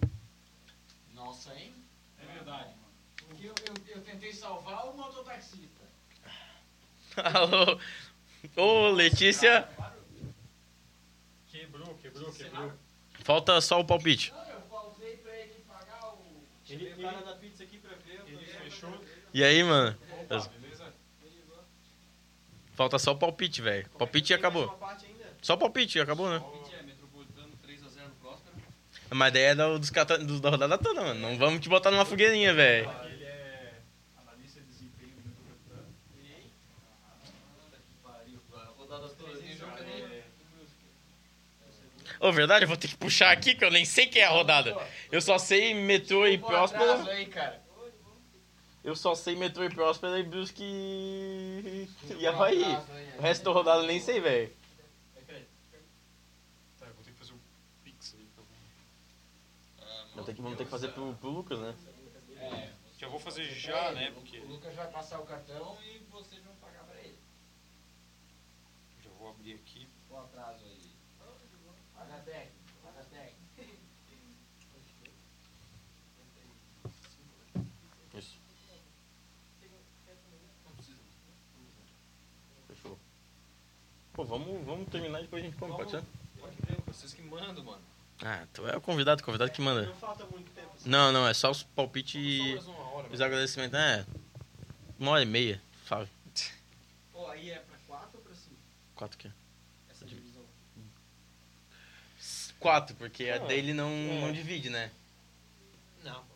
Nossa, hein?
É verdade, mano.
Porque eu, eu, eu tentei salvar o mototaxista.
Alô? Ô, Letícia.
Quebrou, quebrou, quebrou.
Cenário.
Falta só o palpite.
Não, eu faltei pra ele pagar o...
Ele, ele,
da pizza aqui pra ver.
ele fechou.
E aí, mano?
Opa, beleza?
Falta só o palpite, velho. Palpite e acabou. Só o palpite, e acabou, né?
É, Metropolitano 3x0 no próximo.
Mas daí é da, dos cata- do- da rodada toda, mano. Não vamos te botar numa fogueirinha, velho.
Ele é analista de desempenho do Metropolitano.
Rodadas todas em jogo.
Ô, verdade, eu vou ter que puxar aqui, que eu nem sei quem é a rodada. Eu só sei metrô e
atraso
próspera.
aí, cara.
Eu só sei metrô e próspera e Brusque e... e
Um
Havaí.
atraso aí,
O resto da rodada eu nem sei, velho.
Tá, eu vou ter que fazer um pix aí. pra alguém.
Vamos ter Ah, que, vamos ter que fazer pro, pro Lucas, né?
É,
Já vou fazer já,
é,
né?
o-
Porque
O Lucas vai passar o cartão e vocês vão pagar pra ele.
já vou abrir aqui.
O atraso aí. Paga 10, paga 10.
Isso. Fechou. Pô, vamos, vamos terminar e depois a gente come, pode ser?
Vocês que mandam, mano.
Ah, tu é o convidado, o convidado que manda.
Não falta muito tempo. assim.
Não, não, é só os palpites
Só
e
mais uma hora,
os agradecimentos. É, uma hora e meia, sabe?
Ó, aí é pra 4 ou pra 5?
Quatro que
Essa divisão.
Quatro, porque a dele não, não divide, né?
Não, pô.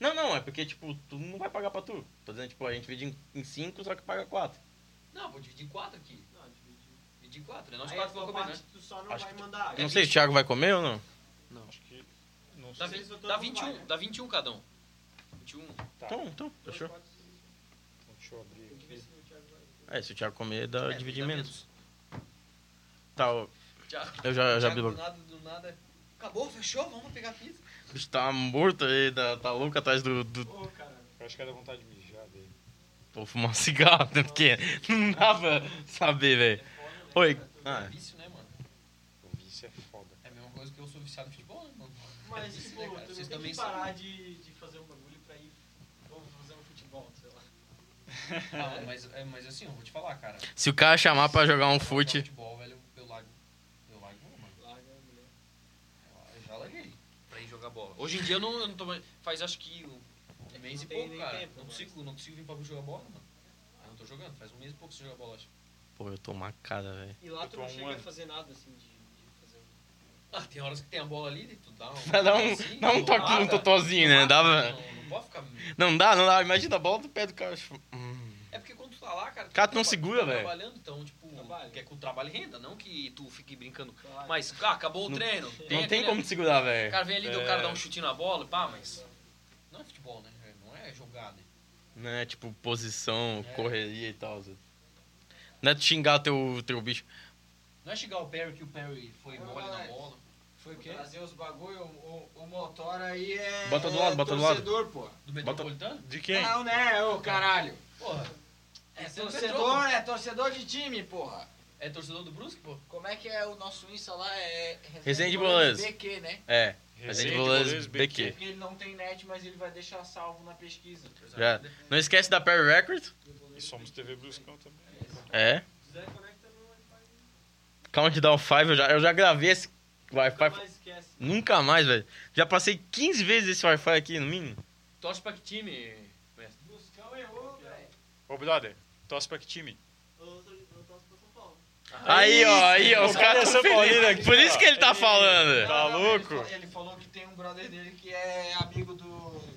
Não, não, é porque, tipo, tu não vai pagar pra tu. Tô dizendo, tipo, a gente divide em, em cinco, só que paga quatro.
Não, vou dividir 4 aqui.
Não, dividiu.
Dividir 4. É nós
Aí
4
a
vamos
tua
comer,
parte
né?
tu só não
Acho
vai
que-
mandar.
Não sei, o Thiago vai comer ou não?
Acho que. Não
Dá,
sei.
vi-
dá 21, dá 21 cada um. 21.
Então, então, fechou.
Deixa eu abrir aqui.
É, se o Thiago comer, dá,
É,
dividir
dá
menos. Tá, ó,
Thiago,
eu já, eu já abri
Thiago, do
logo.
nada, do nada. Acabou, fechou, vamos pegar a pizza.
O bicho tá morto aí, tá, tá louco atrás do, do.
Ô, cara.
Eu acho que era vontade de mijar dele.
Vou fumar um cigarro, né? Porque não dá pra saber, velho. Oi. Ah, é.
Vício, né, mano?
O vício é foda.
É a mesma coisa que eu sou viciado em futebol, né, mano?
Mas,
isso,
tipo,
né, cara?
tu
Vocês
não tem
também
que
são,
parar
né?
de, de fazer um bagulho pra ir... Ou fazer um futebol, sei lá.
Ah, mano, mas, é, mas assim, eu vou te falar, cara.
Se o cara chamar pra jogar um
Se eu
fute.
jogar futebol, velho, eu largo. Eu largo, mano.
Larga a mulher.
Eu já larguei. Pra ir jogar bola. Hoje em dia eu não, eu não tô mais. Faz acho que um
que
mês
não
e
tem
pouco,
nem
cara.
tempo
não,
mais.
consigo, não consigo vir pra jogar bola, mano. Eu não tô jogando. Faz um mês e pouco que eu jogo bola, acho.
Pô, eu tô macada, velho.
E lá
Eu
tu
tô há
não
um
chega a
ano.
fazer nada, assim, de, de fazer um...
Ah, tem horas que tem a bola ali, tu dá um.
Dá um,
assim,
dá um
tu
toque no
mata.
totozinho, né? Dá pra...
Não, não pode ficar.
Não dá, não dá. Imagina a bola do pé do cara. tipo, hum.
É porque quando tu tá lá, cara. Tu
Cara, tu
tá
não
traba-
segura,
tu tá
velho.
trabalhando, então, tipo.
Trabalho.
Que é com o trabalho e renda, não que tu fique brincando.
Claro.
Mas, ah, acabou o
Não-
treino.
Não tem
aquele-
como te segurar,
O
velho.
cara vem ali, deu o cara
É.
dá um chutinho na bola, pá, mas. Não é futebol, né? Não é jogada.
Né? Tipo, posição, correria e tal. Zé. Não é tu xingar teu, teu bicho.
Não é chegar o Perry que o Perry foi
Ô,
mole na
Alex.
bola.
Foi o quê? Trazer os bagulho, o, o, o motor aí é.
Bota do lado,
é
bota do lado. É.
Torcedor, pô.
Do Metropolitano?
De quem?
Não, né, ô caralho.
Porra. É,
É
torcedor.
torcedor, é torcedor de time, porra.
É torcedor do Brusque, pô?
Como é que é o nosso Insta lá? É.
Resende
Bolas
Bolas.
BQ, né?
É, a
Resende,
gente bolas
Boleiros,
BQ.
Porque ele não tem net, mas ele vai deixar salvo na pesquisa.
Já. Não esquece da Perry Record.
E somos TV Bruscão também.
É.
Zé conecta no Wi-Fi.
Countdown 5, um eu já, eu já gravei esse
Nunca
Wi-Fi.
mais esquece.
Nunca mais, velho. Já passei 15 vezes esse Wi-Fi aqui, no mínimo.
Torce pra que time? mestre?
Buscão errou, velho.
Ô, brother, tosse pra que time?
Eu sou- eu torço pra São Paulo.
Aí, ó, aí, ó. Os
Cara,
caras
São
são felizes.
Paulino aqui,
Por isso
ó.
que ele tá falando.
Tá
Não, não, ele
louco?
fa- Ele, falou que tem um brother dele que é amigo do. do-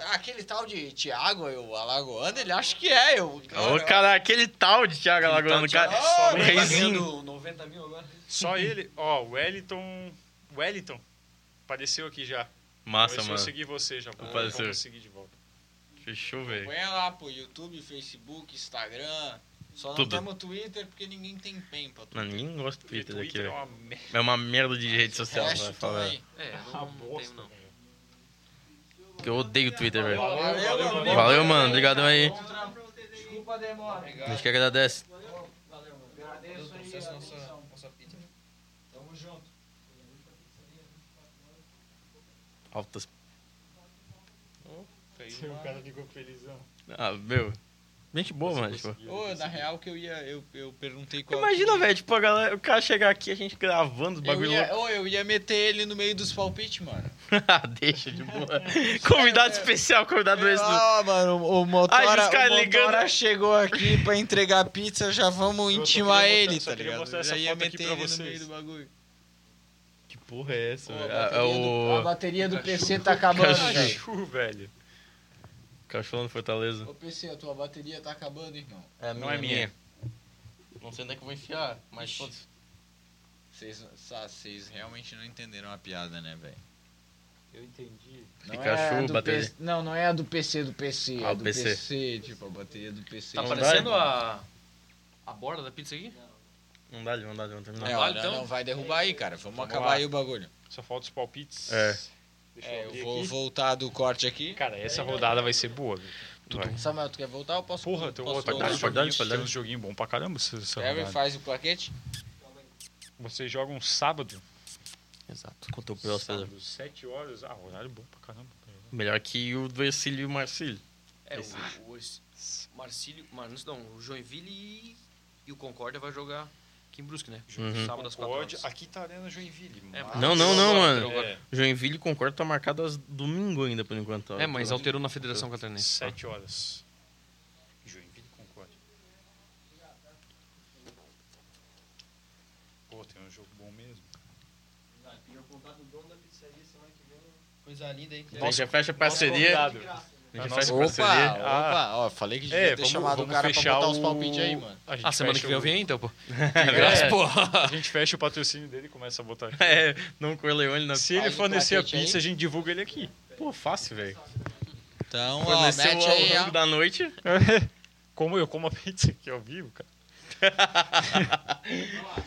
Ah,
Aquele tal de Thiago, o Alagoano, ele acha que é, eu.
Ô, cara, aquele tal de Thiago Alagoano, cara.
Thiago-
o
Ah,
Reizinho.
ganhando 90 mil agora.
Só ele. Ó, Wellington. Wellington. Apareceu aqui já.
Massa,
Começou a
mano.
seguir você já. Vou
Apareceu.
vou seguir de volta.
Fechou, velho.
Põe lá, pô, YouTube, Facebook, Instagram,
Só não
Tudo.
temos Twitter porque ninguém tem PEN pra
Mano, ninguém gosta do Twitter daqui,
Twitter é
velho.
uma merda.
É uma merda de rede social,
Hash,
vai
toma
falar.
aí.
É, eu não, não tenho não.
Que eu odeio o Twitter, velho.
Valeu,
meu amigo.
Valeu, mano. Obrigadão aí.
Desculpa a demora.
A gente que agradece.
Agradeço aí a atenção. Tamo junto.
Altas.
O cara ficou felizão.
Ah, meu. Gente boa,
Você
mano. Tipo.
conseguiu.
Ô, na real que eu ia, eu, eu perguntei qual...
Imagina, velho. Tipo, a galera, o cara chegar aqui, a gente gravando os
Eu
bagulho louco.
ia, ô, eu ia meter ele no meio dos palpites, mano.
Ah, Deixa de boa. Convidado especial, convidado esse. do-
Ah, mano, o, o motora,
Aí os caras
o motora
ligando.
chegou aqui pra entregar pizza, já vamos
só
intimar
queria
ele,
mostrar- só
tá
queria
ligado?
mostrar
Eu
essa
já ia
foto aqui
meter
pra
ele no
vocês.
meio do bagulho.
Que porra é essa,
Pô, a
velho? Ah, É
bateria do- A
o.
bateria do PC tá acabando, velho.
Caju, velho.
Cachorro no Fortaleza.
Ô, PC, a tua bateria tá acabando, irmão.
É,
Não é minha.
Não sei onde é que eu vou enfiar, mas foda-se.
Vocês sa- vocês realmente não entenderam a piada, né, velho?
Eu entendi.
Não é
Pikachu,
a do
bateria.
PC não, não é a do PC do PC.
Ah,
é
o
do
PC.
PC. Tipo, a bateria do PC.
Tá
Não
Não
dá,
aparecendo
irmão.
a, a borda da pizza aqui?
Não dá, não dá, não terminar.
É,
Não
ó,
vale,
não,
então?
não vai derrubar aí, cara. Vamos,
Vamos
acabar
lá.
aí o bagulho.
Só falta os palpites.
É.
Deixa
É,
eu
eu
abrir
vou
aqui.
voltar do corte aqui.
Cara, essa rodada vai ser boa. velho. Vai.
Samuel, tu quer voltar ou posso?
Porra, tem um
posso
outro
dar,
voltar?
pode dar, pode dar.
Tem uns joguinhos bons pra caramba. Essa, essa
Kevin
rodada.
faz o plaquete?
Vocês jogam sábado.
Exato. Quanto o próximo.
Sábado, 7 horas. Ah, horário bom pra caramba.
Melhor que o do Ercílio e o Marcílio.
É, o, o, esse- Marcílio. Mano, não, o Joinville e, e o Concórdia vai jogar aqui em Brusque, né?
Uhum.
Sábado às 4 horas.
Pode. Aqui tá a Arena Joinville.
É,
mas-
mas-
Não, não, não, mano.
Agora.
É,
Joinville, concordo, tá marcado às domingo ainda, por enquanto.
É, mas alterou na Federação Catarinense.
7 horas. Joinville Concorde. Pô, tem um jogo bom mesmo.
E eu contar do dono da pizzaria semana que vem. Coisa linda, hein?
A gente já fecha a parceria.
convidado.
A gente
Nosso
fecha a
Opa,
parceria.
opa, ó, falei que devia
É,
ter
vamos-
chamado o
vamos
cara pra
fechar
botar os
o-
palpites aí, mano.
A gente
Ah, semana
fecha
que
o-
vem eu venho então, pô.
É.
A gente fecha o patrocínio dele e começa a botar aqui.
É, não Corleone na.
Se ele
Faz um
fornecer a
plaquete aí.
pizza, a gente divulga ele aqui.
Pô, fácil, velho.
Então, ó,
Forneceu
mete
ao
aí,
longo
ó.
da noite.
Como eu como a pizza aqui ao vivo, cara.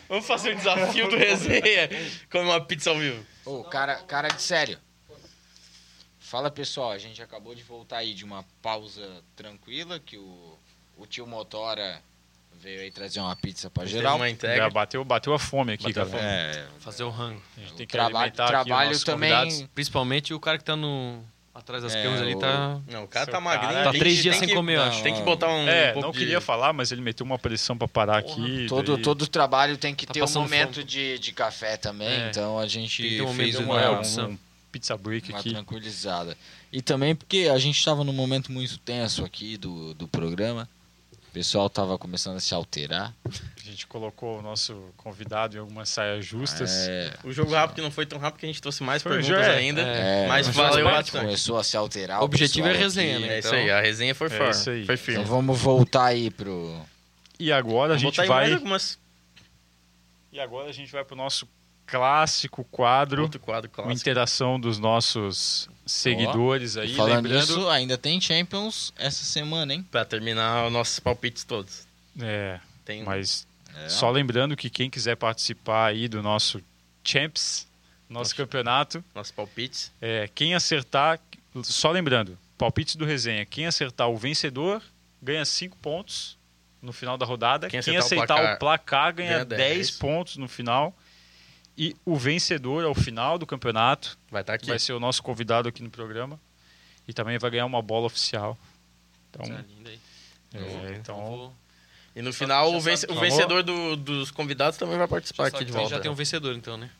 Vamos fazer o desafio do resenha. Comer uma pizza ao vivo.
Ô, cara, cara de sério. Fala, pessoal, a gente acabou de voltar aí de uma pausa tranquila que o, o tio Motora veio aí trazer uma pizza pra geral.
Uma
Já
entrega.
bateu, bateu a fome aqui,
Bateu a
cara.
fome.
É,
Fazer o rango.
A gente tem que
Trabalho-
alimentar aqui
É, trabalho
os nossos
também-
convidados.
Principalmente o cara que tá no. Atrás das
É,
câmeras ali
o-
tá.
Não, o cara
Seu
tá magrinho.
cara-
Tá
tem
três
que-
dias
tem
sem
que-
comer, eu
Não,
acho.
Tem que botar um.
É,
pouco
não
de-
queria falar, mas ele meteu uma pressão pra parar aqui.
todo,
daí-
todo trabalho tem que
Tá
ter um
passando
momento de, de café também,
É.
então a
Tem que
gente
ter um momento
fez
de
uma,
maior.
um-
um, um pizza break
uma
aqui.
tranquilizada. E também porque a gente estava num momento muito tenso aqui do, do programa. O pessoal estava começando a se alterar.
A gente colocou o nosso convidado em algumas saias justas.
É,
O jogo rápido que não foi tão rápido que a gente trouxe mais
Foi,
perguntas
já é.
ainda.
é,
Mas
o
valeu
pessoal
bastante.
Começou a se alterar.
O objetivo é
pessoal
resenha,
aqui.
né?
É isso
Então-
aí, a resenha foi
É
forte.
isso aí.
Foi
Então
firme.
vamos voltar aí pro.
E agora a
Vou
gente
botar aí mais
vai.
algumas.
E agora a gente vai pro nosso clássico quadro.
Outro quadro
Uma
clássico.
interação dos nossos seguidores aí.
Falando
lembrando.
disso, ainda tem Champions essa semana, hein?
Pra terminar os nossos palpites todos.
É,
Tem
mas
É.
só lembrando que quem quiser participar aí do nosso Champs, nosso campeonato,
nossos palpites.
é, quem acertar. Só lembrando, palpites do resenha. Quem acertar o vencedor ganha 5 pontos no final da rodada.
Quem
Quem,
acertar
aceitar
o
o placar,
ganha
ganha 10
dez.
pontos no final. E o vencedor ao final do campeonato
Vai estar aqui.
vai ser o nosso convidado aqui no programa. E também vai ganhar uma bola oficial. Então,
Tá lindo aí.
é, então
vou-
E no final,
Já
o, vence-
sabe.
o vencedor do- dos convidados também vai participar
já sabe
aqui de
que
volta.
já tem um vencedor então, né?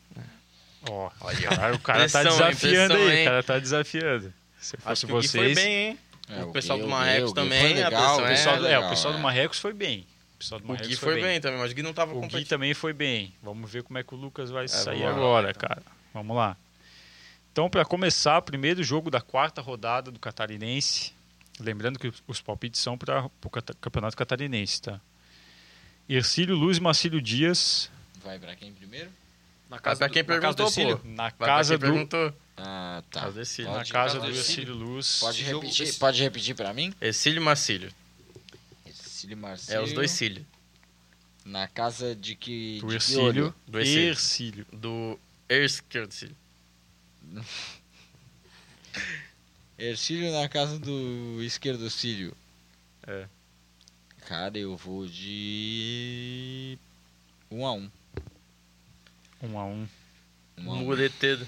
ó, caralho, o cara tá
Impressão,
desafiando
impressão,
aí.
hein?
O cara tá desafiando. Se
Acho
fosse
que o Gui foi
vocês.
bem, hein?
É,
o pessoal
Gui-
do
Gui-
Marrecos
o Gui foi
também, a
legal,
pressão
O
É,
pessoal, do- é,
legal,
o pessoal
é.
do Marrecos foi bem. O pessoal do
O Gui
Marrecos
foi bem. também, mas o Gui não tava
O Gui tá
competindo.
também foi bem. Vamos ver como é que o Lucas vai sair
vamos lá,
agora, cara. Vamos lá. Então, para começar, primeiro jogo da quarta rodada do Catarinense. Lembrando que os- os palpites são para o Campeonato Catarinense, tá? Ercílio Luz e Marcílio Dias
Vai pra quem primeiro?
Na
Ah, pra
do-
quem
na casa do
perguntou,
Ercílio.
pô.
na
Vai pra quem
casa do
perguntou.
Ah, tá.
Casa do Ercílio.
na
Pode-
casa
casa
do
do
Ercílio Luz.
Pode
Esse jogo-
repetir,
esse-
pode repetir pra mim?
Ercílio e Marcílio.
Cílio Marcelo.
É, os dois cílios.
Na casa de que. de
Do
que
Ercílio.
olho?
Do Ercílio.
Ercílio.
Do esquerdo cílio.
Ercílio na casa do esquerdo Cílio.
É.
Cara, eu vou de. 1 um a 1
Um a um.
Um. Um a um.
Muretedo.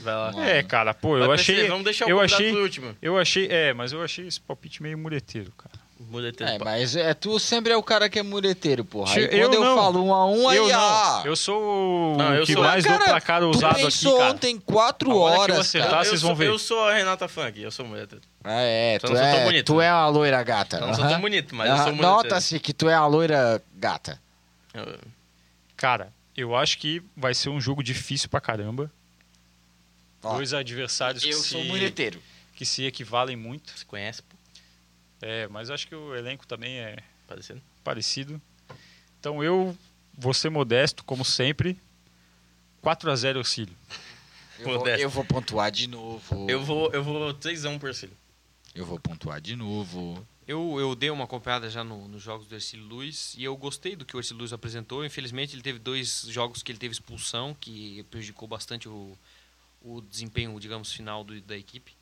Vai lá.
Vamos lá.
É, cara, pô, eu
Vai, Percê,
achei.
Vamos deixar o
eu
convidado
achei-
por último.
Eu achei. É, mas eu achei esse palpite meio mureteiro, cara.
Muretedo.
É, mas é, tu sempre é o cara que é mureteiro, porra. Aí
Tio,
quando eu,
eu não.
falo 1 um a 1 um, aí.
eu
ah,
Eu sou o
Não, eu
que
sou-
mais
Cara,
dou placar
tu
ousado aqui,
pensou
cara.
ontem 4
A hora que eu
horas.
acertar, tá,
cara.
eu,
Então vocês
sou,
vão ver.
eu sou a Renata Funk, eu sou muretedo.
Ah, é,
Só
tu
não sou tão
é,
bonito.
né?
tu é uma loira gata.
Eu
Então
não sou
aham.
tão bonito, mas eu
Aham,
sou muretedo.
Nota-se que tu é uma loira gata.
Eu-
Cara, eu acho que vai ser um jogo difícil pra caramba.
Ó,
Dois adversários que se,
mureteiro.
que se equivalem muito.
Se conhece, pô,
É, mas acho que o elenco também é
parecendo.
parecido. Então eu vou ser modesto, como sempre. 4x0 auxílio.
Eu vou,
Modesto.
eu vou pontuar de novo.
Eu vou, eu vou 3x1 por cílio.
Eu vou pontuar de novo.
Eu, eu dei uma acompanhada já no- nos jogos do Ercílio Luz e eu gostei do que o Ercílio Luz apresentou. Infelizmente, ele teve dois jogos que ele teve expulsão, que prejudicou bastante o, o desempenho, digamos, final do- da equipe.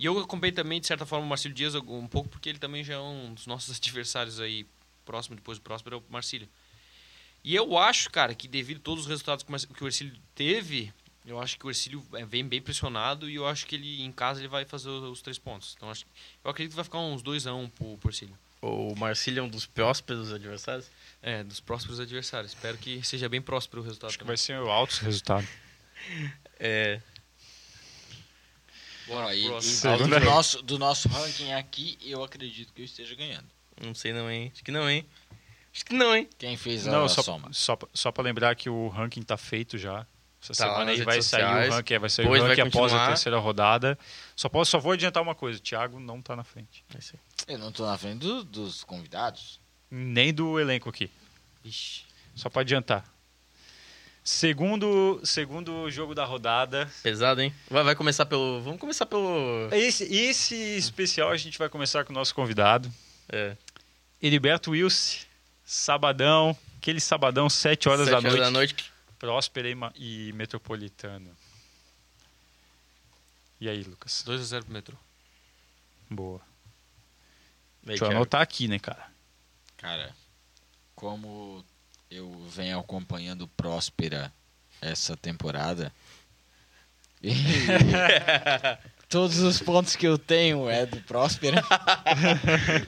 E eu acompanhei também, de certa forma, o Marcílio Dias um pouco, porque ele também já é um dos nossos adversários aí, próximo, depois do próximo, é o Marcílio. E eu acho, cara, que devido a todos os resultados que o Marcílio- que o Ercílio teve, eu acho que o Ercílio eh, vem bem pressionado e eu acho que ele, em casa, ele vai fazer os, os três pontos. Então, acho eu acredito que vai ficar uns 2x1 um pro Porcílio.
O Marcílio é um dos prósperos adversários.
É, dos próximos adversários. Espero que seja bem próspero o resultado.
Acho que vai ser o alto resultado.
É,
Ó, e- e
próximo.
do,
Segunda.
nosso, do nosso ranking aqui, eu acredito que eu esteja ganhando.
não sei não, hein? Acho que não, hein? Acho que não, hein?
Quem fez a
Não, só,
soma?
só, só pra lembrar que o ranking tá feito já. Essa
Tá lá
semana
nas
aí
redes
vai sair
sociais.
o ranking, é, vai sair o
Depois vai
ranking após a
continuar.
terceira rodada. Só, posso, só vou adiantar uma coisa, o Thiago não tá na frente.
É isso aí.
Eu não tô na frente do- dos convidados.
Nem do elenco aqui.
Ixi.
Só pra adiantar. Segundo, segundo jogo da rodada.
Pesado, hein? Vai, vai começar pelo... Vamos começar pelo...
Esse, esse especial a gente vai começar com o nosso convidado,
É,
Heriberto Wilson. Sabadão, aquele sabadão, 7 horas,
sete
da, noite,
da noite.
Próspera e ma- e metropolitano. E aí, Lucas?
2x0 pro metrô.
Boa.
Vem,
Deixa eu
Thiago.
anotar aqui, né, cara?
Cara, como eu venho acompanhando Próspera essa temporada. e todos os pontos que eu tenho é do Próspera.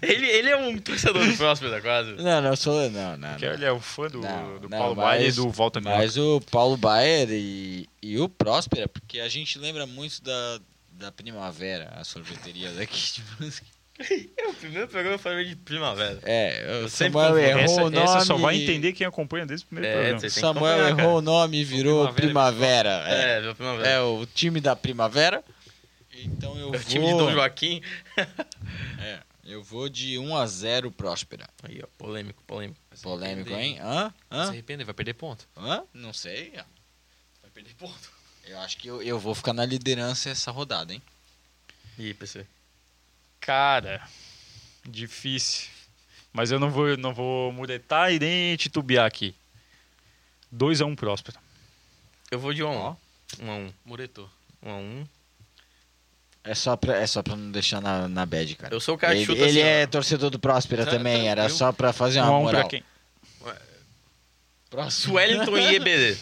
ele, ele é um torcedor do próspero, quase.
Não, não, sou. Não, não.
Porque
não.
ele é o fã do,
Não,
do
não,
Paulo
mas-
Baier e do Volta Minhoca.
Mas o Paulo Baier e, e o Próspera, porque a gente lembra muito da, da Primavera, a sorveteria daqui de Brusque.
É o primeiro programa eu falei de primavera.
É, o
sempre confundo.
Samuel errou
Essa,
o nome.
essa só vai entender quem acompanha desde o primeiro
É,
programa.
vocês têm que
Samuel
acompanhar,
errou
cara.
o nome e virou Primavera. É.
É, viu, primavera.
É. o time da Primavera. Então eu
É
vou.
o time de Dom Joaquim.
É, eu vou de 1 a 0 Próspera.
Aí, ó, polêmico, polêmico. um
Polêmico, hein?
arrepender.
Hã?
Se
Hã?
arrepende, vai perder ponto.
Hã? Não sei. ó.
Vai perder ponto.
Eu acho que eu, eu vou ficar na liderança essa rodada, hein?
E PC.
Cara, difícil. Mas eu não vou, não vou muretar e nem titubear aqui. 2x1 um Próspero.
Eu vou de 1 a 1. 1 a 1.
Muretou.
1 a 1.
É só pra, é só pra não deixar na, na bad, cara.
Eu sou o cara que
ele
chuta
ele
assim,
é
ó.
torcedor do Próspera
Tá-
também,
tá
era
tranquilo.
só pra fazer uma
1x1
moral.
pra quem?
Próximo.
Swellington e EBD.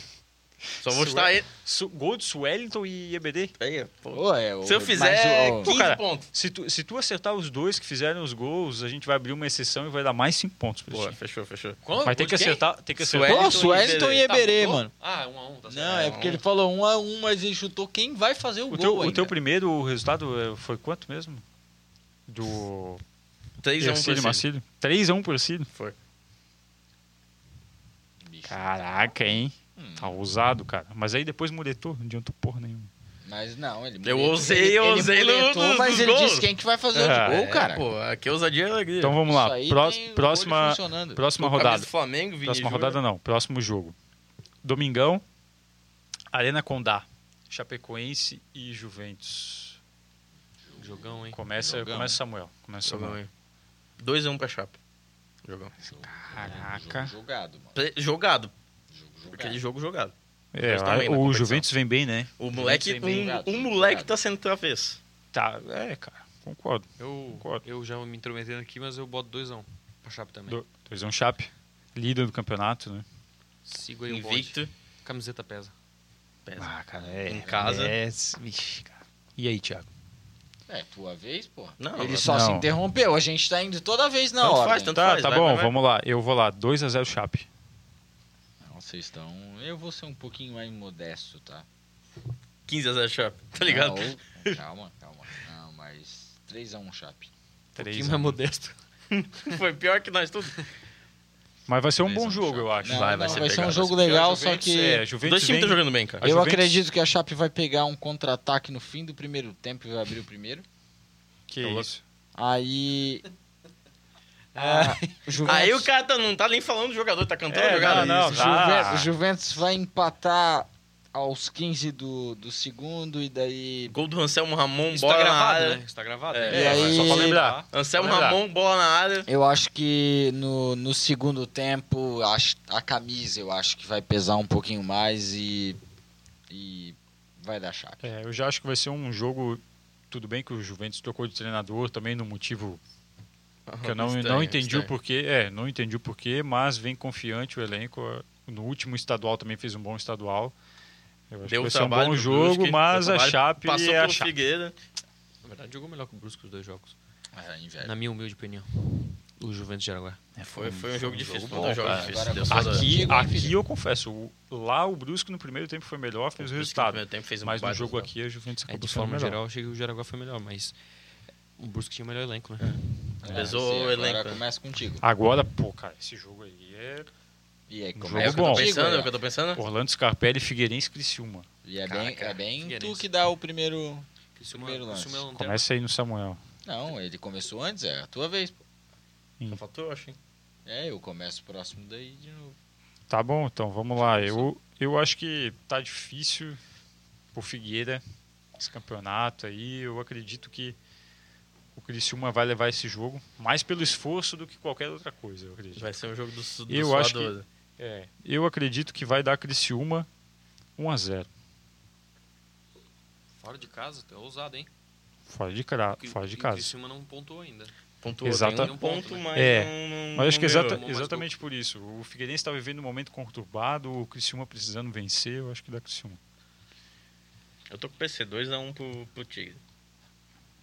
Só vou
Swell-
chutar ele.
Su, gol do Swellington e EBD?
Aí, ó, pô.
Ô, é, o-
Se eu
mas
fizer
o-
15
Ô, cara.
pontos.
Se tu, se tu acertar os dois que fizeram os gols, a gente vai abrir uma exceção e vai dar mais 5 pontos pra
Boa,
gente.
fechou, fechou.
Quanto?
Mas tem que acertar, tem que acertar.
Pô,
Wellington
o Suelton
e
e Eberê,
mudou?
mano.
Ah, 1x1, um tá certo.
Não, é porque ele falou um a um, mas ele chutou quem vai fazer o,
O teu,
gol
o
ainda.
teu primeiro resultado eh, foi quanto mesmo? Do
3 a 1
Ercílio
por cima.
Marcílio? 3x1 por Ercílio?
Foi.
Bicho.
Caraca, hein?
Hum.
Tá ousado, cara. Mas aí depois muretou, não adiantou porra nenhuma.
Mas não, ele
Eu ousei, eu ousei no-
muletou,
no-
Mas
nos
ele
gols.
disse quem que vai fazer
Ah,
o gol,
É,
cara.
Pô, aqui é ousadia e alegria.
Então vamos
Isso
lá.
aí
Pró-
tem o olho
próxima,
funcionando.
próxima
O camisa
rodada.
do Flamengo, Vini
Próxima
Júnior.
rodada não, próximo jogo. Domingão, Arena Condá, Chapecoense e Juventus.
Jogão, hein?
Começa,
Jogão,
começa
hein?
Samuel. Começa
Só
Samuel.
não, hein? 2 a 1 pra Chapa. Jogão.
Jogo-
Caraca.
Jogo jogado, mano.
Play- Jogado.
Jogo
Aquele
jogado.
jogo jogado.
É,
Mas também na
o
competição.
Juventus vem bem, né?
O moleque,
bem
um,
jogado,
um
sim,
moleque
jogado.
tá sendo travessa.
Tá, é, cara, concordo.
Eu,
Concordo.
eu já me intrometendo aqui, mas eu boto 2x1 pra Chape também.
Do- 2x1 Chape, líder do campeonato, né?
Sigo
um
aí o bonde.
Invicto.
Camiseta pesa.
Pesa.
Ah, cara, é.
Em casa.
É, vixe, cara. E aí, Thiago?
É, tua vez, pô.
Não,
Ele
não.
só se
Não.
interrompeu. A gente tá indo toda vez na
Tanto
hora.
faz, tanto
Tá,
faz.
tá
vai,
bom,
vai, vai.
vamos lá. Eu vou lá, 2x0 Chape.
Não, vocês estão. Eu vou ser um pouquinho mais modesto, tá?
15 a 0 Chape, tá ligado?
Não, calma, calma. Não, mas 3x1 Chape.
Um
Que
3
mais é modesto.
Foi pior que nós tudo.
Mas vai ser um
Três a
bom
um
jogo,
Chape.
eu acho.
Não,
Vai,
vai,
vai ser
ser, vai ser
pegado,
um
vai
jogo
ser
legal,
Porque o
só
Juventus
que.
É, Juventus
Dois times
vem...
estão jogando bem, cara.
A
Eu
Juventus-
acredito que a Chape vai pegar um contra-ataque no fim do primeiro tempo e vai abrir o primeiro.
Que é
Eu
isso.
Aí. o Juventus,
Ah, Aí o cara tá- não tá nem falando do jogador, tá cantando
É,
o jogador.
não, não.
o
tá.
Juve- o Juventus vai empatar aos 15 do, do segundo e daí.
Gol do Anselmo Ramon,
Isso
bola
tá
na
gravado,
área.
né? Isso tá gravado.
É,
né?
E aí-
Só pra lembrar.
Anselmo
Vamos lá.
Ramon, bola na área.
Eu acho que no, no segundo tempo acho- a camisa eu acho que vai pesar um pouquinho mais e. e vai dar Chape.
É, eu já acho que vai ser um jogo. Tudo bem que o Juventus trocou de treinador também no motivo que eu não, não entendi o porquê. É, não entendi o porquê, mas vem confiante o elenco. No último estadual também fez um bom estadual. Eu acho
Deu
que vai ser um
trabalho
bom
pro
jogo,
Brusque,
mas
deu
a
trabalho,
Chape
Passou
é a
pelo
Chape.
Figueira.
Na verdade, jogou melhor que o Brusque os dois jogos.
É, inveja.
Na minha humilde opinião. O Juventus de Araguá.
É,
Foi, foi um jogo difícil.
jogo
Foi
bom,
um jogo
cara.
difícil.
Agora
Deu só
vocês-
dor.
Aqui,
Digo,
aqui eu confesso, o- lá o Brusque no primeiro tempo foi melhor, fez o
Por isso que
resultado.
primeiro tempo fez um
Mas no
baita
jogo
resultado.
aqui a Juventus
É,
acabou
de
sendo
forma
melhor.
né?
geral, eu achei que o Jaraguá foi melhor, mas o Brusque tinha o melhor elenco, né?
Pesou
sim,
o
Agora
elenco. né?
começa contigo.
Agora, pô, cara, esse jogo aí é.
E aí,
Um
começa
jogo
É o que eu tô
bom.
contigo,
pensando, é
aí,
o que eu tô pensando.
Orlando Scarpelli, Figueirense, Criciúma.
E é bem,
Caraca,
é bem tu
Figueirense.
que dá o primeiro.
Criciúma,
Primeiro lance.
Criciúma é lanterna.
Então,
Começa aí no Samuel.
Não, ele começou antes, é a tua vez. pô.
Só faltou, eu acho, hein?
É, eu começo próximo daí de novo.
Tá bom, então vamos lá. Eu, eu acho que tá difícil pro Figueira esse campeonato aí. Eu acredito que o Criciúma vai levar esse jogo, mais pelo esforço do que qualquer outra coisa, eu acredito.
Vai ser um jogo do, su- do
Eu acho
suador.
É, eu acredito que vai dar Criciúma 1 a 0
Fora de casa, tu é ousado, hein?
fora de, cra...
Cri-
fora de
e
casa.
Criciúma não pontuou ainda.
Pontuou,
Exata-
tem um ponto, mas
É.
não, não-
Mas acho que
não ganhou.
exata-
mas
exatamente por isso. O Figueirense está vivendo um momento conturbado, o Criciúma precisando vencer, eu acho que dá Criciúma.
Eu tô com o PC, 2x1 pro, pro Tigre.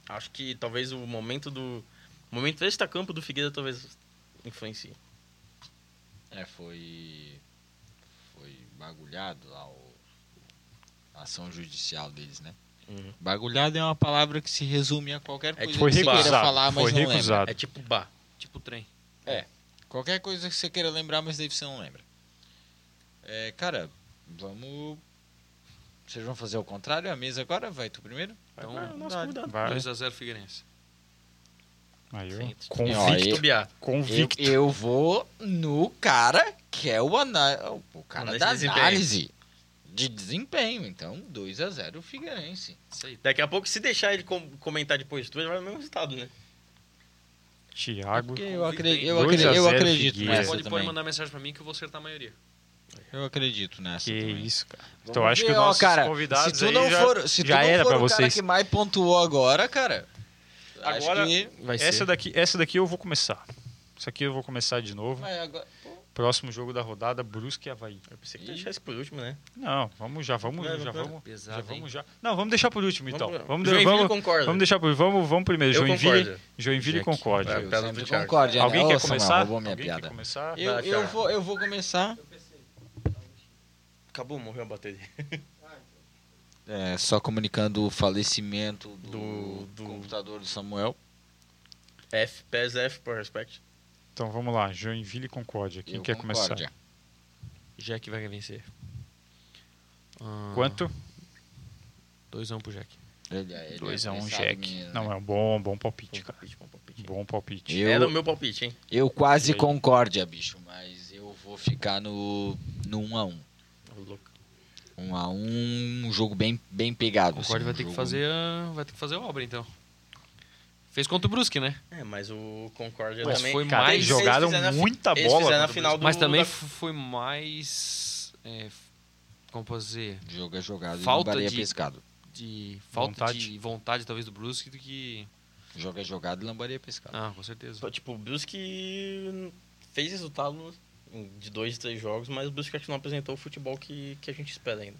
Acho que talvez o momento do. O momento extra-campo do Figueira talvez influencie.
É, foi. Foi bagulhado lá o. A ação judicial deles, né?
Uhum.
Bagulhado é uma palavra que se resume a qualquer
É
coisa
que
que,
Foi
você queira
recusado.
falar, mas
foi
não lembra.
recusado.
É tipo bar.
Tipo trem.
Qualquer coisa que você queira lembrar, mas daí você não lembra. É, cara, vamos. Vocês vão fazer o contrário? A mesa agora? Vai tu primeiro?
Então,
Ah, nosso convidado.
Vai.
2x0 Figueirense.
Aí, ó.
Feito.
Ó,
Convicto.
eu-
Tubiá.
Eu,
Convicto.
eu vou no cara que é o, ana... o cara
Análise
da
de desempenho.
análise de desempenho. Então, 2 a 0 o Figueirense.
Isso aí.
Daqui a pouco, se deixar ele com- comentar depois tudo, ele vai no mesmo resultado, né?
Thiago.
Porque eu, acre... eu,
2 a
acre...
0
eu acredito
Figueira.
nessa
Pode, pode
também.
mandar mensagem pra mim que eu vou acertar a maioria.
Eu acredito nessa
Que
também.
isso, cara.
Vamos
Então acho
ver,
que os
ó,
nossos
cara,
convidados
se tu
aí
não
já,
for, se tu
já
não
era
for
pra
o cara
vocês.
que mais pontuou agora, cara...
Agora-
Acho que...
Vai
Essa é daqui, essa daqui eu vou começar. Isso aqui eu vou começar de novo.
Mas agora... pô,
Próximo jogo da rodada, Brusque e Havaí.
Eu pensei que ia deixar isso por último, né?
Não, vamos já, vamos,
Vai,
já,
vai.
vamos. Já
Pesado, hein?
vamos já. Não, vamos deixar por último então.
Vamos-
Vamos,
Joinville
vamos,
concorda.
vamos deixar por vamos, vamos primeiro.
Eu
Joinville,
concordo.
Joinville e
Jack,
É,
Concórdia.
eu
eu
pego
sempre
do Thiago.
concordo, né?
Alguém
Ô,
quer
Samuel,
começar?
roubou minha
Alguém
piada.
quer começar?
Eu,
Vai,
eu,
Thiago.
vou, eu vou começar...
Acabou, morreu a bateria.
É, só comunicando o falecimento
Do-
do,
do-
computador do Samuel.
F, PES F, por respect.
Então vamos lá, Joinville e Concórdia. Quem
Eu
quer
concordo,
começar?
já.
Jack vai vencer. Ah,
Quanto?
2x1 pro Jack.
Ele, é, ele
2 a 1 um,
apressado,
Jack.
menino,
Não,
né?
é um bom, bom palpite, cara.
Palpite, bom palpite.
Bom palpite.
Eu-
Era o meu palpite, hein?
Eu quase
um- Ele- é-
concórdia, bicho, mas eu vou ficar no, no 1 a 1
Ô, louco.
1 a 1 um jogo bem, bem pegado.
Concorde
assim,
vai
um
ter que
jogo-
fazer a... vai ter que fazer a obra então. Fez contra o Brusque, né?
É, mas o Concórdia
Mas
também.
foi
Cara,
mais-
eles- eles
jogaram
fizeram na fi-
muita
eles
bola
fizeram na
contra o
final do,
Mas também
da-
f- foi mais. é, f- como posso dizer?
O jogo é jogado e
Falta
lambaria
de-
é pescado.
De falta
Vontade.
de vontade, talvez, do Brusque do que.
O jogo é jogado e lambaria é pescado.
Ah, com certeza.
Pô, Tipo, o Brusque fez resultado no- de dois, três jogos, mas o Brusque acho que não apresentou o futebol que, que a gente espera ainda.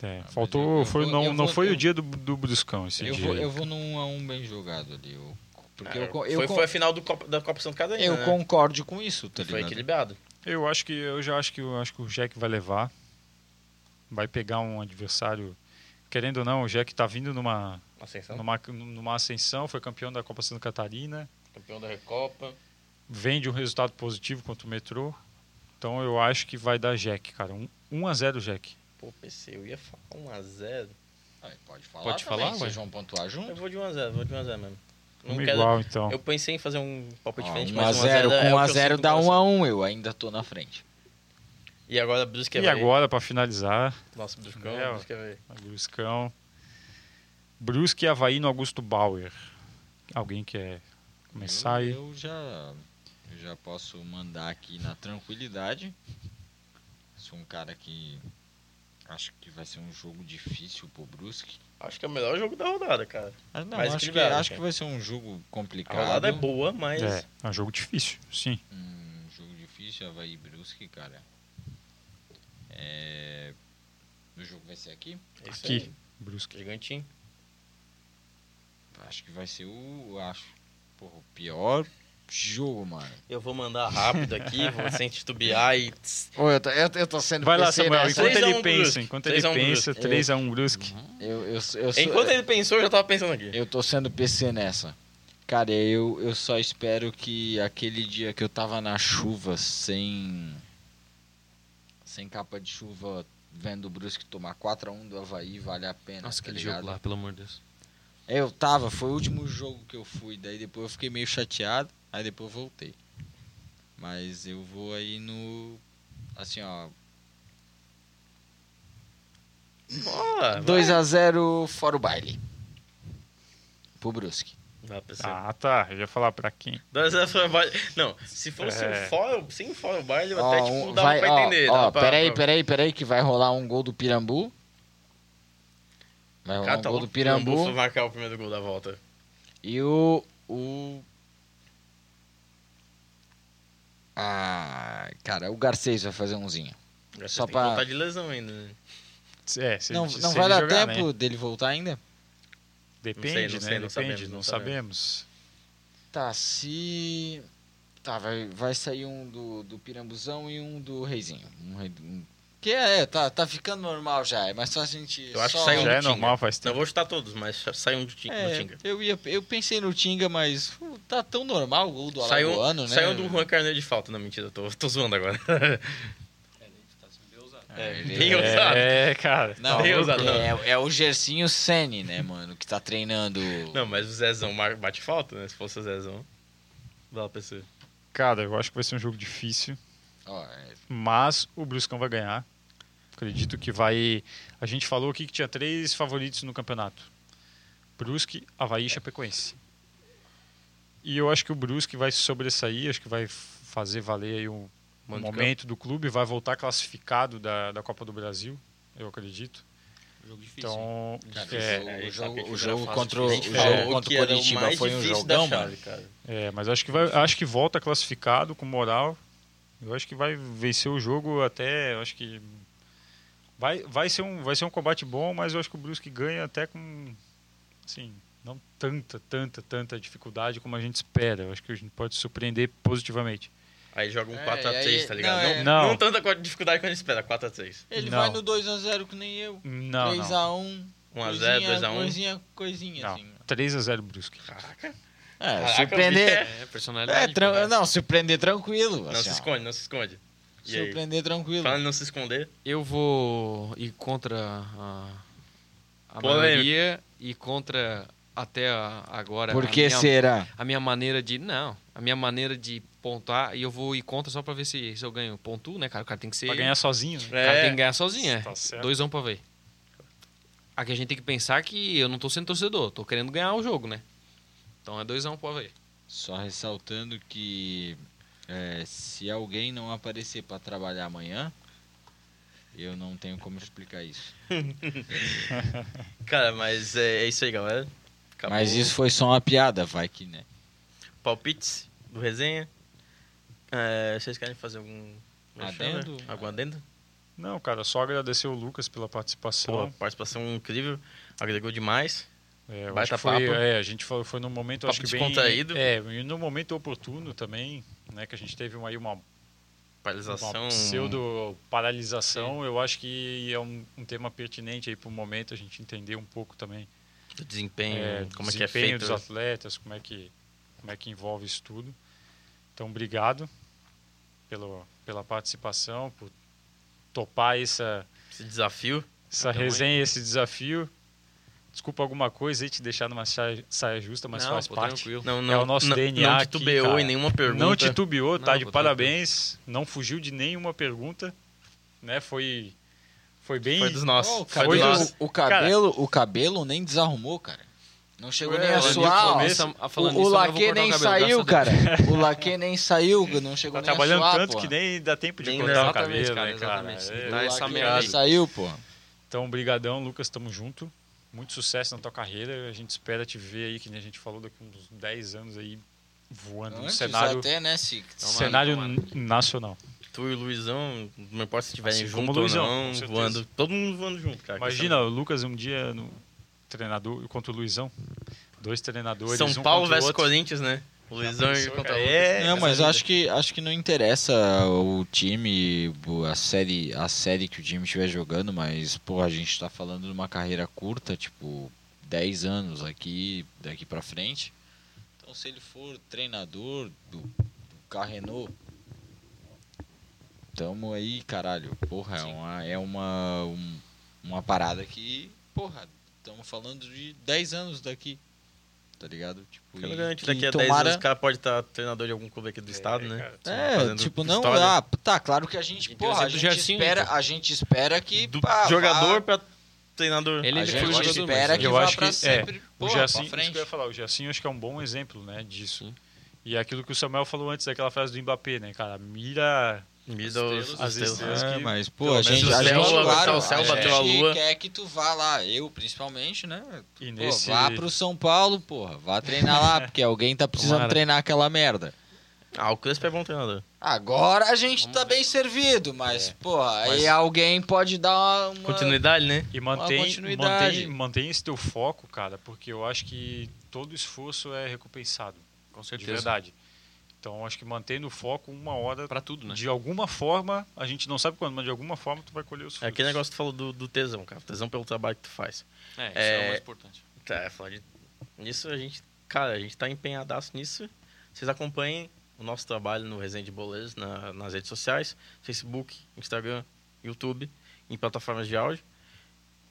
É,
Ah, mas eu-
faltou.
eu
Foi,
vou-
não
eu
não
vou-
foi
eu-
o dia do, do Bruscão esse
eu,
dia.
vou,
aí.
eu vou num a um bem jogado ali. eu- porque eu, co- eu,
É, foi,
con-
foi a final do Copa, da Copa Santo Catarina,
eu
né?
concordo com isso, tá
Foi
ligado?
equilibrado.
Eu acho que eu já acho que eu acho que o Jack vai levar. Vai pegar um adversário. Querendo ou não, o Jack tá vindo numa,
Então?
Ascensão,
numa, numa ascensão, foi campeão da Copa Santa Catarina,
campeão da Recopa.
vem de um resultado positivo contra o metrô. Então eu acho que vai dar Jack, cara. 1 um, 1x0 Jack.
Pô, PC, eu ia falar 1x0.
Ah, Pode falar,
Pode
também,
falar, ué.
vocês vão pontuar
Eu
junto.
vou de 1x0, vou de 1x0 mesmo. Não
Um
quero-
igual, então.
Eu pensei em fazer um palpite diferente, mas
1x0
é
com
o que eu
1x0
sinto
dá
no coração.
1x1, eu ainda tô na frente.
E agora o Brusque
e
vai.
agora, pra finalizar,
Nossa, o Bruscão,
É, ó.
o Brusque vai.
Bruscão. Brusque e Havaí no Augusto Bauer. Alguém quer começar aí?
Eu, eu já, eu já posso mandar aqui na tranquilidade. Sou um cara que acho que vai ser um jogo difícil pro Brusque.
Acho que é o melhor jogo da rodada, cara.
Mas não,
Mais
acho, que,
equilibrado,
acho
cara.
que vai ser um jogo
A
complicado.
rodada é boa, mas.
né? É, é um jogo difícil, sim.
Um jogo difícil, Havaí e Brusque, cara. É... O jogo vai ser aqui?
é isso
Aqui.
aí.
Brusque.
Gigantinho.
Acho que vai ser o. Acho. Porra, o pior jogo, mano.
Eu vou mandar rápido aqui, vou sem titubear e.
Ô, eu, tô, eu, eu tô sendo
Vai lá,
PC né?
Samuel.
nessa.
Enquanto
Três a
ele
um
pensa,
Brusque. Uhum,
enquanto
Três
ele
a um
pensa,
Brusque.
3x1 Brusque.
Eu, eu, eu, sou-
Enquanto ele pensou, eu já tava pensando aqui.
eu tô sendo PC nessa. Cara, eu, eu só espero que aquele dia que eu tava na chuva sem. Sem capa de chuva, vendo o Brusque tomar 4x1 do Havaí, vale a pena.
Nossa,
tá
aquele
ligado?
jogo lá, pelo amor de Deus.
Eu tava, foi o último jogo que eu fui, daí depois eu fiquei meio chateado, aí depois eu voltei. Mas eu vou aí no. Assim, ó.
Bora, vai.
2x0 fora o baile. Pro Brusque.
Vai, PC.
Ah, tá. Eu ia falar pra quem?
2x0 foi o baile. Não, se fosse
É.
fora, sem fora o baile, eu
Ó,
até tipo,
um-
dava
vai-
pra
ó,
entender.
Ó,
dava pra-
peraí,
pra-
peraí, peraí, que vai rolar um gol do Pirambu. Vai rolar
Cara,
um
tá
gol
louco,
do
o Pirambu
Pirambu.
foi marcar o primeiro gol da volta.
E o. O. Ah, cara, o Garcês vai fazer um umzinho. Só
Só
pra-
pra. Contar de lesão ainda. né?
É, se
Não,
ele-
não
se
vai
ele
dar
jogar,
tempo
Né?
dele voltar ainda?
Depende,
sei, não sei,
né?
não
Depende,
sabemos,
não
não
sabemos.
Tá, se. Tá, vai, vai sair um do, do Pirambuzão e um do Reizinho. Um, rei- um- Que é, tá, tá ficando normal já. É mais só a gente.
Eu acho que
só-
saiu Tem um
Já é
do Tinga.
normal, faz
Não
tempo.
vou chutar todos, mas saiu um do Tin- do
É,
Tinga.
eu, ia, eu pensei no Tinga, mas uh, tá tão normal o gol do
Saiu,
Alagoano, né?
saiu do Juan Carneiro de falta, não, mentira, eu tô, tô zoando agora.
É,
Bem
ele-
ousado.
É, cara.
Não,
Bem ousado, não.
é, é o Gersinho Sene, né, mano? Que tá treinando.
Não, mas o Zezão mar- bate falta, né? Se fosse o Zezão. Dá pra ser.
Cara, eu acho que vai ser um jogo difícil,
Ó, é,
mas o Bruscão vai ganhar. Acredito que vai. A gente falou aqui que tinha três favoritos no campeonato: Brusque, Havaí e Chapecoense. E eu acho que o Brusque vai se sobressair, acho que vai f- fazer valer aí um, um
Mano de
momento do clube, vai voltar classificado da, da Copa do Brasil, eu acredito.
Jogo difícil. hein?
Então,
cara,
é,
o
é,
jogo,
é,
o jogo, o
é
jogo
fácil,
contra, o,
A
o
gente
jogo
falou
contra
que
o
era o
Curitiba
mais
foi um
difícil da
jogão, mano.
chave, cara.
É, mas acho que vai, acho que volta classificado com moral. Eu acho que vai vencer o jogo até, eu acho que vai, vai ser um vai ser um combate bom, mas eu acho que o Brusque ganha até com assim, não tanta, tanta, tanta dificuldade como a gente espera. Eu acho que a gente pode surpreender positivamente.
Aí joga um
É,
4x3,
aí-
tá ligado?
não,
Não,
é-
não,
Não.
tanta co- dificuldade quanto a gente espera, 4x3.
Ele
Não.
vai no 2x0 que nem eu.
Não, não.
3x1.
1x0,
coisinha,
2x1.
Coisinha, coisinha,
Não.
assim.
3 a 0 Brusque.
Caraca.
É,
Caraca,
surpreender.
É,
É,
personalidade.
tran-
pô, né?
não, surpreender tranquilo.
Não
assim,
se
ó.
esconde, não se esconde. E aí?
Surpreender tranquilo.
Falando em não se esconder,
Eu vou ir contra a, a
Polêmica.
maioria e contra até a- agora
Por
a
que
minha,
será?
a minha maneira de. Não, a minha maneira de pontuar. E eu vou ir contra só pra ver se, se eu ganho. Pontuo, né, cara? O cara tem que ser.
Pra ganhar sozinho, né?
O cara tem
é,
que ganhar sozinho, é.
Tá certo.
Dois a um pra ver. Aqui a gente tem que pensar que eu não tô sendo torcedor, tô querendo ganhar o jogo, né? Então é 2x1 um pro Havaí.
Só ressaltando que é, se alguém não aparecer para trabalhar amanhã, eu não tenho como explicar isso.
Cara, mas é, é isso aí, galera. Acabou.
Mas isso foi só uma piada, vai que né.
Palpites do resenha. É, vocês querem fazer algum. merchan, né?
Adendo?
Algum adendo?
Não, cara, só agradecer o Lucas pela
Pô,
participação.
participação incrível. Agregou demais.
É, eu
baita
acho que foi,
papo.
é, a gente foi, foi num momento
Papo
acho que bem
descontraído.
É, e num momento oportuno também, né, que a gente teve uma, aí uma
Paralisação.
uma pseudo paralisação, eu acho que é um, um tema pertinente aí para o momento a gente entender um pouco também
do desempenho.
é,
como é que é
desempenho
feito.
dos atletas, como é que como é que envolve isso tudo. Então, obrigado pelo, pela participação, por topar essa
Esse desafio.
essa
Até amanhã.
resenha, esse desafio. Desculpa alguma coisa aí te deixar numa saia, saia justa, mas
Não,
faz
pô,
parte.
tranquilo.
Não,
É o nosso
não,
DNA
Não
aqui,
titubeou
cara.
em nenhuma pergunta.
Não titubeou, tá
Não,
de
vou
parabéns. Não fugiu de nenhuma pergunta, né? Foi foi bem
Foi dos nossos. foi
o
dos
cabelo-
nossos.
cabelo, o, cabelo, o cabelo nem desarrumou, cara. Não chegou nem a
falando
suar.
nisso,
ó.
começa- ah,
O,
falando
o
nisso, eu não vou
Laque
cortar o
nem
cabelo,
saiu,
graças a
cara. O Laque nem saiu, não
Tá
chegou nem
trabalhando
a suar,
tanto
pô.
que nem dá tempo de
Nem
cortar
dá.
o cabelo,
Exatamente, cara,
né, cara?
exatamente.
É,
Dá
O
essa
Laque
merda
nem
aí.
saiu, pô.
Então, brigadão, Lucas, tamo junto. Muito sucesso na tua carreira. A gente espera te ver aí, que nem a gente falou, daqui uns 10 anos aí
Tá
voando no
Antes
cenário,
até, né,
É
se...
cenário nacional.
Tu e o Luizão, não importa se estiverem
Assim como
juntos
o Luizão,
ou
com
não,
certeza.
voando. Todo mundo voando junto, cara.
Imagina o Lucas um dia no treinador contra o Luizão. Dois treinadores,
São
um
Paulo
contra o
versus
outro.
Corinthians, né? O Luizão e
pensou,
contra o
cara?
Lucas.
É,
Não, mas acho que, acho que não interessa o time, o- a série, a série que o time estiver jogando, mas, pô, a gente tá falando de uma carreira curta, tipo, 10 anos aqui, daqui pra frente. Então, se ele for treinador do, do Carrenô, tamo aí, caralho. Porra, é uma, é uma, um- uma parada que, porra, estamos falando de 10 anos daqui. Tá ligado? Tipo,
Eu
e
garanto,
que
é daqui a 10 anos o cara pode estar treinador de algum clube aqui do estado, né?
cara,
é,
fazendo
tipo, não,
história.
ah, tá, claro que a gente,
gente tem o
porra, a
exemplo
gente,
do Jacinho,
espera, a gente espera que
Do
pá,
jogador
vá,
pra treinador.
Ele
a
foi
gente
o jogador,
espera
mas
que
eu
vá
acho
pra
que, é,
sempre,
O Jacinho,
porra, pra
isso que eu
frente.
ia falar, o Jacinho acho que é um bom exemplo, né, disso.
Sim.
E é aquilo que o Samuel falou antes, daquela frase do Mbappé, né, cara, mira
Mira os
As
as estrelas.
estrelas.
É,
que,
mas pô,
pelo
a
menos
gente,
o
a gente,
céu- o
claro,
céu
a
bateu a
gente
lua.
quer que tu vá lá, eu principalmente, né?
e
Pô,
nesse,
vá pro São Paulo, porra, vá treinar lá, porque alguém tá precisando
Tomara.
treinar aquela merda.
Ah, o Crespo é bom treinador.
Agora a gente
Vamos
tá
ver.
bem servido, mas,
É.
porra,
Mas-
aí alguém pode dar uma...
Continuidade, né?
E mantém,
continuidade.
mantém, mantém esse teu foco, cara, porque eu acho que todo esforço é recompensado,
Com
de
certeza.
verdade. Então, eu acho que mantendo o foco uma hora,
Pra tudo, né?
de alguma forma, a gente não sabe quando, mas de alguma forma tu vai colher os frutos.
É aquele negócio que tu falou do, do tesão, cara. Tesão pelo trabalho que tu faz.
É, isso é,
É.
o mais importante.
Tá, falar de... Nisso a gente... Cara, a gente tá empenhadaço nisso. Vocês acompanhem o nosso trabalho no Resenha de Boleiros na- nas redes sociais. Facebook, Instagram, YouTube, em plataformas de áudio.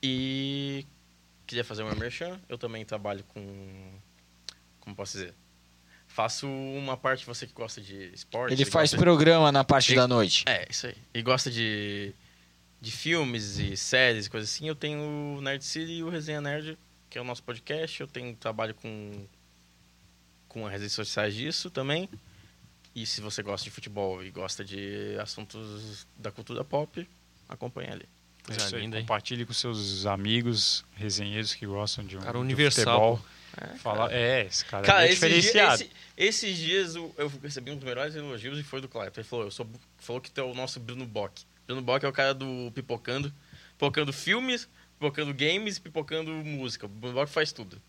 E... Queria fazer uma merchan. Eu também trabalho com... Como posso dizer? Faço uma parte, você que gosta de esporte...
Ele
gosta
faz
de-
programa na parte
E-
da noite.
É, isso aí. E gosta de, de filmes e séries e coisas assim. Eu tenho o Nerd City e o Resenha Nerd, que é o nosso podcast. Eu tenho trabalho com, com as redes sociais disso também. E se você gosta de futebol e gosta de assuntos da cultura pop, acompanha ali.
É isso
Coisa
aí,
linda, hein?
compartilhe com seus amigos, resenheiros que gostam de um
Cara,
de
universal,
futebol. Fala, é, esse cara,
Cara,
é
esses, dia-
diferenciado.
esse- esses dias eu, eu recebi um dos melhores elogios e foi do Clayton. Ele falou, eu sou, falou que tu é o nosso Bruno Bock. Bruno Bock é o cara do pipocando. Pipocando filmes, pipocando games, pipocando música. O Bruno Bock faz tudo.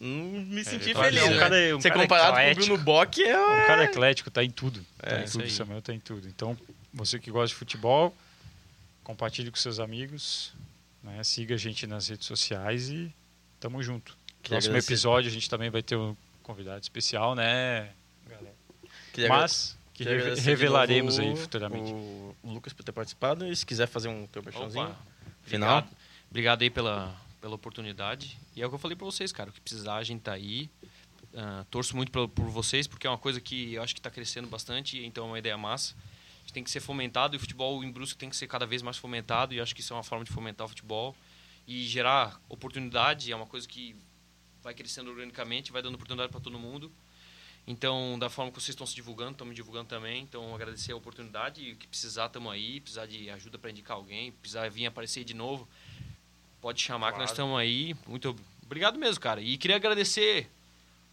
Hum, me senti
ele
feliz.
é um
né?
cara- é um
Ser
cara
comparado com o
eclético.
Bruno Bock é...
O cara é eclético, tá em tudo.
É,
tá em
isso
tudo,
aí.
Samuel tá em tudo. Então, você que gosta de futebol, compartilhe com seus amigos, né? siga a gente nas redes sociais e tamo junto.
Queria
Próximo
agradecer.
episódio a gente também vai ter um convidado especial, né?
Queria
Mas que
queria
re-
agradecer de
revelaremos
novo
aí futuramente.
O o Lucas por ter participado. E se quiser fazer um teu merchanzinho
Opa,
final.
Obrigado, obrigado aí pela, pela oportunidade. E é o que eu falei pra vocês, cara. O que precisar, a gente tá aí. Ah, torço muito pelo- por vocês, porque é uma coisa que eu acho que tá crescendo bastante, então é uma ideia massa. A gente tem que ser fomentado e o futebol em Brusque tem que ser cada vez mais fomentado e eu acho que isso é uma forma de fomentar o futebol e gerar oportunidade. É uma coisa que vai crescendo organicamente, vai dando oportunidade para todo mundo. Então, da forma que vocês estão se divulgando, estão me divulgando também. Então, agradecer a oportunidade e o que precisar, estamos aí. Precisar de ajuda para indicar alguém, precisar vir aparecer de novo, pode chamar que nós
Claro.
estamos aí. Muito ob- obrigado mesmo, cara. E queria agradecer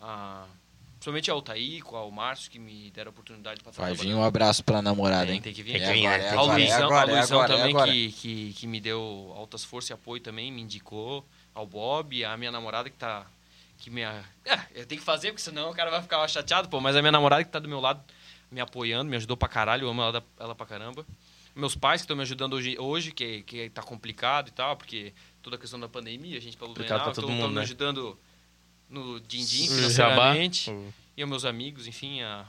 a, principalmente ao Taíco, ao Márcio, que me deram a oportunidade para estar
Vai vir
trabalhando.
um abraço pra namorada,
Tem,
hein?
tem que vir.
Tem que
É,
vir, né?
agora,
Tem
ao
que vir. É
Luizão,
agora,
ao
é
Luizão
agora, é
também,
agora.
que, que, que me deu altas forças e apoio também, me indicou. Ao Bob, a minha namorada que tá. Que me, a- é, eu tenho que fazer, porque senão o cara vai ficar chateado, pô. Mas a minha namorada que tá do meu lado me apoiando, me ajudou pra caralho, eu amo ela, ela pra caramba. Meus pais que estão me ajudando hoje, hoje que, que tá complicado e tal, porque toda a questão da pandemia, a gente pra
Complicado pra todo
tão- tão
mundo,
me
né?
ajudando no
O
din-din
Jabá,
financeiramente.
o-
E aos meus amigos, enfim, a,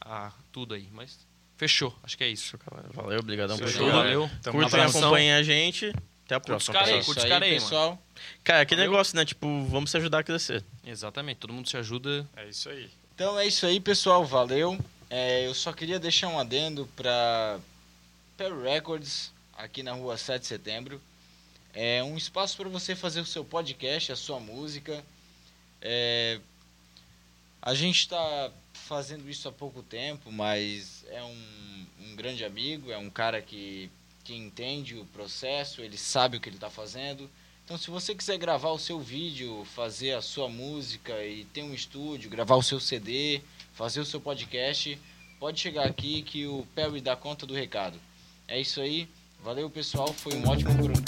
a tudo aí. Mas fechou, acho que é isso.
Valeu, obrigadão. por
Fechou,
tudo.
valeu.
Então, um
Curtem,
abraço.
abração.
acompanhem a gente. Até a próxima.
os caras aí,
pessoal.
curte os caras aí, mano.
pessoal.
Cara, que
Valeu.
negócio, né? Tipo, vamos se ajudar a crescer.
Exatamente, todo mundo se ajuda.
É isso aí.
Então é isso aí, pessoal. Valeu. É, eu só queria deixar um adendo para Perry Records, aqui na rua 7 de setembro. É um espaço para você fazer o seu podcast, a sua música. É, a gente está fazendo isso há pouco tempo, mas é um, um grande amigo, é um cara que, que entende o processo, ele sabe o que ele está fazendo. Então, se você quiser gravar o seu vídeo, fazer a sua música e ter um estúdio, gravar o seu CD, fazer o seu podcast, pode chegar aqui que o Perry dá conta do recado. É isso aí. Valeu, pessoal. Foi um ótimo programa.